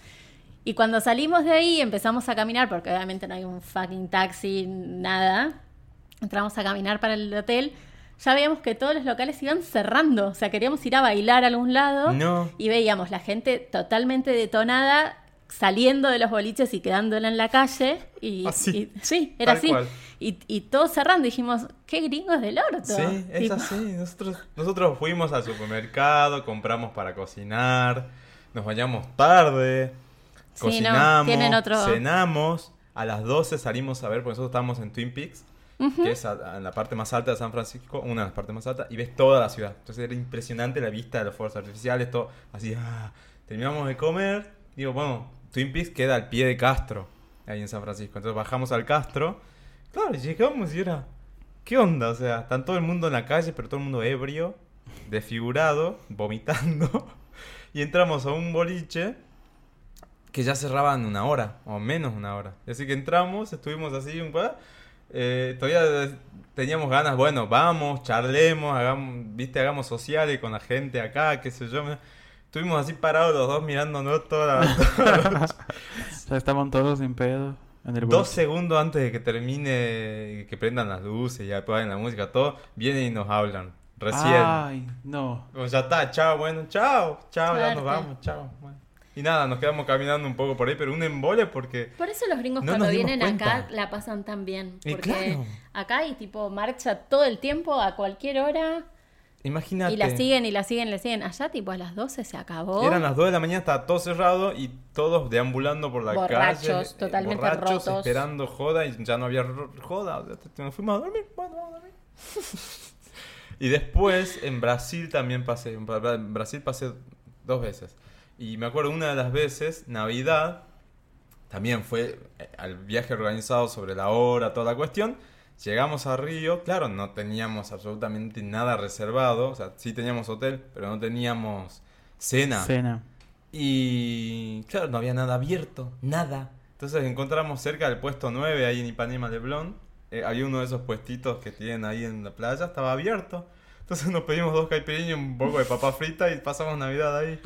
Y cuando salimos de ahí empezamos a caminar, porque obviamente no hay un fucking taxi, nada. Entramos a caminar para el hotel. Ya veíamos que todos los locales iban cerrando. O sea, queríamos ir a bailar a algún lado.
No.
Y veíamos la gente totalmente detonada saliendo de los boliches y quedándola en la calle. Y,
Así.
y- sí, era
Ah, Tal
así.
cual.
Y, y todos cerrando. Dijimos, qué gringos del orto.
Sí, es
Tipo,
así. Nosotros, nosotros fuimos al supermercado, compramos para cocinar, nos bañamos tarde,
Sí, no,
cocinamos,
tienen otro-
cenamos. A las 12 salimos a ver, porque nosotros estábamos en Twin Peaks, que es a- a- en la parte más alta de San Francisco, una de las partes más altas, y ves toda la ciudad. Entonces era impresionante la vista de los fuegos artificiales, todo así. ah. Terminamos de comer, digo, bueno, Twin Peaks queda al pie de Castro, ahí en San Francisco. Entonces bajamos al Castro, claro, llegamos y era, ¿Qué onda? O sea, están todo el mundo en la calle, pero todo el mundo ebrio, desfigurado, vomitando. Y entramos a un boliche que ya cerraban una hora, o menos una hora. Así que entramos, estuvimos así un pa- eh, todavía teníamos ganas, bueno, vamos, charlemos, hagamos, viste, hagamos sociales con la gente acá, qué sé yo. Estuvimos así parados los dos mirándonos toda la,
ya estaban todos en pedo en el
Dos
boliche.
segundos antes de que termine, que prendan las luces y apaguen la música, todo, vienen y nos hablan. Recién.
Ay, no.
Como ya está, chao, bueno, chao, chao, ya
Suerte.
nos vamos, chao. bueno. Y nada, nos quedamos caminando un poco por ahí, pero un embole porque.
Por eso los gringos
No
cuando
nos dimos
vienen acá
cuenta.
la pasan tan bien.
Y
Porque
claro.
acá hay tipo marcha todo el tiempo, a cualquier hora,
Imagínate.
y la siguen y la siguen, la siguen. Allá tipo a las 12 se acabó.
Eran las 2 de la mañana, estaba todo cerrado y todos deambulando por la
Borrachos,
calle. eh,
totalmente
borrachos,
rotos.
esperando joda y ya no había ro- joda. o sea, te- Nos fuimos a dormir, bueno, vamos a dormir. y después en Brasil también pasé, en Bra- en Brasil pasé dos veces. Y me acuerdo una de las veces, Navidad, también fue eh, al viaje organizado sobre la hora, toda la cuestión. Llegamos a Río, claro, no teníamos absolutamente nada reservado, o sea, sí teníamos hotel, pero no teníamos cena.
Cena.
Y claro, no había nada abierto, nada. Entonces encontramos cerca del puesto 9, ahí en Ipanema Leblon. Eh, había uno de esos puestitos que tienen ahí en la playa, estaba abierto. Entonces nos pedimos dos caipirinhas y un poco de papa frita y pasamos Navidad ahí.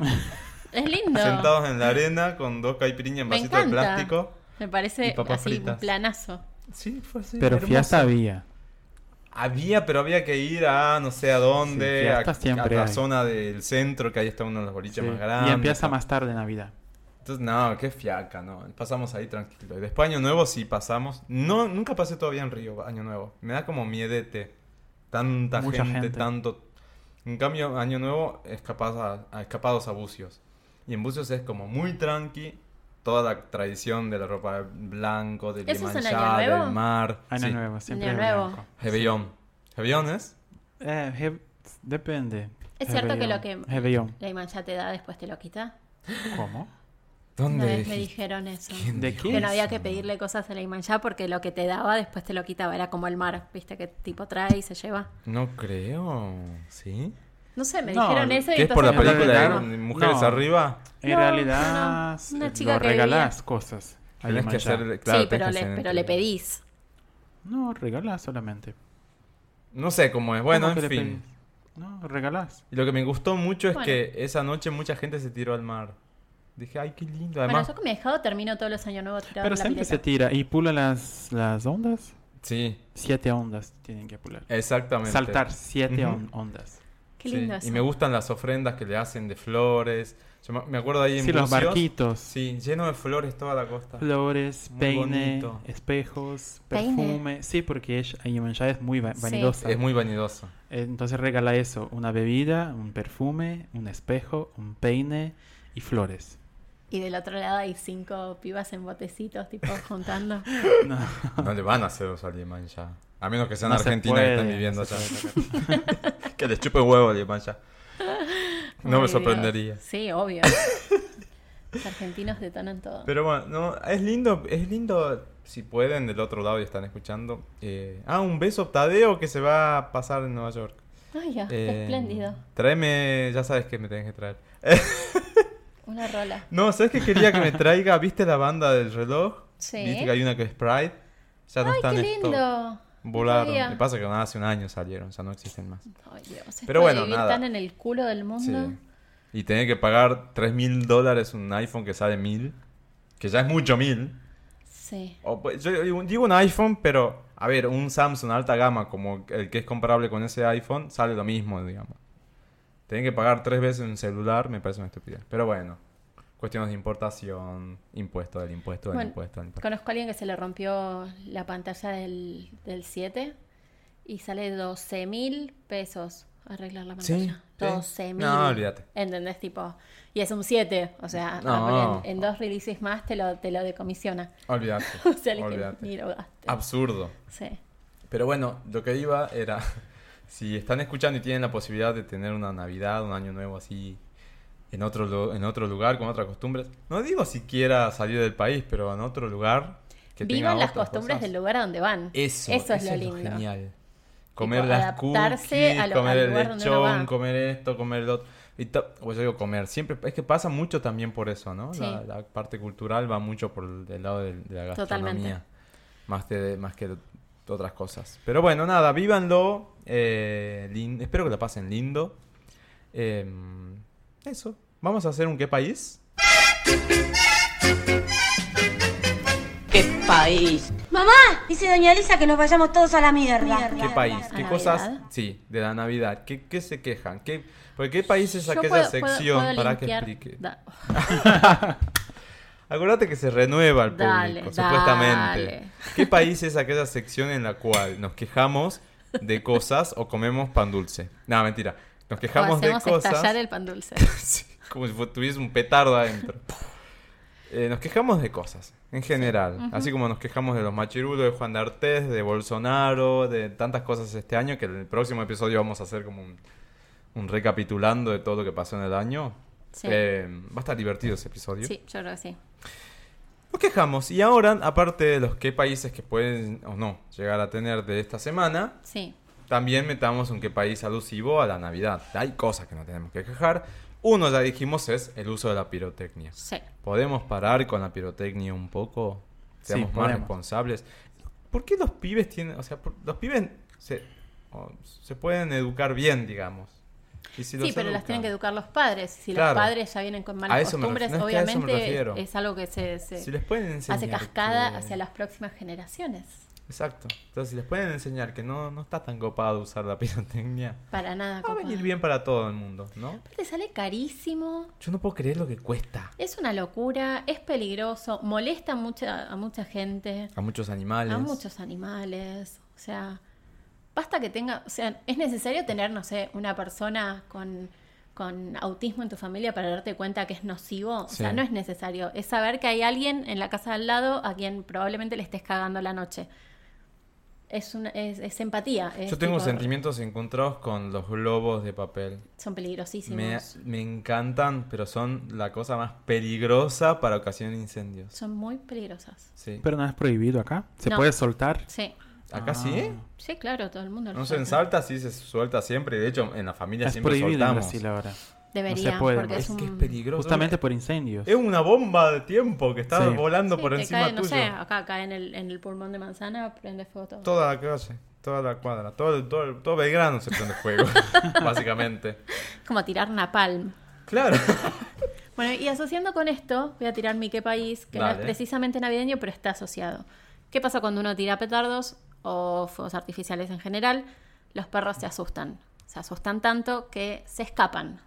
Es lindo.
Sentados en la arena con dos caipirinhas en
Me
vasito de
encanta.
plástico.
Me
y
parece
papas
así un
fritas.
planazo.
Sí, fue así.
Pero
hermoso.
fiesta había.
Había, pero había que ir a no sé a dónde,
Sí,
a,
fiesta
a
siempre
la
hay.
zona del centro, que ahí está uno de los boliches
Sí.
más grandes.
Y empieza más tarde Navidad.
Entonces, no, qué fiaca, ¿no? Pasamos ahí tranquilo. Y después Año Nuevo sí pasamos. No, nunca pasé todavía en Río Año Nuevo. Me da como miedete. Tanta
Mucha
gente,
gente.
tanto... En cambio, Año Nuevo escapas a, a escapados a Bucios. Y en Bucios es como muy tranqui. Toda la tradición de la ropa blanco, del
¿Eso es en Año
Iemanjá,
Nuevo?
del mar.
Año
sí.
Nuevo, siempre
Año
de
Nuevo.
blanco.
Hebeyón. ¿Hebeyón es?
Eh, je- depende.
Es cierto que lo
Rebellón.
que-
Rebellón.
La imagen ya te da, después te lo quita.
¿Cómo?
Una
¿Dónde
vez me
dijiste?
dijeron eso.
¿Quién
¿De
dijo
qué?
Que no había
eso?
que pedirle cosas a la imagen ya porque lo que te daba después te lo quitaba. Era como el mar, viste, que tipo trae y se lleva.
No creo. ¿Sí?
No sé, me
No,
dijeron eso y
¿Qué es por la
entonces-
entonces-
película
No,
de Mujeres
no.
Arriba?
En
No,
realidad,
no, no. Una
eh,
chica
lo
que
regalás cosas. a
Tenés que
Yemanjá.
hacer, claro,
sí, pero
tenés que
le,
hacer
pero le
entrega.
pedís.
No, regalás solamente.
No sé cómo es. Bueno,
¿Cómo
en
que le pedís?
fin.
No, regalás.
Y lo que me gustó mucho es
Bueno.
que esa noche mucha gente se tiró al mar. Dije, ay, qué lindo.
bueno,
Además,
yo con mi dejado termino todos los años nuevos tirado
Pero
en la
siempre se
pileta.
tira y pula las, las ondas.
sí,
Siete ondas tienen que pular.
exactamente.
Saltar siete
Ujú.
on- ondas.
Qué
Sí,
lindo eso.
Y me gustan las ofrendas que le hacen de flores. Yo me- me acuerdo ahí en
Sí, los
Bucios,
barquitos.
Sí, lleno de flores toda la costa.
Flores,
Muy
peine,
bonito.
espejos,
Peine.
perfume. Sí, porque ella, Iemanjá es muy va-
Sí.
vanidosa.
Es muy vanidoso.
Entonces regala eso, una bebida, un perfume, un espejo, un peine y flores.
Y del otro lado hay cinco pibas en botecitos, tipo, juntando.
No,
No le van a hacer los alemán ya. A menos que sean
No se
argentinas que
puede,
estén
no
viviendo
se
allá. que les chupe huevo alemán ya. No
Ay,
me
Dios.
sorprendería.
Sí, obvio. Los argentinos detonan todo.
Pero bueno, no, es lindo, es lindo si pueden del otro lado y están escuchando. eh, ah, un beso Tadeo que se va a pasar en Nueva York.
Ay, ya,
Eh,
espléndido.
Tráeme, ya sabes que me tenés que traer.
Una rola.
No, ¿sabes qué quería que me traiga? ¿Viste la banda del reloj?
Sí.
¿Viste que hay una que es Pride? Ya no
Ay,
están
qué
en stock.
lindo.
Volaron.
Sabía.
Lo que pasa es que nada, hace un año salieron, ya no existen más.
Ay, Dios, esto
Pero
de
bueno,
vivir
nada.
tan en el culo del mundo.
Sí. Y tener que pagar 3 mil dólares un iPhone que sale mil, que ya es mucho mil.
Sí.
O, pues, yo digo digo un iPhone, pero a ver, un Samsung alta gama como el que es comparable con ese iPhone sale lo mismo, digamos. Tener que pagar tres veces un celular me parece una estupidez. Pero bueno, cuestiones de importación, impuesto del impuesto del
Bueno,
impuesto del impuesto.
Conozco a alguien que se le rompió la pantalla del, del 7 y sale 12 mil pesos arreglar la
Sí,
pantalla.
sí.
12 mil.
No, olvídate.
¿Entendés? Tipo, y es un 7. O sea, ah,
No.
en, en dos releases más te lo, te lo decomisiona.
Olvídate.
O sea, le que
olvídate.
ni lo gastes.
Absurdo.
Sí.
Pero bueno, lo que iba era, si están escuchando y tienen la posibilidad de tener una Navidad, un año nuevo así, en otro, lu- en otro lugar, con otras costumbres, no digo siquiera salir del país, pero en otro lugar. Que
Vivan
tenga
las
otras
costumbres
cosas.
del lugar a donde van.
Eso,
es lo lindo.
genial. Comer
Tipo,
las
adaptarse
cookies,
a lo-
comer
al
el
lugar donde uno
lechón,
va.
comer esto, comer lo otro. Y ta- o yo digo comer, siempre, es que pasa mucho también por eso, ¿no?
Sí.
La, la parte cultural va mucho por el del lado de, de la gastronomía.
Totalmente.
Más, de- más que de otras cosas. Pero bueno, nada, vívanlo. eh, lin- espero que la pasen lindo. Eh, eso. Vamos a hacer un qué país.
¡Qué país!
Mamá, dice doña Elisa que nos vayamos todos a la mierda.
¿Qué país? ¿Qué
¿A
cosas?
Navidad?
Sí, de la Navidad. ¿Qué, qué se quejan? ¿Qué, ¿Por qué país es
Yo
aquella
puedo- puedo-
sección
puedo
para que
limpiar-
explique?
Da-
Acuérdate que se renueva el público,
Dale,
supuestamente.
dale.
¿Qué país es aquella sección en la cual nos quejamos de cosas o comemos pan dulce? No, mentira. Nos
o
quejamos de
hacemos
cosas
estallar el pan dulce.
Sí, como si fu- tuviese un petardo adentro. Eh, nos quejamos de cosas, en general. Así como nos quejamos de los machirulos, de Juan de Artés, de Bolsonaro, de tantas cosas este año, que en el próximo episodio vamos a hacer como un, un recapitulando de todo lo que pasó en el año.
Sí.
Eh, va a estar divertido ese episodio.
Sí, yo creo que sí.
Nos quejamos. Y ahora, aparte de los qué países que pueden o no llegar a tener de esta semana,
Sí.
también metamos un qué país alusivo a la Navidad. Hay cosas que no tenemos que quejar. Uno, ya dijimos, es el uso de la pirotecnia.
Sí.
¿Podemos parar con la pirotecnia un poco?
Sí,
Seamos más
podemos.
responsables. ¿Por qué los pibes tienen.? O sea, por- los pibes se, o se pueden educar bien, digamos. Y si los
sí, pero las
educan-
tienen que educar los padres. Si
Claro.
los padres ya vienen con malas
A eso me
costumbres,
refiero. No, es que a eso me refiero.
obviamente es algo que se, se
Si les pueden enseñar.
hace cascada
que-
hacia las próximas generaciones.
Exacto. Entonces, si les pueden enseñar que no, no está tan copado usar la pirotecnia,
Para nada.
va a
copado.
venir bien para todo el mundo, ¿no?
Aparte sale carísimo.
Yo no puedo creer lo que cuesta.
Es una locura, es peligroso, molesta mucha, a mucha gente,
A muchos animales.
a muchos animales. O sea, basta que tenga, o sea, es necesario tener, no sé, una persona con, con autismo en tu familia para darte cuenta que es nocivo. O sea,
Sí.
no es necesario. Es saber que hay alguien en la casa de al lado a quien probablemente le estés cagando la noche. Es, una, es, es empatía. es
Yo tengo
tipo,
sentimientos encontrados con los globos de papel.
Son peligrosísimos.
Me, me encantan, pero son la cosa más peligrosa para ocasionar incendios.
Son muy peligrosas.
Sí.
pero no es prohibido acá. Se
No.
puede soltar.
Sí.
¿Acá sí?
Sí, claro, todo el mundo. lo
No se en
sabe.
Salta sí se suelta siempre. De hecho, en la familia
Ah. Es
siempre
prohibido en
soltamos.
Brasil ahora.
Debería,
No se puede,
porque
¿no?
es,
Es
un...
que es peligroso.
Justamente por incendios.
Es una bomba de tiempo que está
Sí.
volando
Sí,
por
te
encima
cae,
tuyo.
No sé, acá cae en el, en el pulmón de manzana, prende fuego todo.
Toda la calle, toda la cuadra, todo, el- todo, el- todo Belgrano se prende fuego, básicamente.
Como tirar napalm.
Claro.
Bueno, y asociando con esto, voy a tirar mi qué país, que no
Dale.
es precisamente navideño, pero está asociado. ¿Qué pasa cuando uno tira petardos o fuegos artificiales en general? Los perros se asustan. se asustan tanto que se escapan.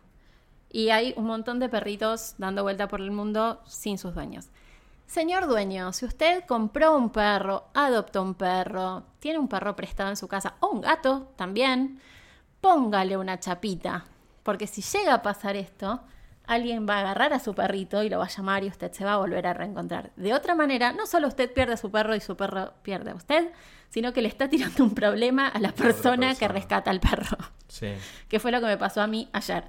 Y hay un montón de perritos dando vuelta por el mundo sin sus dueños. Señor dueño, si usted compró un perro, adoptó un perro, tiene un perro prestado en su casa o un gato también, póngale una chapita. Porque si llega a pasar esto, alguien va a agarrar a su perrito y lo va a llamar y usted se va a volver a reencontrar. De otra manera, no solo usted pierde a su perro y su perro pierde a usted, sino que le está tirando un problema a la persona, que
persona.
rescata al perro,
Sí.
que fue lo que me pasó a mí ayer.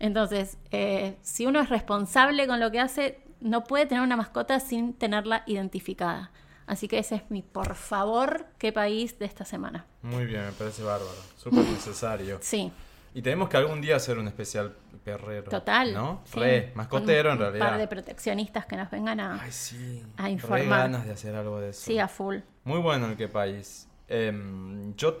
Entonces, eh, si uno es responsable con lo que hace, no puede tener una mascota sin tenerla identificada. Así que ese es mi por favor, qué país de esta semana.
Muy bien, me parece bárbaro. Súper necesario.
Sí.
Y tenemos que algún día hacer un especial perrero.
Total.
¿No?
Sí.
Re, mascotero
Con
en realidad.
Un par de proteccionistas que nos vengan a.
Ay, sí.
A
Re
informar.
ganas de hacer algo de eso.
sí, a full.
Muy bueno el qué país. Em, yo,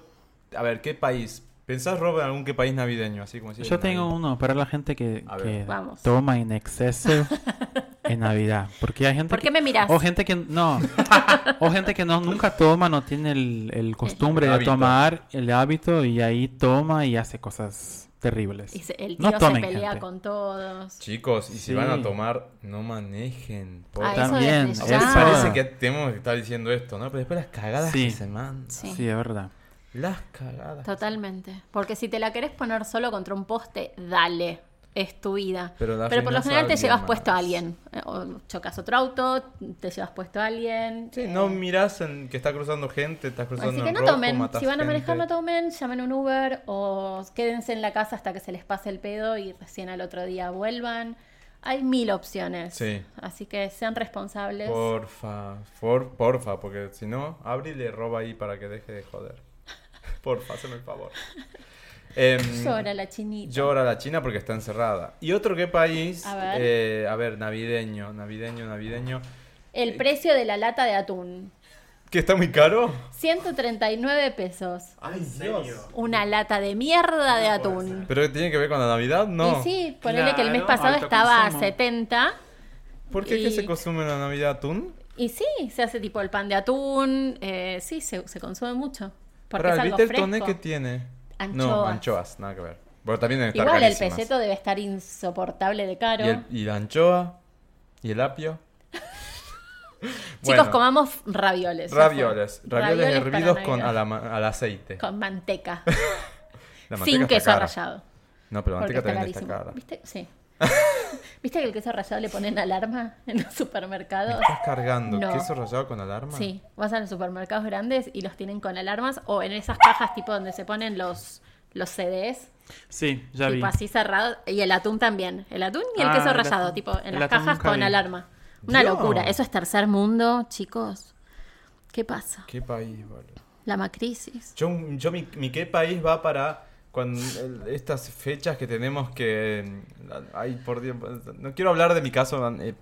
a ver, ¿qué país? ¿Pensás, Rob, en algún qué país navideño? Así como si
Yo tengo uno para la gente que,
A ver.
que
Vamos.
toma en exceso en Navidad. Porque hay gente
¿Por qué
que-
me mirás?
O gente que no. o gente que no nunca toma, no tiene el, el costumbre
El
de
hábito.
tomar el hábito y ahí toma y hace cosas terribles.
Y se- el tío
no
se
tomen,
pelea
gente.
con todos.
Chicos, y si
Sí.
van a tomar, no manejen. por-
Ah, eso
También.
desde
A
eso.
ya.
ver, parece que tenemos que estar diciendo esto, ¿no? Pero después las cagadas
Sí.
que se mandan.
Sí.
Sí, es verdad.
Las cagadas.
Totalmente. Porque si te la querés poner solo contra un poste, dale. Es tu vida.
Pero
Pero,
la
por lo
arruinás a
general te
alguien
llevas
más.
puesto a alguien. Eh, O chocas otro auto, te llevas puesto a alguien.
Sí,
eh,
no mirás en que está cruzando gente, estás cruzando
Así que
en
no
rojo,
tomen.
matás
Si van a manejar,
gente.
no tomen. Llamen un Uber o quédense en la casa hasta que se les pase el pedo y recién al otro día vuelvan. Hay mil opciones.
Sí.
Así que sean responsables.
Porfa, for- porfa, porque si no, Abri le roba ahí para que deje de joder. Porfa, hazme el favor. Em,
Llora la chinita.
llora la China porque está encerrada. ¿Y otro qué país?
A ver.
Eh, a ver, navideño, navideño, navideño.
El precio de la lata de atún.
¿Que está muy caro?
139 pesos.
Ay, Dios.
Una lata de mierda de atún.
Pero tiene que ver con la Navidad, ¿no?
Y sí, ponele que el mes
Claro,
pasado
alto
estaba a
consumo.
70.
¿Por qué es que
Y-
se consume en la Navidad atún?
Y sí, se hace tipo el pan de atún. eh, sí, se, se consume mucho. Porque
Pará,
es algo
¿viste el toné
fresco.
que tiene? No,
Anchoas.
anchoas, nada que ver. Bueno, también deben estar
Igual el
carísimas.
peseto debe estar insoportable de caro.
¿Y, el- y la anchoa? ¿Y el apio?
Chicos,
Bueno,
comamos ravioles. ya fue.
Ravioles. Ravioles,
para
hervidos con
Navidad.
a la ma- al aceite.
Con manteca.
La manteca
Sin
está
queso
cara.
rallado.
No, pero la
Porque
manteca
está
también está
carísimo.
cara.
¿Viste? Sí. ¿Viste que el queso rallado le ponen alarma en los supermercados?
¿Estás cargando
No.
queso rallado con alarma?
Sí, vas a los supermercados grandes y los tienen con alarmas o en esas cajas tipo donde se ponen los, los CDs,
Sí, ya vi.
tipo así cerrados, y el atún también, el atún y el
Ah,
queso
el
rallado,
atún.
tipo en
El
las
atún
cajas
nunca
con
vi.
alarma. Una
Dios.
locura, eso es tercer mundo, chicos. ¿Qué pasa?
¿Qué país, boludo?
La macrisis.
Yo, yo mi, mi qué país va para cuando el- estas fechas que tenemos que... mm, Ay, por Dios. No quiero hablar de mi caso eh,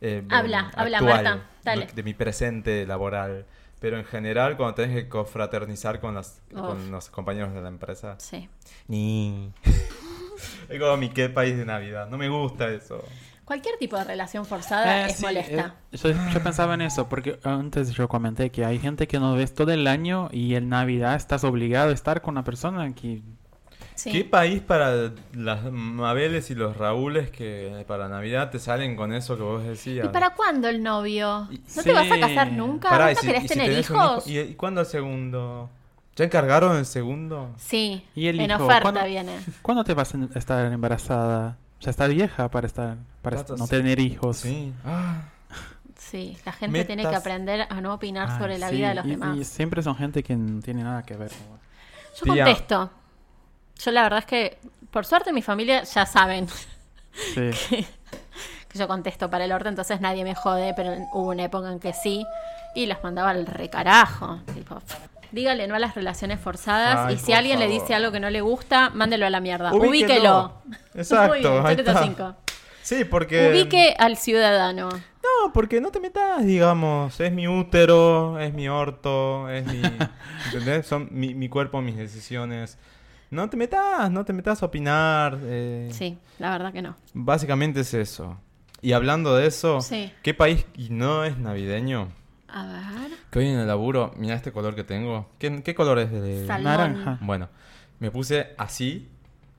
eh,
Habla, habla,
actual,
Marta, dale.
De mi presente laboral. Pero en general, cuando tenés que confraternizar con, las,
Uf.
con los compañeros de la empresa.
Sí.
Ni. es como mi qué país de Navidad. No me gusta eso.
Cualquier tipo de relación forzada
Eh,
es
sí,
molesta.
eh, yo, yo pensaba en eso, porque antes yo comenté que hay gente que no ves todo el año y en Navidad estás obligado a estar con una persona que... eh,
Sí.
¿Qué país para las Mabeles y los Raúles que para Navidad te salen con eso que vos decías?
¿Y para cuándo el novio? ¿No
Sí.
te vas a casar nunca?
Pará,
¿Vos
y
¿No
si-
querés
y si
tener
tenés un
hijos?
hijo- ¿Y, y cuándo el segundo? ¿Ya encargaron el segundo?
Sí,
Y el
en
hijo,
oferta
¿cuándo-
viene.
¿Cuándo te vas a en- estar embarazada? Ya está vieja para estar para
Tato,
no
sí.
tener hijos.
Sí. Ah,
Sí, la gente
Metas.
tiene que aprender a no opinar
Ay,
sobre la
sí,
vida de los
y-
demás.
Y siempre son gente que no tiene nada que ver.
Yo
Tía.
contesto. Yo la verdad es que, por suerte, mi familia ya saben
Sí.
que yo contesto para el orto, entonces nadie me jode, pero hubo una época en que sí, y las mandaba al recarajo. Tipo, dígale no a las relaciones forzadas,
Ay,
y si
por
alguien le
favor.
dice algo que no le gusta, mándelo a la mierda.
Ubíquelo.
Ubíquelo.
Exacto,
Muy bien,
ahí
0.5.
sí, porque...
Ubique al ciudadano.
No, porque no te metas, digamos. Es mi útero, es mi orto, es mi. ¿Entendés? Son mi, mi cuerpo, mis decisiones. No te metas, no te metas a opinar. eh,
Sí, la verdad que no.
Básicamente es eso. Y hablando de eso,
Sí.
¿qué país y no es navideño?
A ver.
Que hoy en el laburo, mira este color que tengo. ¿Qué, qué color es de.?
Salmón.
Naranja.
Bueno, Me puse así.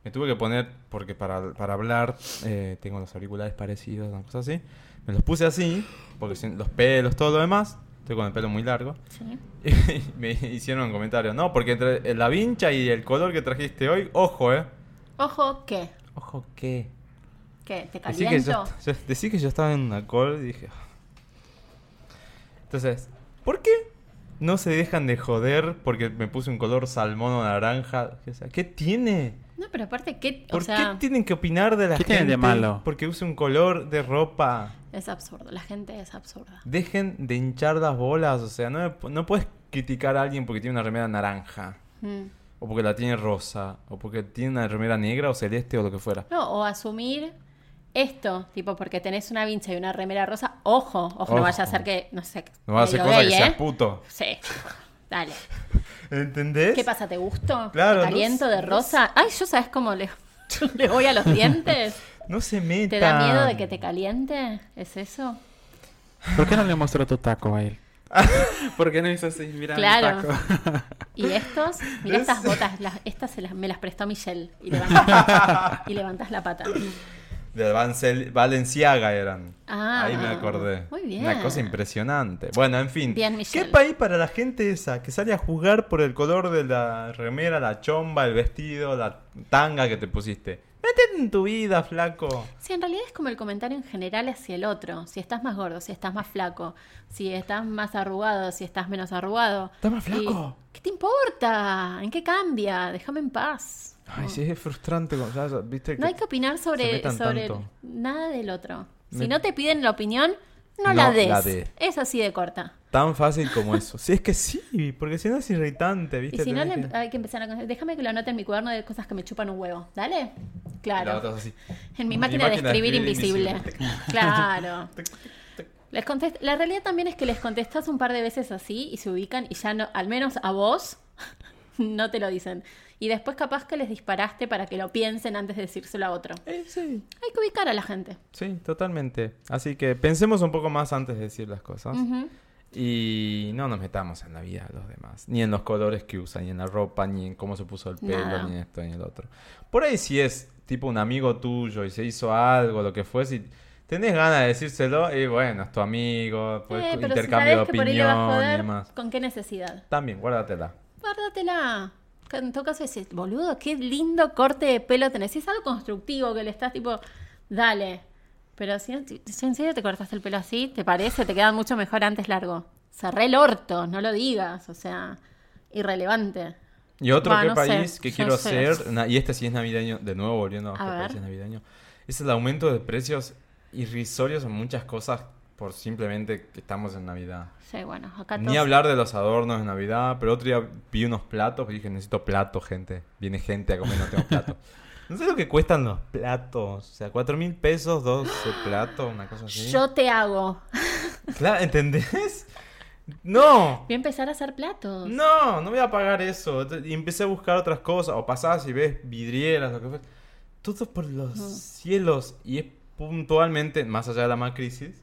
Me tuve que poner, porque para, para hablar eh, tengo los auriculares parecidos, una cosa así. Me los puse así, porque si- los pelos, todo lo demás. Estoy con el pelo muy largo.
Sí.
Y me hicieron un comentario. No, porque entre la vincha y el color que trajiste hoy, ojo, eh.
Ojo, ¿qué?
Ojo, ¿qué?
¿Qué? ¿Te
Decí que,
caliento?
yo, yo- decí que yo estaba en un alcohol y dije. "Ah". Entonces, ¿por qué no se dejan de joder porque me puse un color salmón o naranja? O sea, ¿Qué tiene?
No, pero aparte, ¿qué? O
¿Por
sea,
qué tienen que opinar de la
¿Qué
gente?
tiene de malo?
Porque use un color de ropa.
es absurdo. La gente es absurda.
Dejen de hinchar las bolas. O sea, no, me- no puedes criticar a alguien porque tiene una remera naranja.
Mm.
O porque la tiene rosa. O porque tiene una remera negra o celeste o lo que fuera.
No, o asumir esto, tipo, porque tenés una vincha y una remera rosa, ojo, ojo,
Ojo.
no vaya a ser que, no sé,
No va a hacer
medio
cosa que
gay,
seas
¿eh?
puto.
Sí, dale.
¿Entendés?
¿Qué pasa? ¿Te gusto?
Claro,
¿Te
no
caliento
sé,
de
no
rosa? Ay, yo sabes cómo le, le voy a los dientes.
No se metan.
¿Te da miedo de que te caliente? ¿Es eso?
¿Por qué no le mostró tu taco a él? ¿Por qué no hizo así? Mira
mi Claro. ¿Y estos? Mira estas botas, las- estas se las- me las prestó Michelle y levantas, y levantás la pata.
De Vancel- Valenciaga eran.
Ah,
Ahí me acordé.
muy bien.
Una cosa impresionante. Bueno, en fin.
Bien,
¿Qué
Michelle.
país para la gente esa que sale a jugar por el color de la remera, la chomba, el vestido, la tanga que te pusiste? Métete en tu vida, flaco.
Sí, en realidad es como el comentario en general hacia el otro. Si estás más gordo, si estás más flaco, si estás más arrugado, si estás menos arrugado.
¿Estás más
Y-
flaco?
¿Qué te importa? ¿En qué cambia? Déjame en paz.
Ay, sí, es frustrante. cuando ya- ya- ¿viste?
No hay que opinar
se
sobre,
metan
sobre
tanto.
nada del otro. Si
Me-
no te piden la opinión, no,
No
la, des.
la des.
Es así de corta.
Tan fácil como eso. Sí, es que sí, porque si no es irritante,
Y
¿viste?
si no,
Tenés
le-
que-
hay que empezar a... Déjame que lo anote en mi cuaderno de cosas que me chupan un huevo. ¿Dale?
La
Claro.
otra es así.
En mi
Mi
máquina, de
máquina
escribir, invisible. Claro.
Tic, tic.
Les contest- La realidad también es que les contestas un par de veces así y se ubican y ya no, al menos a vos, no te lo dicen. Y después capaz que les disparaste para que lo piensen antes de decírselo a otro.
Eh, sí.
Hay que ubicar a la gente.
Sí, totalmente. Así que pensemos un poco más antes de decir las cosas.
Ujú.
Y no nos metamos en la vida de los demás. Ni en los colores que usan, ni en la ropa, ni en cómo se puso el pelo,
Nada.
ni en esto, ni en el otro. Por ahí si es tipo un amigo tuyo y se hizo algo, lo que fuese, y tenés ganas de decírselo, y bueno, es tu amigo, pues,
Eh, pero si
intercambio de
sabés que por ahí le vas a
opinión y
joder,
demás.
¿con qué necesidad?
También, guárdatela.
Guárdatela. Que En todo caso decís, boludo, qué lindo corte de pelo tenés. Si Es algo constructivo que le estás tipo, dale. Pero si, si en serio te cortaste el pelo así, ¿te parece? Te queda mucho mejor antes largo. Cerré el orto, no lo digas. O sea, irrelevante.
Y otro
Va,
que
no sé,
país que
yo
quiero
sé.
hacer, na- y este sí es navideño, de nuevo volviendo a este los
A
que
ver.
países navideños, es el aumento de precios irrisorios en muchas cosas por simplemente que estamos en Navidad.
Sí, bueno, acá
Ni
todos-
hablar de los adornos de Navidad, pero otro día vi unos platos y dije, necesito platos, gente. Viene gente a comer, no tengo platos. No sé lo que cuestan los platos. O sea, cuatro mil pesos, 12 platos, una cosa así.
Yo te hago.
Claro, ¿entendés? No.
Voy a empezar a hacer platos.
No, no voy a pagar eso. Ent- Y empecé a buscar otras cosas. O pasás y ves vidrieras, lo que fue. Todo por los cielos. Y es puntualmente, más allá de la más crisis,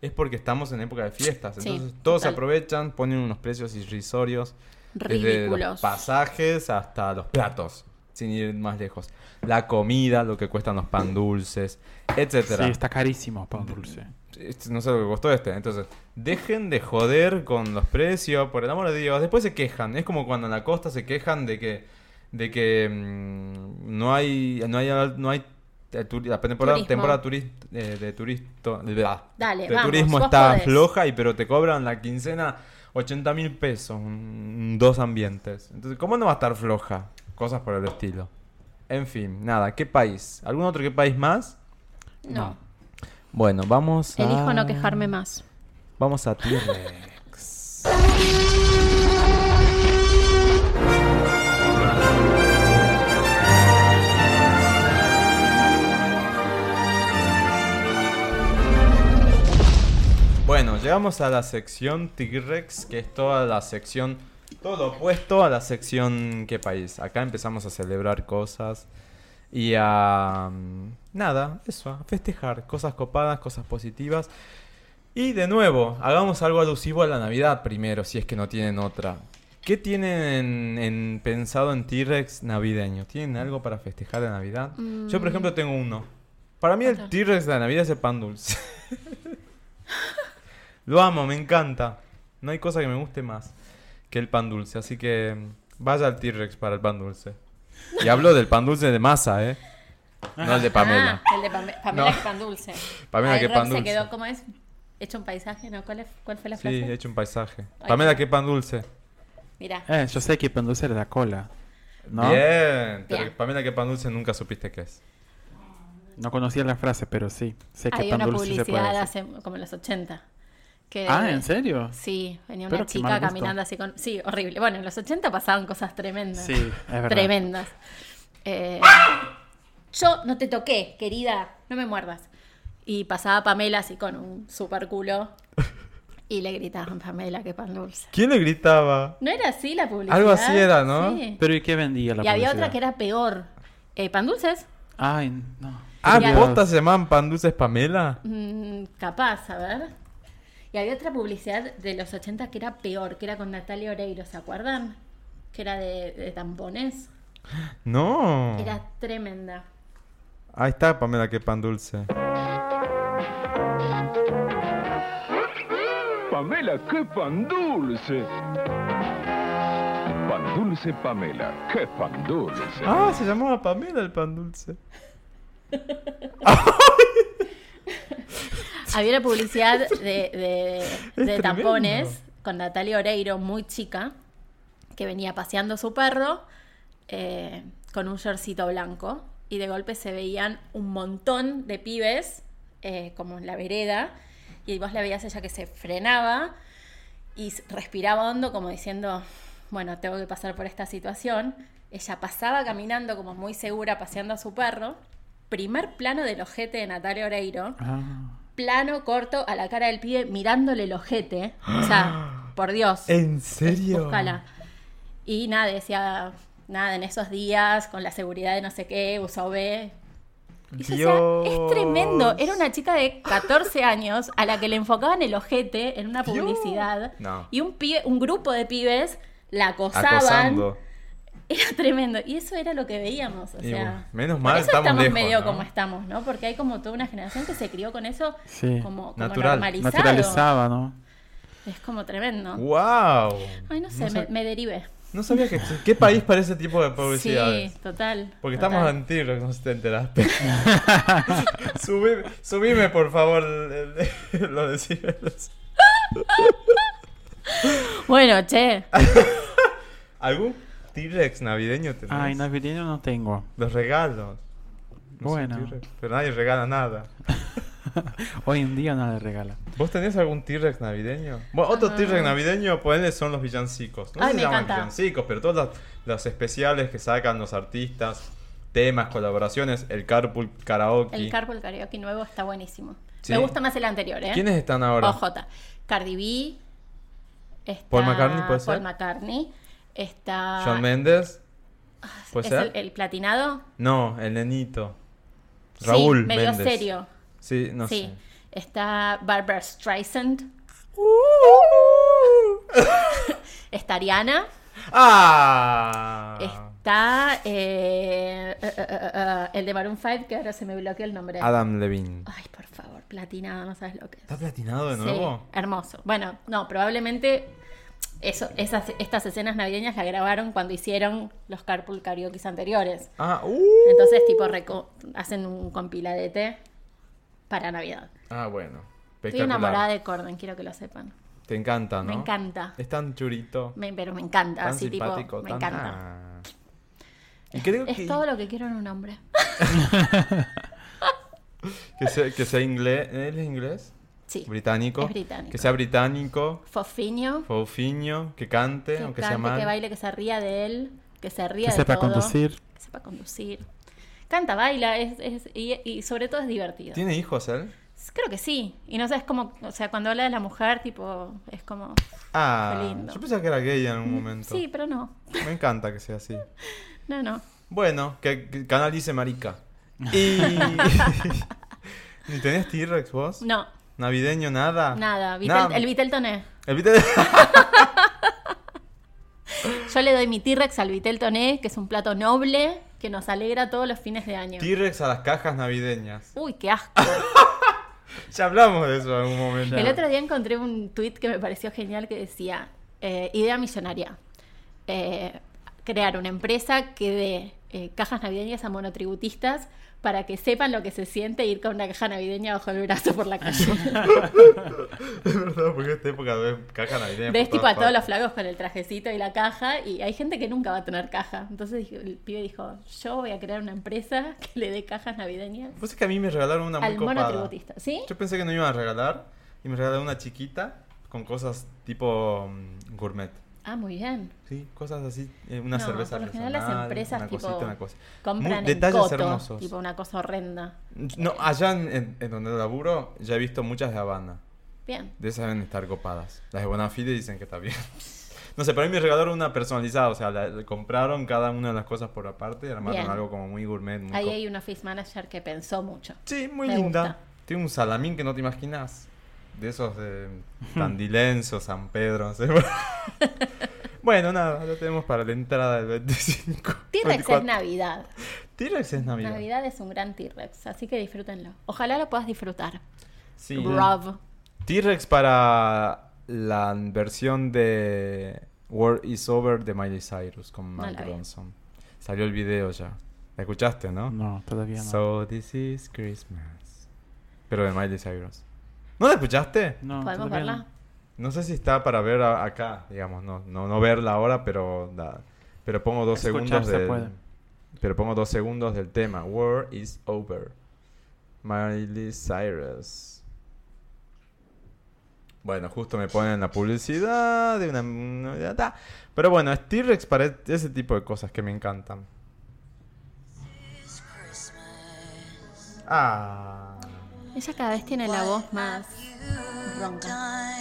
es porque estamos en época de fiestas.
Sí,
Entonces todos se
total.
aprovechan, ponen unos precios irrisorios. Desde los
Ridículos.
pasajes hasta los platos. Sin ir más lejos. La comida, lo que cuestan los pan dulces, etcétera
Sí, está carísimo pan dulce.
este, no sé lo que costó este. Entonces, dejen de joder con los precios, por el amor de Dios. Después se quejan. Es como cuando en la costa se quejan de que de que mm, no hay no hay no hay eh, turi- la temporada,
Turismo.
temporada turi- eh, de turisto de, ah,
Dale,
de
vamos,
turismo
vos
está
podés.
floja y pero te cobran la quincena 80 mil pesos mm, dos ambientes entonces cómo no va a estar floja cosas por el estilo en fin nada qué país algún otro qué país más
No.
bueno vamos a...
Elijo no quejarme más.
Vamos a T-Rex. Bueno, llegamos a la sección T-Rex, que es toda la sección, todo lo opuesto a la sección ¿Qué país? Acá empezamos a celebrar cosas y a... mm, Nada, eso, a festejar, cosas copadas, cosas positivas. Y de nuevo, hagamos algo alusivo a la Navidad primero, si es que no tienen otra. ¿Qué tienen en- en pensado en T-Rex navideño? ¿Tienen algo para festejar la Navidad? Yo,
Mm.
por ejemplo, tengo uno. Para mí el T-Rex de la Navidad es el pan dulce. Lo amo, me encanta. No hay cosa que me guste más que el pan dulce. Así que mm, vaya al T-Rex para el pan dulce. Y hablo del pan dulce de masa, ¿eh? No el de Pamela.
Ah, el de Pame- Pamela
No.
que pan dulce.
Pamela
Ahí
que
Rob
pan dulce.
Se quedó, ¿cómo es? Hecho un paisaje, ¿no? ¿Cuál, es- cuál fue la
Sí,
frase?
he hecho un paisaje.
Ah, Ay,
Pamela,
sí.
qué pan dulce.
Mira.
Eh, yo sé que pan dulce era la cola. ¿No?
Bien. pero
Bien.
Pamela, qué pan dulce nunca supiste qué es.
No conocía la frase, pero sí. Sé que
Hay
pan
una
dulce se puede
publicidad
decir.
hace como en los 80. Que,
Ah, ¿en serio?
Sí, venía
Pero
una
qué
chica
mal gusto.
caminando así con... Sí, horrible. Bueno, en los 80 pasaban cosas tremendas.
Sí, es verdad.
Tremendas. Eh, yo no te toqué, querida, no me muerdas. Y pasaba Pamela así con un super culo y le gritaban, Pamela, qué pan dulce.
¿Quién le gritaba?
No era así la publicidad.
Algo así era, ¿no?
Sí.
Pero ¿y qué vendía la
y había
publicidad?
otra que era peor. Eh, ¿Pan dulces?
Ay, no.
Ah,
Ya.
¿posta se llamaban pan dulces Pamela?
Mm, capaz, a ver. Y había otra publicidad de los 80 que era peor, que era con Natalia Oreiro, ¿se acuerdan? Que era de, de tampones.
No.
Era tremenda.
Ahí está Pamela, qué pan dulce.
Pamela, qué pan dulce. Pan dulce, Pamela, qué pan dulce.
Ah, se llamaba Pamela el pan dulce.
Había una publicidad de, de, de
Es
tampones con Natalia Oreiro, muy chica, que venía paseando su perro eh, con un shortcito blanco y de golpe se veían un montón de pibes eh, como en la vereda y vos la veías a ella que se frenaba y s- respiraba hondo como diciendo, bueno, tengo que pasar por esta situación. Ella pasaba caminando como muy segura paseando a su perro. Primer plano del ojete de Natalia Oreiro
Ah.
plano corto a la cara del pibe mirándole el ojete. O sea, por Dios.
¿En serio?
Búscala. Y nada, decía, nada, en esos días, con la seguridad de no sé qué, usó B. Y yo decía,
Dios.
es tremendo. Era una chica de 14 años a la que le enfocaban el ojete en una
Dios.
publicidad.
No.
Y un, pibe, un grupo de pibes la acosaban.
Acosando.
Era tremendo. Y eso era lo que veíamos. O
Y bueno,
sea,
menos
por
mal
eso
estamos
estamos,
lejos,
medio
¿no?
como estamos, ¿no? Porque hay como toda una generación que se crió con eso
Sí.
como, como
Natural.
normalizado.
Naturalizaba, ¿no?
Es como tremendo.
¡Wow!
Ay, no sé,
Uh, No,
me,
sab-
me derive.
no sabía que existía. ¿Qué país para ese tipo de
Sí,
publicidades?
total.
Porque
total.
estamos en T-Rex, no sé si te enteraste. subime, subime, por favor, el- el- los decibeles.
Bueno, che.
¿Algún T-Rex navideño tenés?
Ay, navideño no tengo.
Los regalos. No sé,
Bueno.
T-Rex, Pero nadie regala nada.
Hoy en día nada le regala.
¿Vos tenés algún T-Rex navideño? Bueno, otro T-Rex navideño, ponele, son los villancicos. No
Ah. Ay,
se
me
llaman
encanta.
villancicos, pero todas las, las especiales que sacan los artistas, temas, colaboraciones, el carpool karaoke.
El Carpool Karaoke nuevo está buenísimo.
Sí.
Me gusta más el anterior, ¿eh?
¿Quiénes están ahora?
OJ. Cardi B. Está
Paul McCartney, ¿puede ser?
Paul McCartney. Está.
¿John Méndez? ¿Puede
ah. ¿Es
ser?
El, el platinado?
No, el nenito.
Sí,
Raúl
medio
Méndez.
serio.
Sí, no
sí.
sé.
Está Barbara Streisand.
Uh.
Está Ariana.
¡Ah!
Está eh, eh, eh, eh, eh, el de Maroon 5, que ahora se me bloqueó el nombre.
Adam Levine.
Ay, por favor, platinado, no sabes lo que es.
¿Está platinado de nuevo?
Sí, hermoso. Bueno, no, probablemente eso, esas, estas escenas navideñas las grabaron cuando hicieron los Carpool Karaoke anteriores.
Ah, uh.
Entonces, tipo, reco- hacen un compiladete para Navidad.
Ah, bueno.
Estoy
Espectacular.
enamorada de Corden, quiero que lo sepan.
Te encanta, ¿no?
Me encanta.
Es tan churito.
Me- pero me encanta,
tan
así tipo,
simpático.
me
tan-
encanta.
ah. Y creo
Es
que,
todo lo que quiero en un hombre.
que, sea, que sea inglés. ¿Él es inglés?
Sí.
Británico.
Es británico.
Que sea británico,
Fofiño,
fofiño, que cante,
que
aunque sea
cante,
mal.
que baile, que se ría de él, que se ría
Que
de
sepa
todo,
conducir.
Que sepa conducir. Canta, baila, es, es- y, y sobre todo es divertido.
¿Tiene hijos él?
Creo que sí. Y no sé, es como, o sea, cuando habla de la mujer, tipo, es como...
Ah,
Qué lindo. Mm,
yo pensaba que era gay en un momento.
Sí, pero no.
Me encanta que sea así.
No, no.
Bueno, que, que canalice marica. Y... ¿Y ¿Tenés T-Rex vos?
No,
¿Navideño Ah. nada?
nada. Vitel-
Nada.
El Viteltoné.
El Vitel-
Yo le doy mi T-Rex al Vitel Toné, que es un plato noble que nos alegra todos los fines de año.
T-Rex a las cajas navideñas.
Uy, qué asco.
Ya hablamos de eso en algún momento.
El otro día encontré un tweet que me pareció genial que decía, eh, idea millonaria, Eh, crear una empresa que dé eh, cajas navideñas a monotributistas para que sepan lo que se siente ir con una caja navideña bajo el brazo por la calle.
Es verdad, porque en esta época ves cajas navideñas.
Ves
por
tipo a
todas
todos los
partes.
flacos con el trajecito y la caja y hay gente que nunca va a tener caja. Entonces dijo- el pibe dijo, yo voy a crear una empresa que le dé cajas navideñas
Vos es que a mí me regalaron una muy
al
copada.
monotributista. ¿Sí?
Yo pensé que no me iban a regalar y me regalaron una chiquita con cosas tipo mm, gourmet.
Ah, muy bien.
Sí, cosas así, eh, una
No,
cerveza
por lo general las
artesanal,
empresas,
una
tipo,
cosita, una cosa.
Compran
Muy-
en
detalles
coto,
hermosos.
tipo una cosa horrenda.
No, allá en, en- en donde laburo ya he visto muchas de Habana.
Bien.
De esas deben estar copadas. Las de Bonafide dicen que está bien. No sé, para mí me regalaron una personalizada, o sea, la- le compraron cada una de las cosas por aparte y armaron
Bien.
algo como muy gourmet. Muy
Ahí
co-
hay una office manager que pensó mucho.
Sí, muy
Me
linda.
gusta.
Tiene un salamín que no te imaginas. De esos de Tandilenso, San Pedro, no sé. bueno, nada, lo tenemos para la entrada del 25.
T-Rex es
24.
Navidad.
T-Rex es Navidad.
Navidad es un gran T-Rex, así que disfrútenlo. Ojalá lo puedas disfrutar.
Sí.
Rob.
T-Rex para la versión de World is Over de Miley Cyrus con
No
Mark
la vi.
Ronson. Salió el video ya. ¿La escuchaste, no?
No, todavía no.
So this is Christmas. Pero de Miley Cyrus. ¿No la escuchaste?
No,
¿Podemos
todavía
verla?
No sé si está para ver a- acá, digamos, no, no, no verla ahora, pero da- pero pongo dos
Escuchar
segundos
se
del,
puede.
pero pongo dos segundos del tema. War is over. Miley Cyrus. Bueno, justo me ponen la publicidad de una novedad, ta. Pero bueno, es T-Rex para e- ese tipo de cosas que me encantan. Ah.
Ella cada vez tiene la voz más ronca.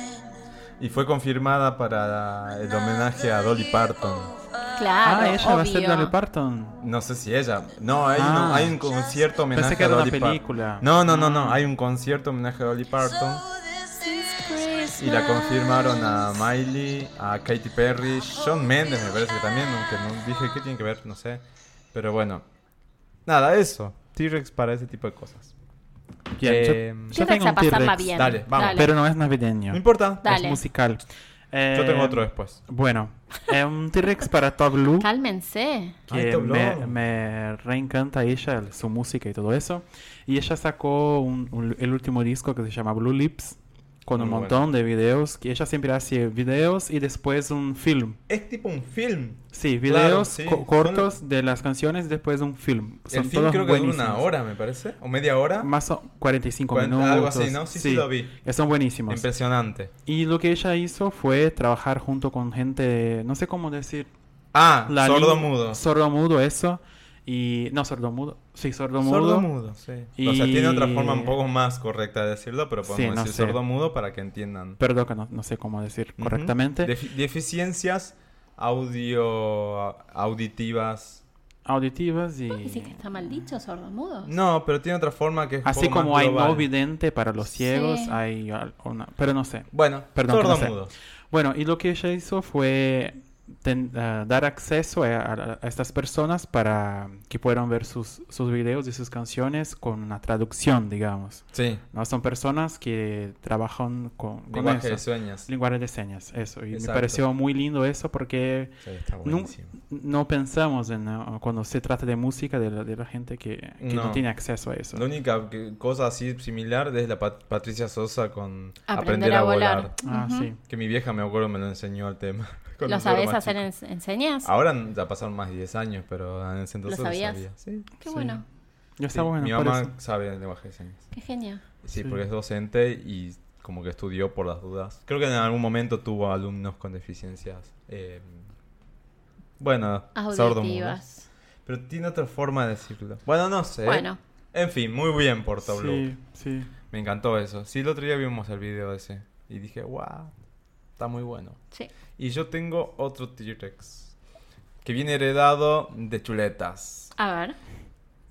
Y fue confirmada para el homenaje a Dolly Parton.
Claro,
Ah, ella va a ser
obvio.
Dolly Parton.
No sé si ella. No, hay,
Ah.
uno- hay un concierto homenaje
Pensé que
a
era una
Dolly Parton.
película.
No, no, no, no. Hay un concierto homenaje a Dolly Parton. Y la confirmaron a Miley, a Katy Perry, John Mendes me parece que también, aunque no dije qué tiene que ver, no sé. Pero bueno. Nada, eso. T-Rex para ese tipo de cosas.
Bien, yo-
Eh,
yo,
T-Rex
tengo
a
un
pasarla
T-Rex,
bien.
Dale, vamos.
pero no es navideño.
No importa.
Dale.
Es musical.
Yo tengo
Eh,
otro después.
Bueno, eh, un T-Rex para Top Blue.
Cálmense.
Ay,
que
Tom
me,
Long.
me reencanta ella, el- su música y todo eso. Y ella sacó un- un- el último disco que se llama Blue Lips, con un
Muy
montón de videos, que ella siempre hace videos y después un film.
Es tipo un film.
Sí,
Claro,
videos
sí.
co-
Son-
cortos de las canciones, después un film. Son
el film
todos
creo que dura una
buenísimos.
hora, me parece. O media hora.
Más o 45
Cuarenta-
minutos.
algo así, ¿no? Sí, sí lo vi.
eh, Son buenísimos.
Impresionante.
y lo que ella hizo fue trabajar junto con gente, no sé cómo decir,
Ah,
la
sordo
lin-
mudo.
Sordo mudo, eso. Y. No, sordo mudo. Sí, sordo mudo.
Sordo mudo, sí. O sea,
Y-
tiene otra forma un poco más correcta de decirlo, pero podemos
Sí, no
decir
sé.
sordo mudo para que entiendan.
Perdón, que no, no sé cómo decir
Ujú.
correctamente.
Defi- deficiencias audio auditivas.
Auditivas y.
¿Vos decís que está mal dicho, sordomudo?
No, pero tiene otra forma que es un
Así
poco más
como hay
global.
no vidente para los ciegos,
Sí.
hay al- una. Pero no sé.
Bueno,
Perdón, que no
sordo
sé.
mudo.
Bueno, y lo que ella hizo fue ten- eh, dar acceso a, a- a estas personas para que puedan ver sus, sus videos y sus canciones con una traducción, digamos.
Sí,
No son personas que trabajan con, con
lenguaje de
eso.
sueños.
Lenguaje de señas, eso. Y
Exacto.
me pareció muy lindo eso porque
Sí, está
nu-
buenísimo.
no pensamos en uh, cuando se trata de música de la, de la gente que, que no.
No.
tiene acceso a eso.
La única que- cosa así similar es la Pat- Patricia Sosa con
Aprender a volar.
Ah, sí.
Que mi vieja me acuerdo me lo enseñó el tema. Cuando
¿Lo
yo era
sabés
más
hacer
chico.
en, en señas?
Ahora ya pasaron más de 10 años, pero en ese entonces lo
sabías?
sabía. Sí.
Qué
sí.
bueno,
Ya está
Sí,
bueno.
Mi
por
mamá
eso.
sabe el lenguaje de señas.
qué genio.
Sí,
Sí.
porque es docente y como que estudió por las dudas. Creo que en algún momento tuvo alumnos con deficiencias. eh, bueno, sordomudos.
Auditivas.
Pero tiene otra forma de decirlo. Bueno, no sé.
Bueno,
En fin, muy bien por Tableau.
Sí, sí.
Me encantó eso. Sí, el otro día vimos el video ese. Y dije, wow, está muy bueno.
sí.
Y yo tengo otro T-Rex. Que viene heredado de chuletas
A ver.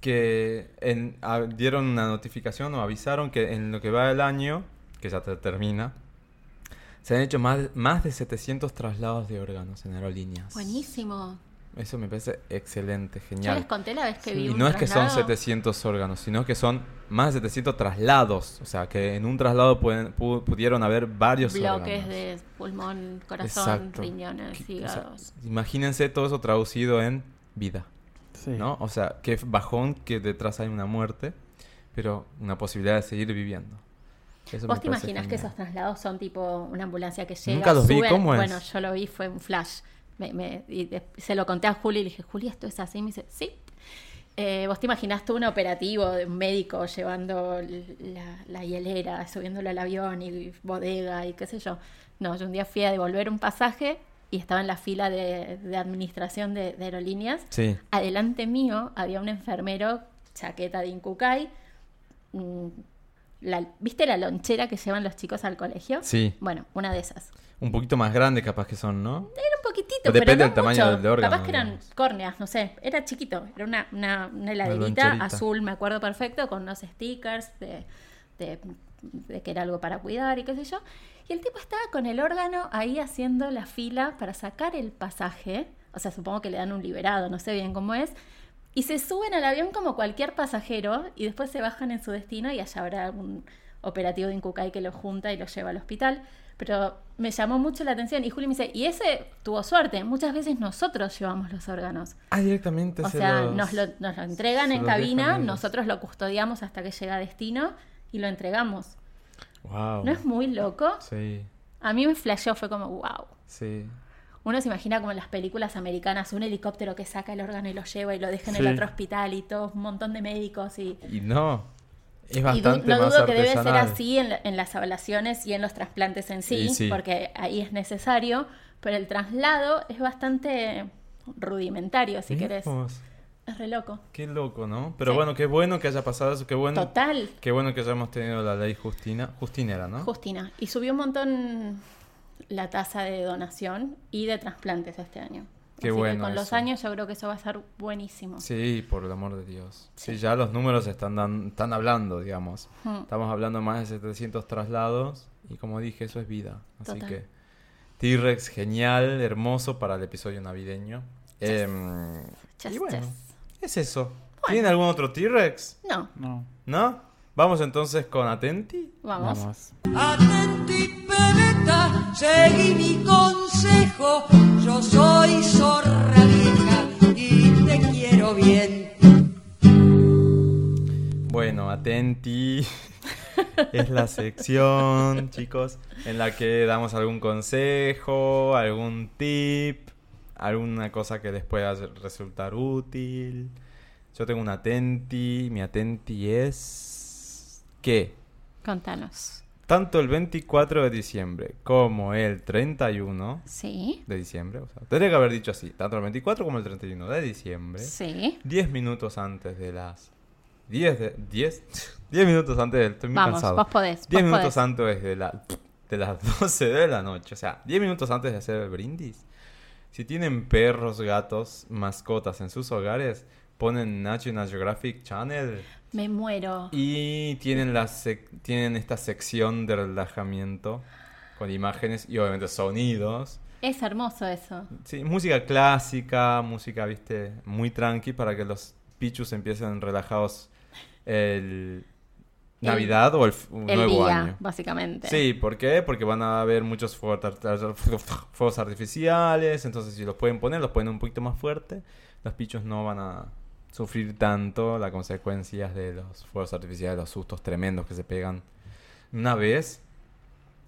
que en- a- dieron una notificación o avisaron que en lo que va del año, que ya te- termina, Se han hecho más, más de 700 traslados de órganos en aerolíneas.
Buenísimo.
Eso me parece excelente,
Ya les
genial.
conté la vez que
Sí.
vi
Y
un
no es que son
traslado.
700 órganos, sino que son más de 700 traslados. O sea, que en un traslado pueden- pu- pudieron haber varios
bloques
órganos.
de pulmón, corazón,
Exacto.
riñones,
Que- o sea,
hígados.
imagínense todo eso traducido en vida,
Sí.
¿no? O sea, qué bajón que detrás hay una muerte, pero una posibilidad de seguir viviendo. Eso me
¿Vos te
parece
imaginas que
genial.
esos traslados son tipo una ambulancia que llega?
Nunca los vi,
sube-
¿cómo es?
Bueno, yo lo vi, fue un flash. Me- me- y de- se lo conté a Juli y le dije, Juli, ¿esto es así? Y me dice, sí. Eh, ¿Vos te imaginás tú un operativo de un médico llevando l- la, la hielera, subiéndolo al avión y bodega y qué sé yo? No, yo un día fui a devolver un pasaje y estaba en la fila de, de administración de, de aerolíneas.
Sí.
Adelante mío había un enfermero, chaqueta de Incucay, mm, la- ¿Viste la lonchera que llevan los chicos al colegio?
Sí.
Bueno, una de esas.
Un poquito más grande capaz que son, ¿no?
Era un poquitito,
Pero
pero,
depende
no
del tamaño
mucho.
del órgano,
Capaz que eran
digamos.
córneas, no sé. Era chiquito. Era una, una, una heladerita
loncherita.
azul, me acuerdo perfecto, con unos stickers de, de- de que era algo para cuidar y qué sé yo. Y el tipo estaba con el órgano ahí haciendo la fila para sacar el pasaje. O sea, supongo que le dan un liberado, no sé bien cómo es. Y se suben al avión como cualquier pasajero y después se bajan en su destino y allá habrá un operativo de Incucay que los junta y los lleva al hospital. Pero me llamó mucho la atención y Juli me dice, y ese tuvo suerte, muchas veces nosotros llevamos los órganos.
Ah, directamente
O
se
sea,
los-
nos, lo, nos lo entregan
se
en
los dejan
cabina,
ellos.
nosotros lo custodiamos hasta que llega a destino y lo entregamos.
Wow.
¿No es muy loco?
Sí,
A mí me flasheó, fue como, wow.
sí.
Uno se imagina como en las películas americanas, un helicóptero que saca el órgano y lo lleva y lo deja en
Sí.
el otro hospital y todo un montón de médicos y...
Y no, es
Y du-
bastante
no
más
dudo que debe ser
artesanal.
así en, la- en las ablaciones y en los trasplantes en sí,
Y sí.
porque ahí es necesario, pero el traslado es bastante rudimentario, si
Mirá
querés.
vos,
Es re loco.
Qué loco, ¿no? Pero
Sí.
bueno, qué bueno que haya pasado eso, qué bueno.
Total,
Qué bueno que hayamos tenido la ley Justina. Justina era, ¿no?
Justina. Y subió un montón la tasa de donación y de trasplantes este año. Así
Qué
que
bueno
con los
eso.
años yo creo que eso va a estar buenísimo.
Sí, por el amor de Dios. Sí, ya los números están, dan- están hablando, digamos.
Mm.
Estamos hablando más de 700 traslados y como dije, eso es vida. Así
Total.
que T-Rex, genial, hermoso para el episodio navideño. Em,
Chas,
y bueno,
chas.
es eso. ¿Tienen algún otro T-Rex?
No,
No.
¿No? Vamos entonces con Atenti.
vamos.
Vamos.
Atenti, peleta, seguí mi consejo. Yo soy zorra vieja y te quiero bien.
Bueno, Atenti es la sección, chicos, en la que damos algún consejo, algún tip, alguna cosa que les pueda resultar útil. Yo tengo un Atenti, mi Atenti es que
Contanos.
tanto el 24 de diciembre como el 31
Sí,
de diciembre, o sea, tendría que haber dicho así, tanto el 24 como el 31 de diciembre.
sí.
10 minutos antes de las 10 de 10 10 minutos antes del estoy muy
Vamos,
cansado.
vos podés,
10
vos
minutos
podés.
antes de la de las 12 de la noche, o sea, 10 minutos antes de hacer el brindis. Si tienen perros, gatos, mascotas en sus hogares, ponen National Geographic Channel
Me muero.
y tienen la sec- tienen esta sección de relajamiento con imágenes y obviamente sonidos.
Es hermoso eso.
Sí, música clásica, música, viste, muy tranqui para que los pichus empiecen relajados el Navidad o el, f-
El
nuevo
día,
año.
básicamente.
Sí, ¿por qué? Porque van a haber muchos fuegos tar- tar- fuegos artificiales, entonces si los pueden poner, los ponen un poquito más fuerte, los pichos no van a sufrir tanto las consecuencias de los fuegos artificiales, los sustos tremendos que se pegan una vez.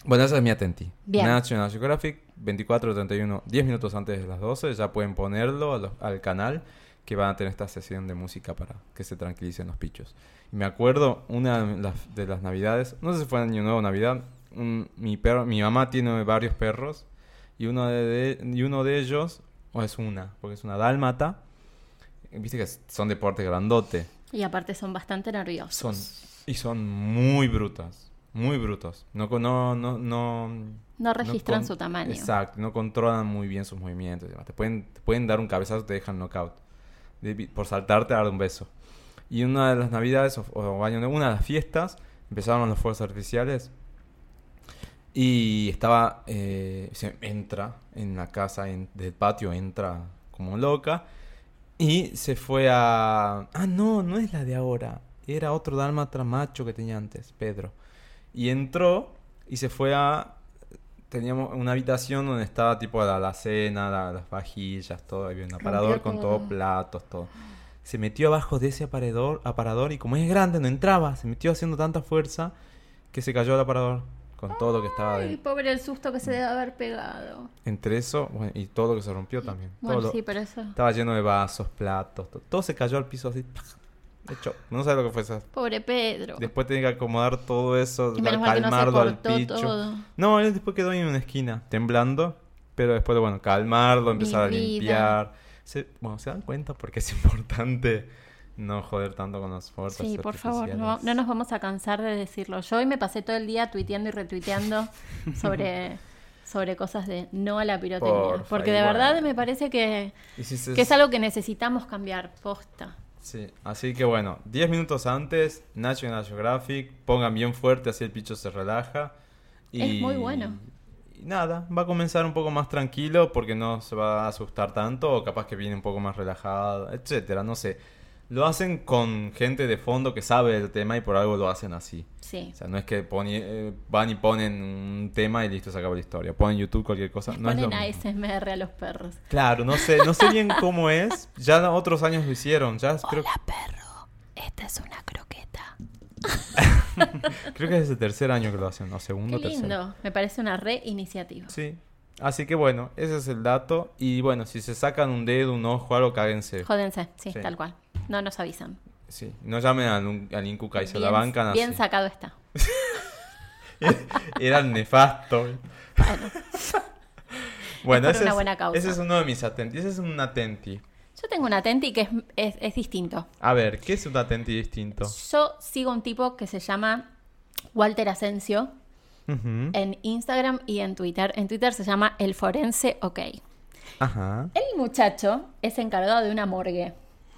Bueno, esa es mi atenti.
Bien.
National Geographic, 24-31, 10 minutos antes de las 12, ya pueden ponerlo a los- al canal que van a tener esta sesión de música para que se tranquilicen los pichos. Y me acuerdo una de las, de las navidades, no sé si fue Año Nuevo o Navidad, un- mi, perro, mi mamá tiene varios perros y uno de, de- y uno de ellos, o es una, porque es una dálmata, viste que son de porte grandote.
Y aparte son bastante nerviosos.
Son, y son muy brutas. Muy brutos. No, con- no, no, no,
No registran
con-
su tamaño.
Exacto. No controlan muy bien sus movimientos. y demás. Te pueden, te pueden dar un cabezazo, te dejan knockout. De- por saltarte, te dar un beso. Y una de las navidades, o, o año nuevo, una de las fiestas, empezaron los fuegos artificiales. Y estaba, eh, se entra en la casa en- del patio, entra como loca. Y se fue a... Ah, no, no es la de ahora. Era otro dálmata macho que tenía antes, Pedro. Y entró y se fue a... Teníamos una habitación donde estaba tipo la alacena, la- las vajillas, todo. Había un aparador con todo, platos, todo. Se metió abajo de ese aparador, aparador y como es grande no entraba. Se metió haciendo tanta fuerza que se cayó al aparador con todo lo que estaba
Ay,
dentro.
pobre el susto que se debe haber pegado.
Entre eso bueno, y todo lo que se rompió también.
Bueno,
todo lo-
sí, pero eso.
estaba lleno de vasos, platos, to- todo se cayó al piso así. ¡pac! De hecho, no sé lo que fue eso.
Pobre Pedro.
Después tenía que acomodar todo eso,
Y menos mal que no se
calmarlo al
cortó
picho.
todo.
No, él después quedó ahí en una esquina, temblando. Pero después, bueno, calmarlo, empezar a
vida.
limpiar. Se, bueno, ¿se dan cuenta? Porque es importante no joder tanto con los fuertes
Sí, por favor, no, no nos vamos a cansar de decirlo. Yo hoy me pasé todo el día tuiteando y retuiteando sobre, sobre cosas de no a la pirotecnia.
Porfa,
porque de
igual.
verdad me parece que, que es algo que necesitamos cambiar, posta.
Sí, así que bueno, 10 minutos antes, National Geographic, pongan bien fuerte, así el picho se relaja. Y,
Es muy bueno.
Y nada, va a comenzar un poco más tranquilo porque no se va a asustar tanto, o capaz que viene un poco más relajado, etcétera, no sé. Lo hacen con gente de fondo que sabe el tema y por algo lo hacen así.
Sí.
O sea, no es que pone- eh, van y ponen un tema y listo, se acabó la historia. Ponen YouTube cualquier cosa. No es lo
Ponen
mismo.
ASMR a los perros.
Claro, no sé, no sé bien cómo es. Ya otros años lo hicieron. Ya creo,
Esta es una croqueta.
creo que es el tercer año que lo hacen, o
Qué
segundo, tercero.
lindo. Me parece una re iniciativa.
Sí. Así que bueno, ese es el dato. Y bueno, si se sacan un dedo, un ojo, algo, cáguense.
Jódense, sí,
Sí.
tal cual. No nos avisan.
Sí. No llamen al, un- al Incuca y se la
Bien-
bancan así.
Bien sacado está.
Eran nefastos. Bueno,
por
ese,
una
es,
buena causa.
ese es uno de mis atenti. Ese es un atenti.
Yo tengo un atenti que es, es, es distinto.
A ver, ¿qué es un atenti distinto?
Yo sigo un tipo que se llama Walter Asensio
Ujú.
en Instagram y en Twitter. En Twitter se llama El Forense OK.
Ajá.
El muchacho es encargado de una morgue.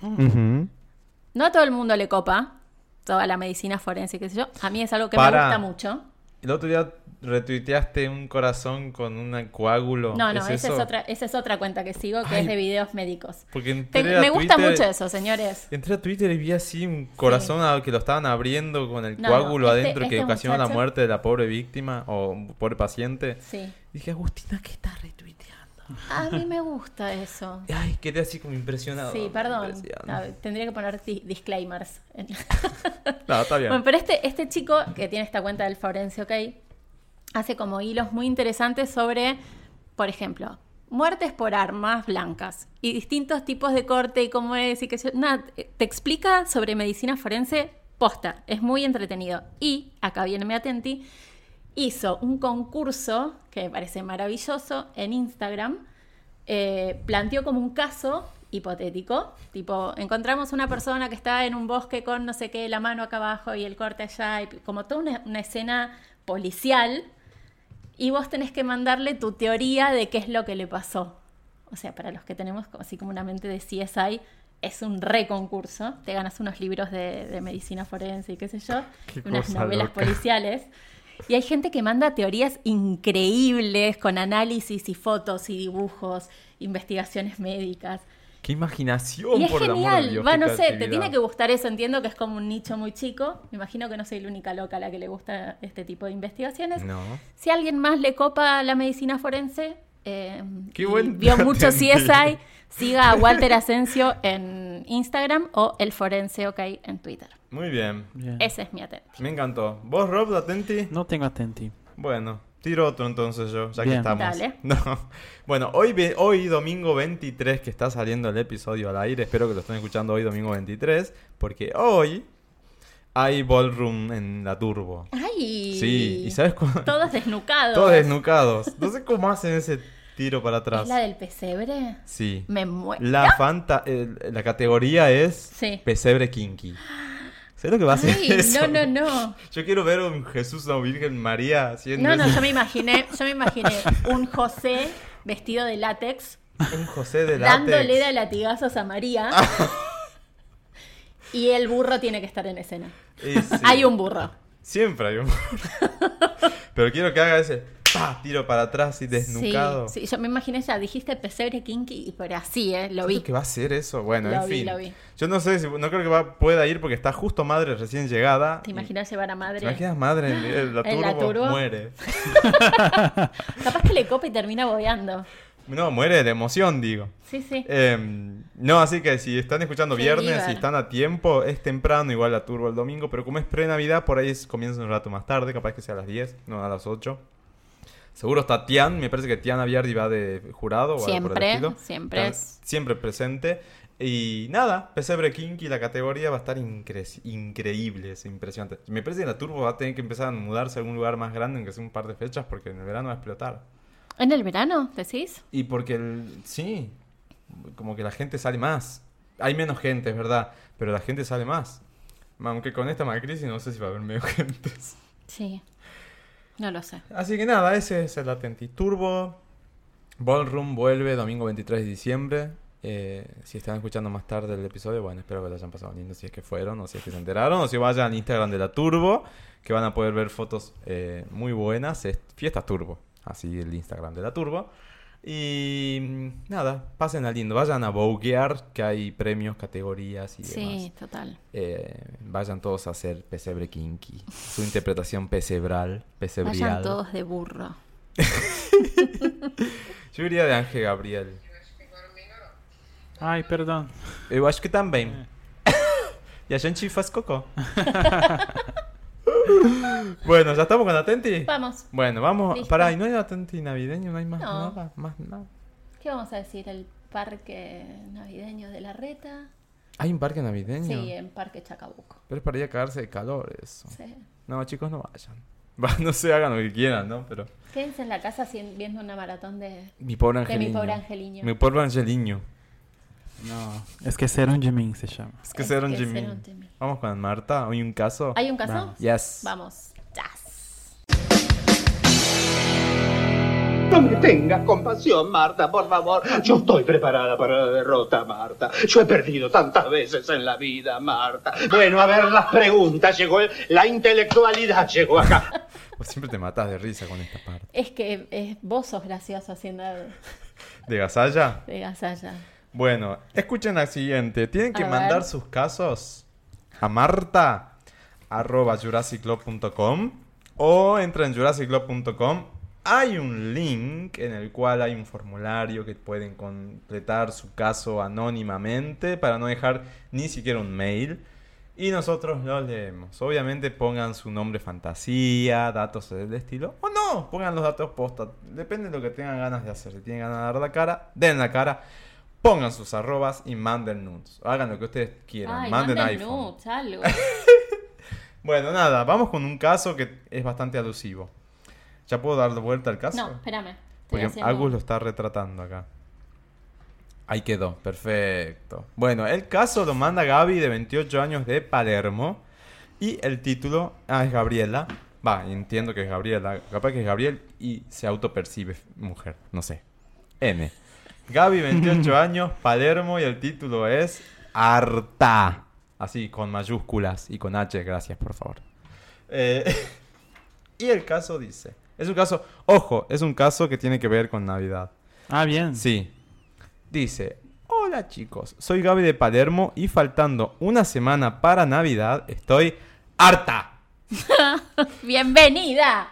No a todo el mundo le copa toda la medicina forense, qué sé yo. A mí es algo que me
Para.
gusta mucho.
El otro día retuiteaste un corazón con un coágulo.
No, no, esa,
eso?
es otra, esa es otra cuenta que sigo que
Ay.
es de videos médicos.
Porque entré
Te-
a
me gusta
Twitter-
mucho eso, señores.
Entré a Twitter y vi así un corazón a- que lo estaban abriendo con el
No,
coágulo
no, este-
adentro que
este
ocasionó la
muchacho-
muerte de la pobre víctima o pobre paciente.
Sí.
Dije, Agustina, ¿qué estás retuiteando?
A mí me gusta eso.
Ay, quedé así como impresionado.
Sí, perdón. Ah,
Impresionado.
tendría que poner di- disclaimers. en-
No, está bien.
Bueno, pero este, este chico que tiene esta cuenta del Forense OK hace como hilos muy interesantes sobre, por ejemplo, muertes por armas blancas y distintos tipos de corte y cómo es y que nada, te explica sobre medicina forense posta, es muy entretenido. Y acá viene mi atenti, hizo un concurso que me parece maravilloso en Instagram. eh, planteó como un caso hipotético, tipo, encontramos una persona que está en un bosque con no sé qué, la mano acá abajo y el corte allá, y como toda una, una escena policial, y vos tenés que mandarle tu teoría de qué es lo que le pasó. O sea, para los que tenemos como- así como una mente de CSI, es un reconcurso. Te ganas unos libros de, de medicina forense y qué sé yo,
Qué
unas
cosa
novelas
loca.
policiales. Y hay gente que manda teorías increíbles con análisis y fotos y dibujos, investigaciones médicas.
Qué imaginación,
y es
por el amor de
genial.
Dios,
Va,
qué
no sé, te
creatividad.
tiene que gustar eso. Entiendo que es como un nicho muy chico. Me imagino que no soy la única loca a la que le gusta este tipo de investigaciones.
No.
Si a alguien más le copa la medicina forense, eh,
Qué
y
buen
vio mucho
atendí.
CSI, siga a Walter Asensio en Instagram o el forense OK en Twitter.
Muy bien.
Bien.
Ese es mi atento.
Me encantó. ¿Vos, Rob, atenti?
No tengo atenti.
Bueno, tiro otro entonces yo, ya que
Bien.
estamos.
Dale.
No. Bueno, hoy, ve- hoy domingo 23 que está saliendo el episodio al aire, espero que lo estén escuchando hoy domingo 23, porque hoy hay ballroom en la turbo.
¡Ay!
Sí, ¿y sabes cuándo?
Todos desnucados.
Todos desnucados. No sé cómo hacen ese tiro para atrás.
¿Es la del pesebre?
Sí.
Me muero.
La fanta el- la categoría es
Sí.
pesebre kinky. ¿Sabes lo que va a hacer
Ay,
eso?
no, no, no.
Yo quiero ver un Jesús o Virgen María haciendo
No, no,
eso.
yo me imaginé, yo me imaginé un José vestido de látex
un José de látex. Ah.
dándole de latigazos a María. Y el burro tiene que estar en escena.
Y sí.
Hay un burro.
Siempre hay un. Pero quiero que haga ese pa, tiro para atrás y desnucado.
Sí, sí, yo me imaginé ya, dijiste pesebre kinky, pero así, ¿eh? Lo
¿Sabes
vi.
que va a hacer eso? Bueno,
Lo
en
vi,
fin.
lo vi.
Yo no sé si no creo que va, pueda ir porque está justo madre recién llegada.
¿Te imaginas llevar a madre?
¿Te imaginas madre en, en la
En la
turbo?
turbo.
Muere.
Capaz que le copa y termina bobeando.
No, muere de emoción, digo.
Sí, sí.
Em, no, así que si están escuchando
Sí,
viernes,
Ibar.
si están a tiempo, es temprano, igual la turbo el domingo, pero como es pre-Navidad, por ahí es- comienza un rato más tarde, capaz que sea a las 10, no a las 8. Seguro está Tian, me parece que Tian Aviardi va de jurado. o algo por el
Siempre,
estilo.
siempre
Está
es.
Siempre presente. Y nada, Pesebre Kinky, la categoría va a estar incre- increíble, es impresionante. Me parece que la turbo va a tener que empezar a mudarse a algún lugar más grande, aunque sea un par de fechas, porque en el verano va a explotar.
¿En el verano, decís?
Y porque el- sí, como que la gente sale más. Hay menos gente, es verdad, pero la gente sale más. Aunque con esta crisis no sé si va a haber menos gente.
Sí. No lo sé.
Así que nada, ese es el Atenti Turbo. Ballroom vuelve domingo 23 de diciembre. Eh, si están escuchando más tarde el episodio, bueno, espero que lo hayan pasado lindo si es que fueron o si es que se enteraron o si vayan al Instagram de la Turbo, que van a poder ver fotos eh, muy buenas. Es Fiestas Turbo, así el Instagram de la Turbo. Y mm, nada, pasen al lindo, vayan a boguear, que hay premios, categorías y demás.
Sí, total.
Eh, vayan todos a hacer pesebre kinky. Su interpretación pesebral, pesebrial.
Vayan todos de burro.
Yo diría de Ángel Gabriel.
Ay, perdón.
Eu acho que también. y a gente faz coco. bueno, ya estamos con Atenti.
Vamos.
Bueno, vamos.
Listo.
Pará, ¿y no hay Atenti navideño? ¿No hay más
No.
nada? ¿Más nada?
¿Qué vamos a decir? ¿El parque navideño de la reta?
¿Hay un parque navideño?
Sí, eh. en Parque Chacabuco.
Pero es para ir a cagarse de calor eso.
Sí.
No, chicos, no vayan. Va, no se hagan lo que quieran, ¿no? Pero...
Quédense en la casa haci- viendo una maratón de...
Mi pobre
De Mi
angeliño.
Pobre Angeliño.
Mi pobre angeliño.
No, es que Seron Jimin se llama.
Es que
Es
ser un
que ser
Jimmy.
un Jimmy.
Vamos con Marta. ¿Hay un caso?
¿Hay un caso?
Vamos.
Yes.
Vamos. Yes.
No me tengas compasión, Marta, por favor. Yo estoy preparada para la derrota, Marta. Yo he perdido tantas veces en la vida, Marta. Bueno, a ver las preguntas. Llegó el- la intelectualidad, llegó acá.
Vos siempre te matas de risa con esta parte.
Es que eh, vos sos gracioso haciendo de,
¿De Gasalla?
de gazalla.
Bueno, escuchen la siguiente. Tienen que
A
mandar
ver.
sus casos a marta arroba jurassiclub.com o entra en jurassiclub.com. Hay un link en el cual hay un formulario que pueden completar su caso anónimamente para no dejar ni siquiera un mail. Y nosotros lo leemos. Obviamente pongan su nombre fantasía, datos del estilo. O no, pongan los datos posta. Depende de lo que tengan ganas de hacer. Si tienen ganas de dar la cara, den la cara. Pongan sus arrobas y manden nudes. Hagan lo que ustedes quieran.
Ay,
manden,
manden
iPhone.
nudes, algo.
Bueno, nada, vamos con un caso que es bastante alusivo. ¿Ya puedo dar vuelta al caso?
No, espérame. Estoy
Porque
haciendo-
Agus lo está retratando acá. Ahí quedó, perfecto. Bueno, el caso lo manda Gaby de 28 años de Palermo. Y el título, ah, es Gabriela. Va, entiendo que es Gabriela. Capaz que es Gabriel y se autopercibe mujer, no sé. N. Gaby, 28 años, Palermo y el título es Harta. Así, con mayúsculas y con H, gracias, por favor. Eh, y el caso dice, es un caso, ojo, es un caso que tiene que ver con Navidad.
Ah, bien.
Sí. Dice, hola chicos, soy Gaby de Palermo y faltando una semana para Navidad estoy harta.
¡Bienvenida!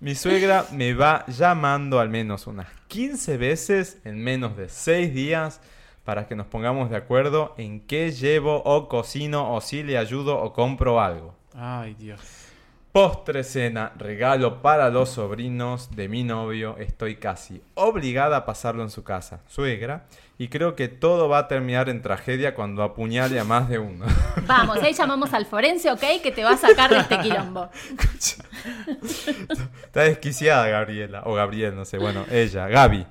Mi suegra me va llamando al menos unas 15 veces en menos de 6 días para que nos pongamos de acuerdo en qué llevo o cocino o si le ayudo o compro algo.
Ay, Dios.
Postre, cena, regalo para los sobrinos de mi novio. Estoy casi obligada a pasarlo en su casa, suegra, y creo que todo va a terminar en tragedia cuando apuñale a más de uno.
Vamos, ahí llamamos al forense, ¿ok? Que te va a sacar de este quilombo.
Está desquiciada Gabriela, o Gabriel, no sé, bueno, ella, Gaby.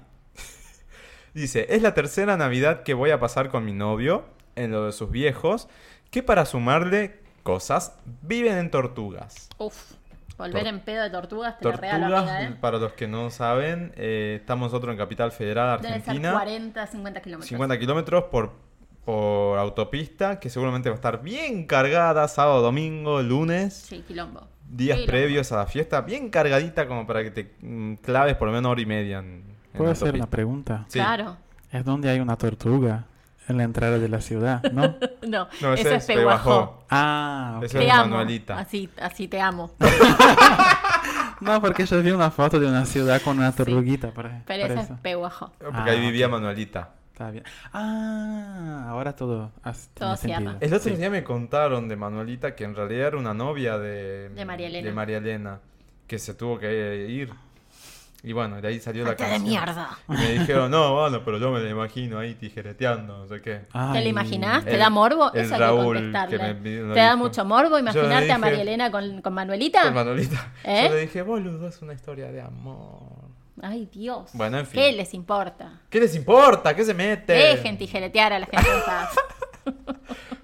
Dice, es la tercera Navidad que voy a pasar con mi novio, en lo de sus viejos, que para sumarle cosas, viven en tortugas.
Uf, volver
Tor-
en pedo de tortugas te lo regalo,
Tortugas,
amiga, ¿eh?
para los que no saben, eh, estamos nosotros en Capital Federal,
Deben ser
Argentina.
40, 50 kilómetros.
50 kilómetros por, por autopista, que seguramente va a estar bien cargada sábado, domingo, lunes.
Sí, quilombo.
días
Sí, lo-
previos a la fiesta, bien cargadita como para que te mm, claves por lo menos hora y media. en- en
¿Puedo
la
hacer
autopista.
una pregunta?
Sí.
Claro.
Es donde hay una tortuga en la entrada de la ciudad, ¿no?
No, eso
No, ese
es
es este,
Peguajó.
Peguajó.
Ah, ok.
Ese
Te
es
amo.
Manuelita.
Así, así te amo.
No, porque yo vi una foto de una ciudad con una tortuguita. Para,
Pero
para
eso
eso.
es Peguajó.
Porque
Ah,
ahí vivía
ok.
Manuelita.
Está bien. Ah, ahora todo hace
Todo
tiene sentido.
cierra.
El otro día me contaron de Manuelita que en realidad era una novia de,
De María Elena.
de María Elena, que se tuvo que ir. Y bueno, de ahí salió la
Gente de
canción.
mierda.
Y me dijeron, no, bueno, pero yo me la imagino ahí tijereteando, no sé qué.
¿Te
Ay,
lo imaginás? ¿Te
el-
da morbo?
el
Eso hay que
Raúl
contestarle.
que me- me lo
¿Te da
dijo.
mucho morbo imaginarte
dije-
a María Elena con, con Manuelita?
Con Manuelita.
Ah. ¿Eh?
Yo le dije, boludo, es una historia de amor.
Ay, Dios.
Bueno, en fin.
¿Qué les importa?
¿Qué les importa? ¿Qué se mete?
Dejen tijeretear a la gente en paz.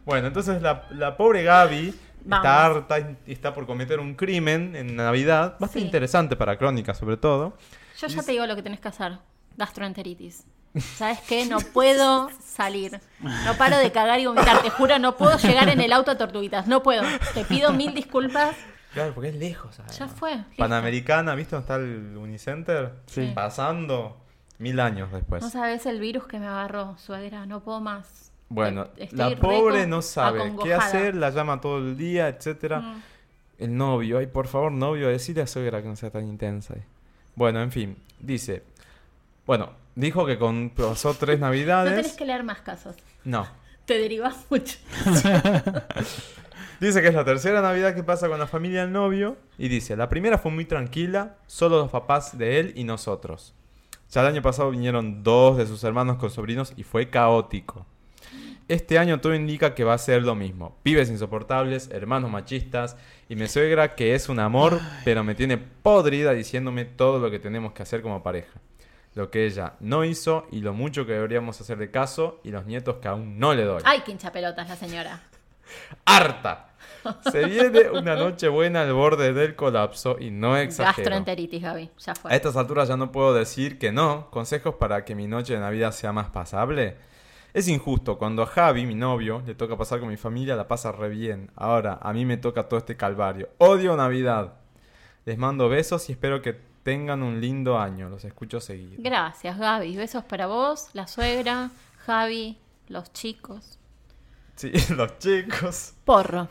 Bueno, entonces la, la pobre Gaby
Vamos.
está harta y está por cometer un crimen en Navidad. Bastante
Sí.
interesante para Crónica, sobre todo.
Yo ya te digo lo que tenés que hacer. Gastroenteritis. ¿Sabes qué? No puedo salir. No paro de cagar y vomitar. Te juro, no puedo llegar en el auto a Tortuguitas. No puedo. Te pido mil disculpas.
Claro, porque es lejos. además.
Ya fue. listo.
Panamericana, ¿viste dónde está el Unicenter?
Sí.
Pasando mil años después.
No sabes el virus que me agarró, suegra. No puedo más.
Bueno,
Te- estoy
la
re
pobre
con-
no sabe qué
acongojada. Mm.
hacer, la llama todo el día, etcétera. El novio, ay, por favor, novio, decirle a suegra que no sea tan intensa. Bueno, en fin, dice. Bueno, dijo que con, pasó tres
No tenés
navidades.
que leer más casos.
No.
Te derivas mucho.
Dice que es la tercera Navidad que pasa con la familia del novio. Y dice, la primera fue muy tranquila, solo los papás de él y nosotros. Ya el año pasado vinieron dos de sus hermanos con sobrinos y fue caótico. Este año todo indica que va a ser lo mismo. Pibes insoportables, hermanos machistas y mi suegra que es un amor, pero me tiene podrida diciéndome todo lo que tenemos que hacer como pareja. Lo que ella no hizo y lo mucho que deberíamos hacer de caso y los nietos que aún no le doy
Ay, qué hincha pelotas la señora.
harta. Se viene una noche buena al borde del colapso y no exagero.
Gastroenteritis, Gaby. Ya fue.
A estas alturas ya no puedo decir que no. ¿Consejos para que mi noche de Navidad sea más pasable? Es injusto. Cuando a Javi, mi novio, le toca pasar con mi familia, la pasa re bien. Ahora, a mí me toca todo este calvario. Odio Navidad. Les mando besos y espero que tengan un lindo año. Los escucho seguido.
Gracias, Gaby. Besos para vos, la suegra, Javi, los chicos.
Sí, los chicos.
Porro.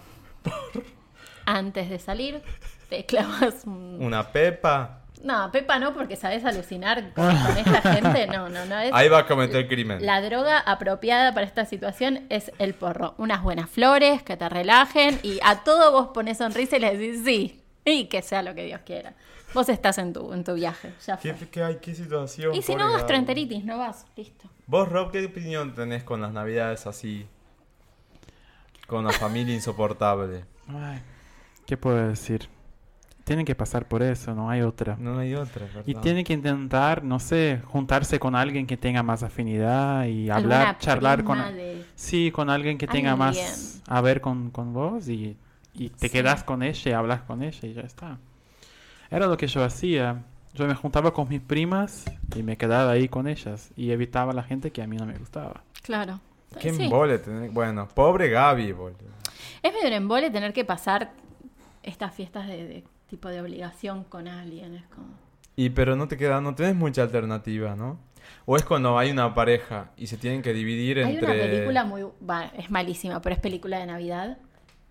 Antes de salir, te clavas un...
Una pepa.
No, Pepa no, porque sabes alucinar con, con esta gente. No, no, no. Es...
Ahí va a cometer crimen.
La droga apropiada para esta situación es el porro. Unas buenas flores que te relajen y a todo vos pones sonrisa y les decís sí. Y que sea lo que Dios quiera. Vos estás en tu, en tu viaje. Ya
¿Qué,
fue.
qué, hay? ¿Qué situación?
Y si
pobre
no,
Gaby?
gastroenteritis, no vas. Listo.
Vos, Rob, ¿qué opinión tenés con las navidades así? Con la familia insoportable.
Ay, ¿Qué puedo decir? Tienen que pasar por eso, no hay otra.
No hay otra, ¿verdad?
Y tienen que intentar, no sé, juntarse con alguien que tenga más afinidad y hablar,
Alguna
charlar
prima
con...
de-
Sí, con alguien que tenga
Alguien.
más a ver con, con vos y, y te
Sí.
quedas con ella y hablas con ella y ya está. Era lo que yo hacía. Yo me juntaba con mis primas y me quedaba ahí con ellas y evitaba a la gente que a mí no me gustaba.
Claro.
¿Qué
Sí.
embole tenés? Bueno, pobre Gaby, boludo.
Es medio un embole tener que pasar estas fiestas de, de tipo de obligación con alguien. Es como...
Y pero no te queda, no tenés mucha alternativa, ¿no? O es cuando hay una pareja y se tienen que dividir
Hay
entre...
una película muy... va, es malísima, pero es película de Navidad.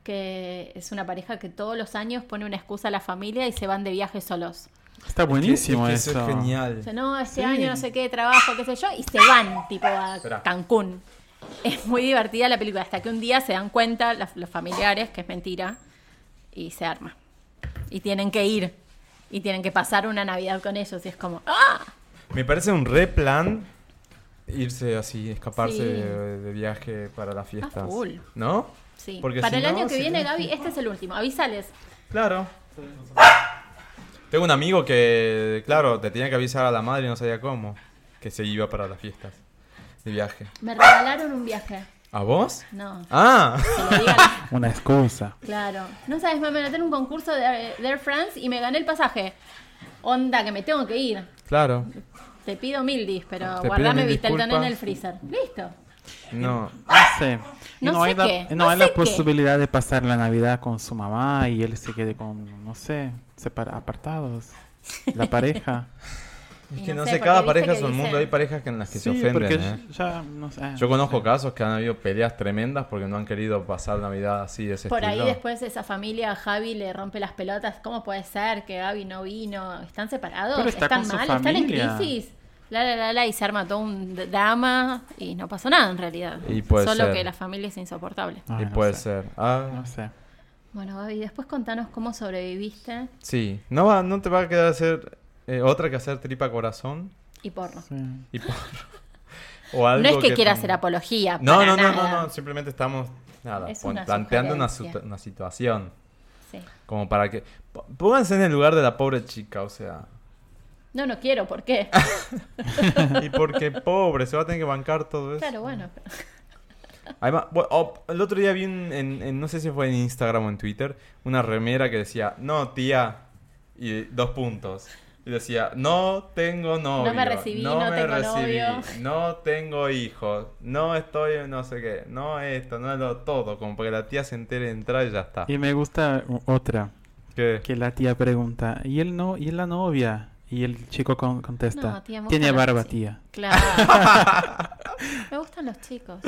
Que es una pareja que todos los años pone una excusa a la familia y se van de viaje solos.
Está buenísimo
Que- que eso.
eso.
es genial.
O sea, no, este
Sí.
año no sé qué, trabajo, qué sé yo, y se van tipo a
Esperá.
Cancún. Es muy divertida la película, hasta que un día se dan cuenta las- los familiares que es mentira y se arma. Y tienen que ir. Y tienen que pasar una Navidad con ellos y es como, ¡ah!
Me parece un re plan irse así, escaparse
Sí.
de, de viaje para las fiestas.
full.
¿No?
Sí.
Porque
Para
si
el
no,
año que
si
viene,
tenés
Gaby, este es el último. Avísales.
Claro. Tengo un amigo que, claro, te tenía que avisar a la madre y no sabía cómo. Que se iba para las fiestas de viaje.
Me regalaron un viaje.
¿A vos?
No.
Ah,
que lo digan.
Una excusa.
Claro. No sabes, me anoté en un concurso de de Air France y me gané el pasaje. Onda, que me tengo que ir.
claro.
Te pido mildis, pero
Te pido
guardame
mil
Vitalton en
disculpas.
el freezer. Listo.
No.
sé.
No sé
hay la,
qué,
no
no
hay
sé
la
qué.
posibilidad de pasar la Navidad con su mamá y él se quede con, no sé, separa- apartados. La pareja.
Es
Y
que
no
no
sé,
sé,
porque
cada
viste
pareja
que
es un
dicen-
mundo. Hay parejas que en las que se
Sí,
ofenden.
porque
¿eh?
ya no sé,
Yo
no
conozco
sé.
casos que han habido peleas tremendas porque no han querido pasar Navidad así, de ese
Por ahí
estilo.
después esa familia a Javi le rompe las pelotas. ¿Cómo puede ser que Gaby no vino? ¿Están separados?
Pero está
¿Están
con su
mal? ¿Están en
familia.
crisis? La, la, la, la, y se arma todo un d- drama y no pasó nada en realidad.
Y puede
Solo
ser. Ah.
que la familia es insoportable.
Ay,
Y
no
puede
sé.
ser. Ah,
No sé.
Bueno, Gaby, después contanos cómo sobreviviste
sí. No, va- no te va a quedar hacer eh, otra que hacer tripa corazón.
y porno.
Sí.
Y por- o algo
No es que, quiera
con-
hacer apología.
No,
para
no, no,
nada.
no, no, simplemente estamos nada,
Es
pon-
una
planteando una,
sugerencia.
situ- una situación.
Sí.
Como para que. po- Pónganse en el lugar de la pobre chica, o sea.
No, no quiero, ¿por qué?
Ah.
Y porque pobre, se va a tener que bancar todo eso.
Claro, bueno. pero-
Además, bu- o- el otro día vi un- en, en- no sé si fue en Instagram o en Twitter, una remera que decía, no, tía, y dos puntos. Y decía, no tengo novio.
recibí, no
me
tengo
recibí,
novio".
No tengo hijos. No estoy, en no sé qué. No esto, no lo todo. Como para que la tía se entere de entrar y ya está.
Y me gusta u- otra,
¿Qué?
que la tía pregunta, ¿y él no? ¿Y la novia? Y el chico con- contesta,
No, tía, me
tiene
gustan los
barba,
chi-
tía.
Claro. Me gustan los chicos.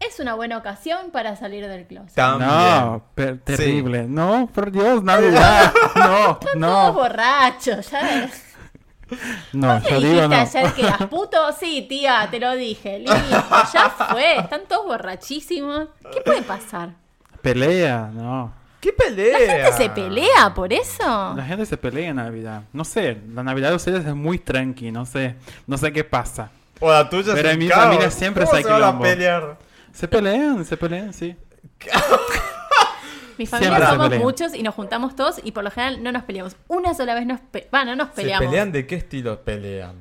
Es una buena ocasión para salir del closet.
También.
No, per- terrible. No, por Dios, Navidad. No,
Todos
no.
borrachos, ya.
No,
¿Te
yo
dijiste
digo no.
ayer que eras puto? Sí, tía, te lo dije. Listo, ya fue. Están todos borrachísimos. ¿Qué puede pasar?
Pelea, no.
¿Qué pelea?
¿La gente se pelea por eso?
La gente se pelea en Navidad. No sé, la Navidad de ustedes es muy tranqui, no sé. No sé qué pasa.
O la tuya
Pero
es
en
un
mi
caos.
familia siempre
¿Cómo
es
se van a
quilombo.
pelear?
Se pelean, se pelean, sí.
Mi familia
Siempre se
somos
pelean.
muchos y nos juntamos todos y por lo general no nos peleamos. Una sola vez nos pe- va, no nos peleamos.
¿Se pelean de qué estilo pelean?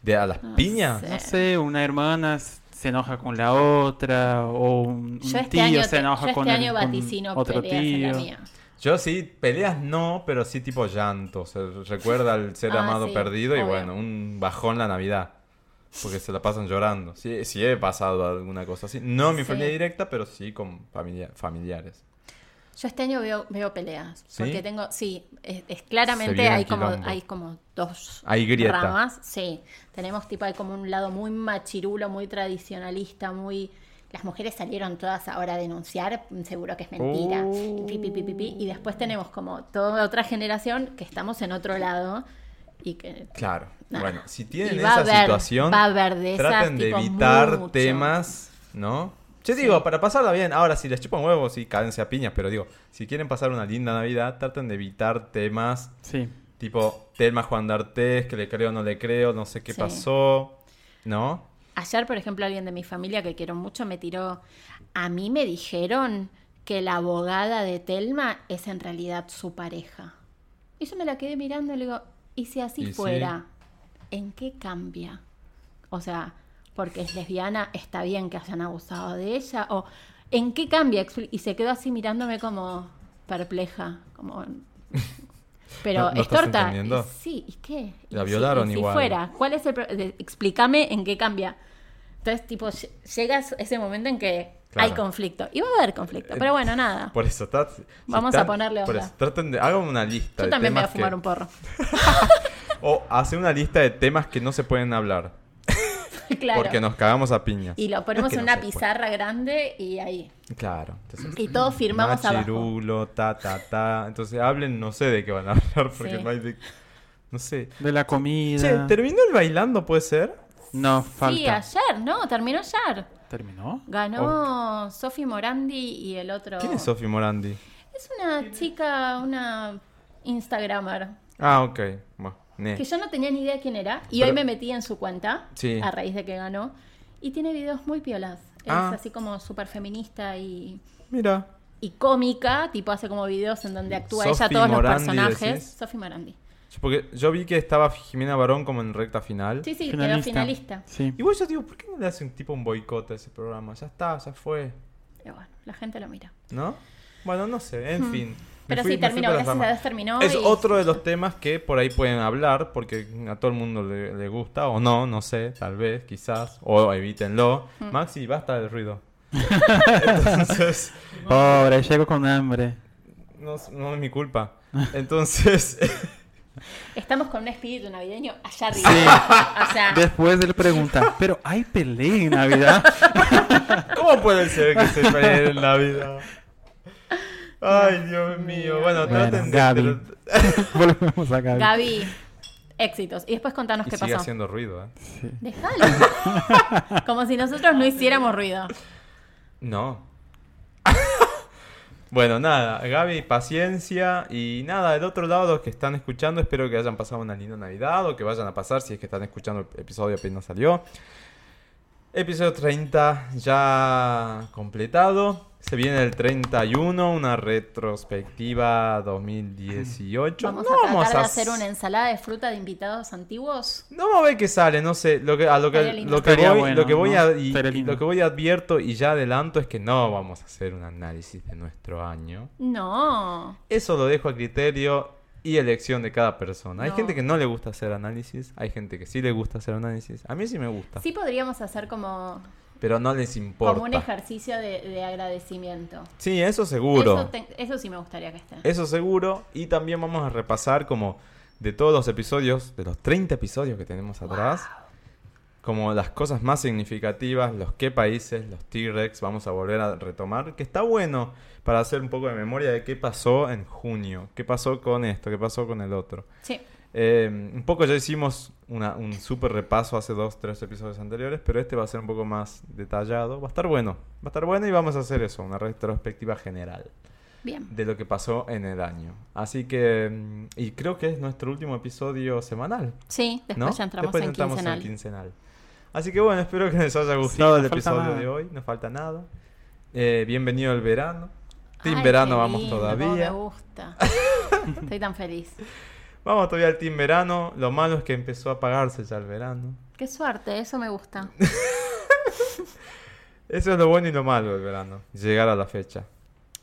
¿De a las piñas?
sé.
No sé, una hermana s- se enoja con la otra o un, un
Yo este
tío
año,
se
te- yo
enoja
este
con, el-
año
con
vaticino
otro
peleas
tío.
en la mía.
Yo sí, peleas no, pero sí tipo llanto. Se recuerda al ser
Ah,
amado
sí,
perdido y
obvio.
bueno, un bajón la Navidad. Porque se la pasan llorando. Sí, sí he pasado alguna cosa así. No en mi
Sí.
familia directa, pero sí con familia- familiares.
Yo este año veo, veo peleas.
¿Sí?
Porque tengo, sí, es, es
Se
claramente
viene
hay como,
quilombo.
hay como dos
Hay grieta.
ramas. Sí, tenemos tipo, hay como un lado muy machirulo, muy tradicionalista, muy... Las mujeres salieron todas ahora a denunciar, seguro que es mentira. Y, pi, pi, pi, pi, pi. y después tenemos como toda otra generación que estamos en otro lado y que...
Claro.
Nah.
Bueno, si tienen
Y va a
esa
haber-
situación,
va a haber de esas,
traten de
tipo,
evitar
mucho.
temas, ¿no? Yo digo, para pasarla bien, ahora si les chupan huevos, sí, cádense a piñas, pero digo, si quieren pasar una linda Navidad, traten de evitar temas
Sí.
Tipo, Telma Juan d'Artés, que le creo, no le creo, no sé qué
Sí.
pasó. ¿No?
Ayer, por ejemplo, alguien de mi familia que quiero mucho me tiró. A mí me dijeron que la abogada de Telma es en realidad su pareja. Y yo me la quedé mirando y le digo, ¿y si así
Y sí.
fuera? ¿En qué cambia? O sea, porque es lesbiana, está bien que hayan abusado de ella. O, ¿en qué cambia? Expli- Y se quedó así mirándome como perpleja. Como. Pero
No- no
es
estás
torta.
entendiendo.
Y sí, ¿y qué? Y
La
sí,
violaron
y si
igual.
fuera, ¿cuál es el pro- de- Explícame en qué cambia. Entonces, tipo, lle- llega s- ese momento en que
Claro.
hay conflicto. Y va a haber conflicto, pero bueno, nada.
Por eso, trat- si
Ah. Vamos
están-
a ponerle
por
onda.
eso, traten de. Hagan una lista.
Yo
de
también me voy a fumar
temas que-
un porro.
O hacer una lista de temas que no se pueden hablar.
claro.
Porque nos cagamos a piñas.
Y lo
No es
ponemos
que
en
no
una
se
pizarra grande y ahí.
puede. Claro. Entonces,
Y todos firmamos abajo.
machirulo, ta, ta, ta. Entonces hablen, no sé de qué van a hablar, porque
Sí.
no hay de. No sé.
De la comida.
Che, ¿terminó el bailando, puede ser?
No,
Sí,
falta.
ayer, ¿no? Terminó ayer.
¿Terminó?
Ganó Sofi Morandi y el otro.
Oh. ¿Quién es Sofi Morandi?
Es una chica, una Instagramer.
Ah, ok. Bueno, ne.
Que yo no tenía ni idea quién era. Y
Eh. Pero-
hoy me metí en su cuenta.
Sí.
A raíz de que ganó. Y tiene videos muy piolas.
Ah.
Es así como súper feminista y,
Mira.
y cómica. Tipo, hace como videos en donde actúa ella
Sofi
todos
Morandi,
los personajes.
decís.
Sofi Morandi.
Sí, Porque yo vi que estaba Jimena Barón como en recta final.
Sí, sí, quedó
Finalista.
finalista.
Sí.
Igual yo digo, ¿por qué no le hace un tipo un boicot a ese programa? Ya está, ya fue.
Y bueno, la gente lo mira.
¿No? Bueno, no sé, en fin.
Hmm. Pero
fui-
sí,
me fui
terminó,
por las
gracias a
ramas.
Dios terminó.
Es
y-
otro de los temas que por ahí pueden hablar, porque a todo el mundo le, le gusta, o no, no sé, tal vez, quizás, o evítenlo.
Mm.
Maxi, basta del ruido. Entonces,
Pobre, llego con hambre.
no, no es mi culpa. Entonces,
Estamos con un espíritu navideño allá arriba.
Sí.
O sea,
Después él pregunta, pero hay pelea en Navidad.
¿cómo puede ser que se peleen en la vida? Ay, Dios mío.
Bueno,
Bueno, traten de-
Gaby.
de...
Volvemos a Gaby.
Gaby, éxitos. Y después contanos
Y
qué
sigue
pasó.
haciendo ruido, ¿eh?
Déjalo. Como si nosotros no hiciéramos ruido.
No. bueno, nada, Gaby, paciencia y nada, del otro lado los que están escuchando, espero que hayan pasado una linda Navidad o que vayan a pasar si es que están escuchando el episodio apenas salió. Episodio 30 ya completado. Se viene el 31, una retrospectiva 2018.
Vamos
No
a tratar de
a
hacer una ensalada de fruta de invitados antiguos.
no vamos a ver qué sale, no sé. Lo que, a lo
Estaría
que,
lindo.
lo que
Estaría
voy,
bueno,
lo que voy
¿no?
a, y-
Estaría
y
lindo.
lo que voy a advierto y ya adelanto es que no vamos a hacer un análisis de nuestro año.
No.
Eso lo dejo a criterio y elección de cada persona. Hay
No.
gente que no le gusta hacer análisis, hay gente que sí le gusta hacer análisis. A mí sí me gusta,
Sí podríamos hacer como,
pero no les importa.
como un ejercicio de, de agradecimiento.
Sí, eso seguro.
Eso, te- eso sí me gustaría que esté.
Eso seguro. Y también vamos a repasar como de todos los episodios, de los 30 episodios que tenemos atrás, como las cosas más significativas, los qué países, los T-Rex, vamos a volver a retomar, que está bueno para hacer un poco de memoria de qué pasó en junio, qué pasó con esto, qué pasó con el otro.
Sí.
Eh, un poco ya hicimos una- un súper repaso hace dos, tres episodios anteriores, pero este va a ser un poco más detallado. Va a estar bueno, va a estar bueno y vamos a hacer eso, una retrospectiva general
Bien.
de lo que pasó en el año. Así que, mm, y creo que es nuestro último episodio semanal,
Sí,
¿no?
después ya entramos
Después
en
entramos
quincenal.
quincenal. Así que bueno, espero que les haya gustado
Sí, no
el
falta
episodio
nada.
de hoy, no falta nada. Eh, bienvenido el verano. Team
Ay,
verano
qué
vamos
lindo, cómo
todavía.
Me gusta. Estoy tan feliz.
Vamos todavía al Team verano. Lo malo es que empezó a apagarse ya el verano.
Qué suerte, eso me gusta.
Eso es lo bueno y lo malo del verano, llegar a la fecha.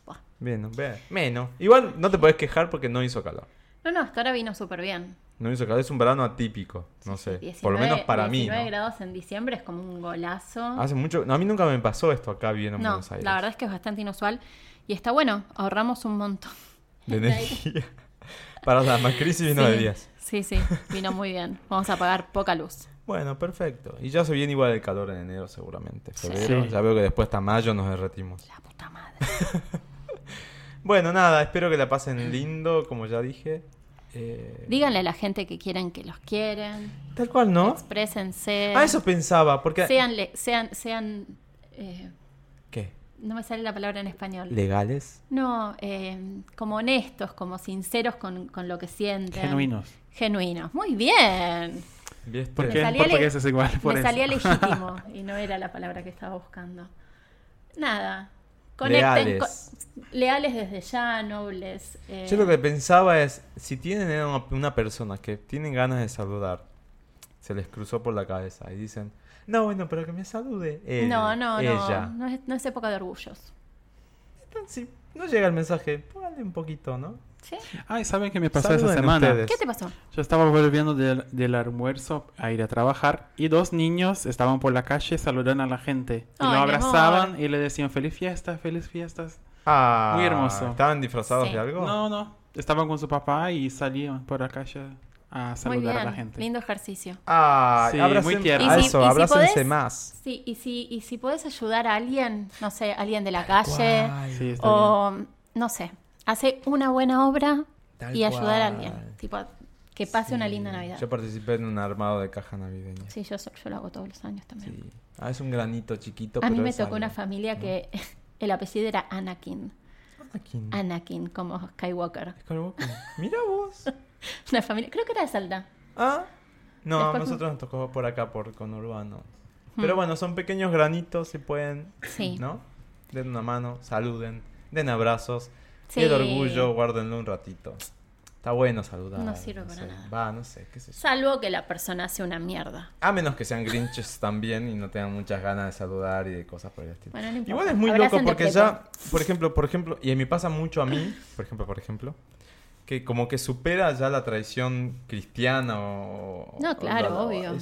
Buah.
Menos, ve- menos. Igual no te podés quejar porque no hizo calor.
No, no, hasta ahora vino súper bien.
No hizo calor, es un verano atípico, no sé. por lo
19
menos para mí.
19
¿no?
grados en diciembre es como un golazo.
Ah, Hace mucho. no, a mí nunca me pasó esto acá viviendo en
no,
Buenos Aires.
la verdad es que es bastante inusual. Y está bueno, ahorramos un montón.
De energía. Para la más crisis vino de
Sí,
días.
Sí, sí, vino muy bien. Vamos a pagar poca luz.
Bueno, perfecto. Y ya se viene igual el calor en enero, seguramente.
Sí.
Febrero.
Sí.
Ya veo que después hasta mayo nos derretimos.
La puta madre.
Bueno, nada, espero que la pasen lindo, como ya dije. Eh,
Díganle a la gente que quieran que los quieren.
Tal cual, ¿no?
Exprésense.
Ah, eso pensaba, porque.
Sean, le- sean, sean, eh,
¿Qué?
no me sale la palabra en español.
¿Legales?
no, eh, como honestos, como sinceros con, con lo que sienten.
Genuinos.
Genuinos. Muy bien.
¿Viste?
¿Por
Me
qué?
salía
Porque
le-
eso es igual. Por
me
eso.
salía legítimo y no era la palabra que estaba buscando. Nada. Conecten.
Leales.
co- leales desde ya, nobles. eh,
Yo lo que pensaba es, si tienen a una, una persona que tienen ganas de saludar, se les cruzó por la cabeza y dicen, no, bueno, pero que me salude él,
no, no,
ella.
no. No es, no es época de orgullos.
Entonces, si no llega el mensaje, póngale un poquito, ¿no?
¿Sí?
Ay, ¿saben qué me pasó
Saluden
esa semana?
ustedes.
¿Qué te pasó?
Yo estaba volviendo del, del almuerzo a ir a trabajar y dos niños estaban por la calle saludando a la gente. Y
Ay,
lo
mi
abrazaban
amor.
y le decían feliz fiestas, feliz fiestas.
Ah,
Muy hermoso.
¿Estaban disfrazados
Sí.
de algo?
No, no. Estaban con su papá y salían por la calle a
Muy
saludar a la
bien.
gente.
Lindo ejercicio.
Ah,
Sí,
abrácense-
muy tierno.
a
Y
si-
eso,
y si
abrácense
podés-
más.
Sí, y si, y si podés ayudar a alguien, no sé, alguien de la calle
Guay,
Sí, está bien.
o no sé, hace una buena obra
Tal
y ayudar a
cual.
alguien. Tipo, que pase una
Sí.
linda Navidad.
Yo participé en un armado de caja navideña.
Sí, yo, so- yo lo hago todos los años también.
Sí. Ah, es un granito chiquito,
A
pero
mí me
es
tocó una
algo.
familia que el apellido era Anakin.
Anakin.
Anakin, como Skywalker.
Skywalker. Mira vos.
Una familia, creo que era de Salda.
Ah, no, a
Después- Hmm.
nosotros nos tocó por acá, por conurbano. Pero bueno, son pequeños granitos, si pueden,
Sí.
¿no? Den una mano, saluden, den abrazos.
Sí.
Y el orgullo, guárdenlo un ratito. Está bueno saludar.
No sirve para
sé.
nada.
Va, no sé, qué sé yo.
Salvo que la persona sea una mierda.
A menos que sean grinches también y no tengan muchas ganas de saludar y de cosas por el estilo.
Bueno, no importa.
Igual es muy
Abracen
loco
de
porque
pleito.
ya, por ejemplo, por ejemplo, y me pasa mucho a mí, por ejemplo, por ejemplo, que como que supera ya la tradición cristiana o...
No,
o
claro,
la-
obvio.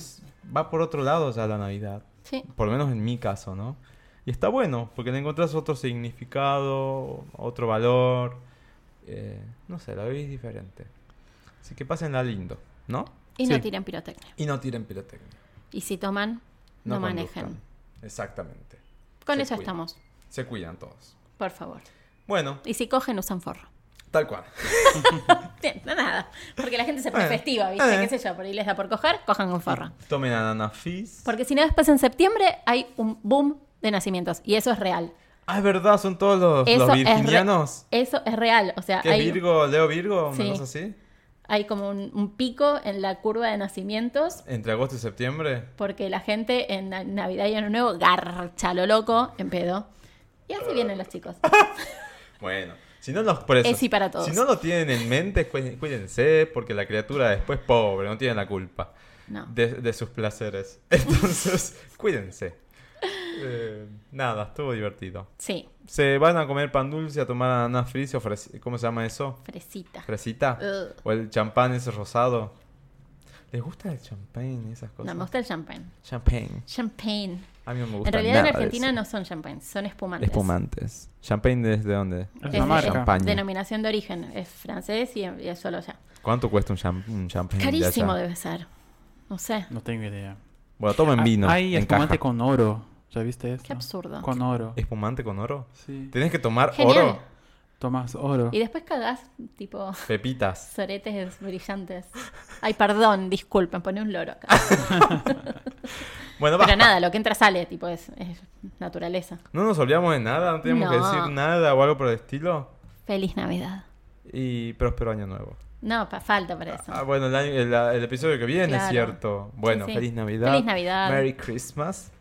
va por otro lado ya la Navidad.
Sí.
Por lo menos en mi caso, ¿no? Y está bueno, porque le encontrás otro significado, otro valor. eh, no sé, la veis diferente. Así que pásenla lindo, ¿no?
Y no
Sí.
tiren pirotecnia.
Y no tiren pirotecnia.
Y si toman, no, manejen.
conduzcan. Exactamente.
Con
Se
eso
cuidan.
estamos,
Se cuidan todos.
por favor.
Bueno,
Y si cogen, usan forro.
tal cual.
Bien, no nada. Porque la gente se pone
Bueno,
festiva, ¿viste?
eh.
¿Qué sé yo? Por ahí les da por coger, cojan con forro.
Tomen ananafis.
Porque si no, después en septiembre hay un boom de nacimientos. Y eso es real.
Ah, es verdad, son todos los,
Eso
los
es re-
virginianos.
Eso es real. O sea,
¿Qué
hay,
Virgo, Leo Virgo? Una
Sí.
cosa así.
hay como un, un pico en la curva de nacimientos.
Entre agosto y septiembre.
Porque la gente en na- Navidad y Año Nuevo garcha lo loco en pedo. Y así vienen los chicos.
Bueno, si no los por eso,
Es y para todos.
Si no lo tienen en mente, cuí- cuídense, porque la criatura después pobre, no tiene la culpa
No.
de, de sus placeres. Entonces, cuídense. Eh, nada, estuvo divertido.
Sí,
Se van a comer pan dulce, a tomar ananas fris, o fresi- ¿cómo se llama eso?
fresita.
¿Fresita?
Ugh.
¿O el champán ese rosado? ¿Les gusta el champán y esas cosas?
No, me gusta el champagne.
Champagne.
Champagne.
A mí no me gusta
En realidad en
nada de
Argentina
eso.
no son champagnes, son espumantes.
Espumantes. ¿Champagne desde dónde?
Es
Es
una marca.
Champagne.
denominación de origen, es francés y y es solo allá.
¿Cuánto cuesta un, champ un champagne? Mm, de
Carísimo
allá?
debe ser. No sé.
No tengo idea.
Bueno, tomen
Ah,
vino.
Hay
en
espumante
caja. Eh.
con oro. ¿Ya viste eso?
Qué absurdo.
Con oro.
¿Espumante con oro?
Sí.
Tenés que tomar
Genial.
oro.
Tomas oro.
Y después cagás, tipo,
Pepitas.
soretes brillantes. Ay, perdón, disculpen, poné un loro acá.
Bueno, va.
Pero nada, lo que entra sale, tipo, es, es naturaleza.
No nos olvidamos de nada, no tenemos que
No.
decir nada o algo por el estilo.
Feliz Navidad.
Y próspero año nuevo.
No, pa- falta para eso.
Ah, bueno, el, año- el- el episodio que viene,
Claro.
cierto. Bueno,
Sí, sí.
feliz Navidad.
Feliz Navidad.
Merry Christmas.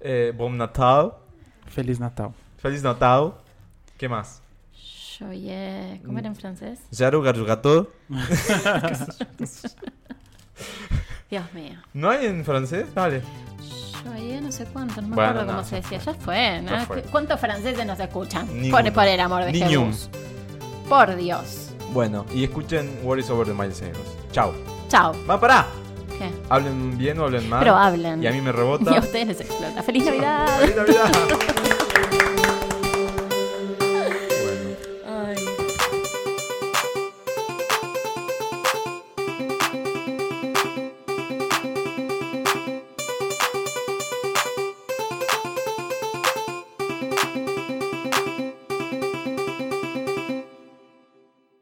Eh, Bom Natal.
Feliz Natal.
Feliz Natal. ¿Qué más?
Yo, yeah. ¿Cómo era en francés?
Yaru Garugato.
Dios mío.
¿No hay en francés? Dale.
Yo, yeah, no sé cuánto, no me
Bueno,
acuerdo
no,
cómo
ya
se decía. Ya fue, ¿no?
Ya fue.
¿Cuántos franceses nos escuchan?
Ninguno.
Por, por el amor de
Niñum.
Jesús. Por Dios.
Bueno, y escuchen What is Over the Miles Cyrus. Chao.
Chao.
Va, pará.
¿Qué?
Hablen bien o hablen mal.
Pero hablen.
Y a mí me
Y
rebota.
a ustedes les explota. ¡Feliz Navidad!
¡Feliz Navidad!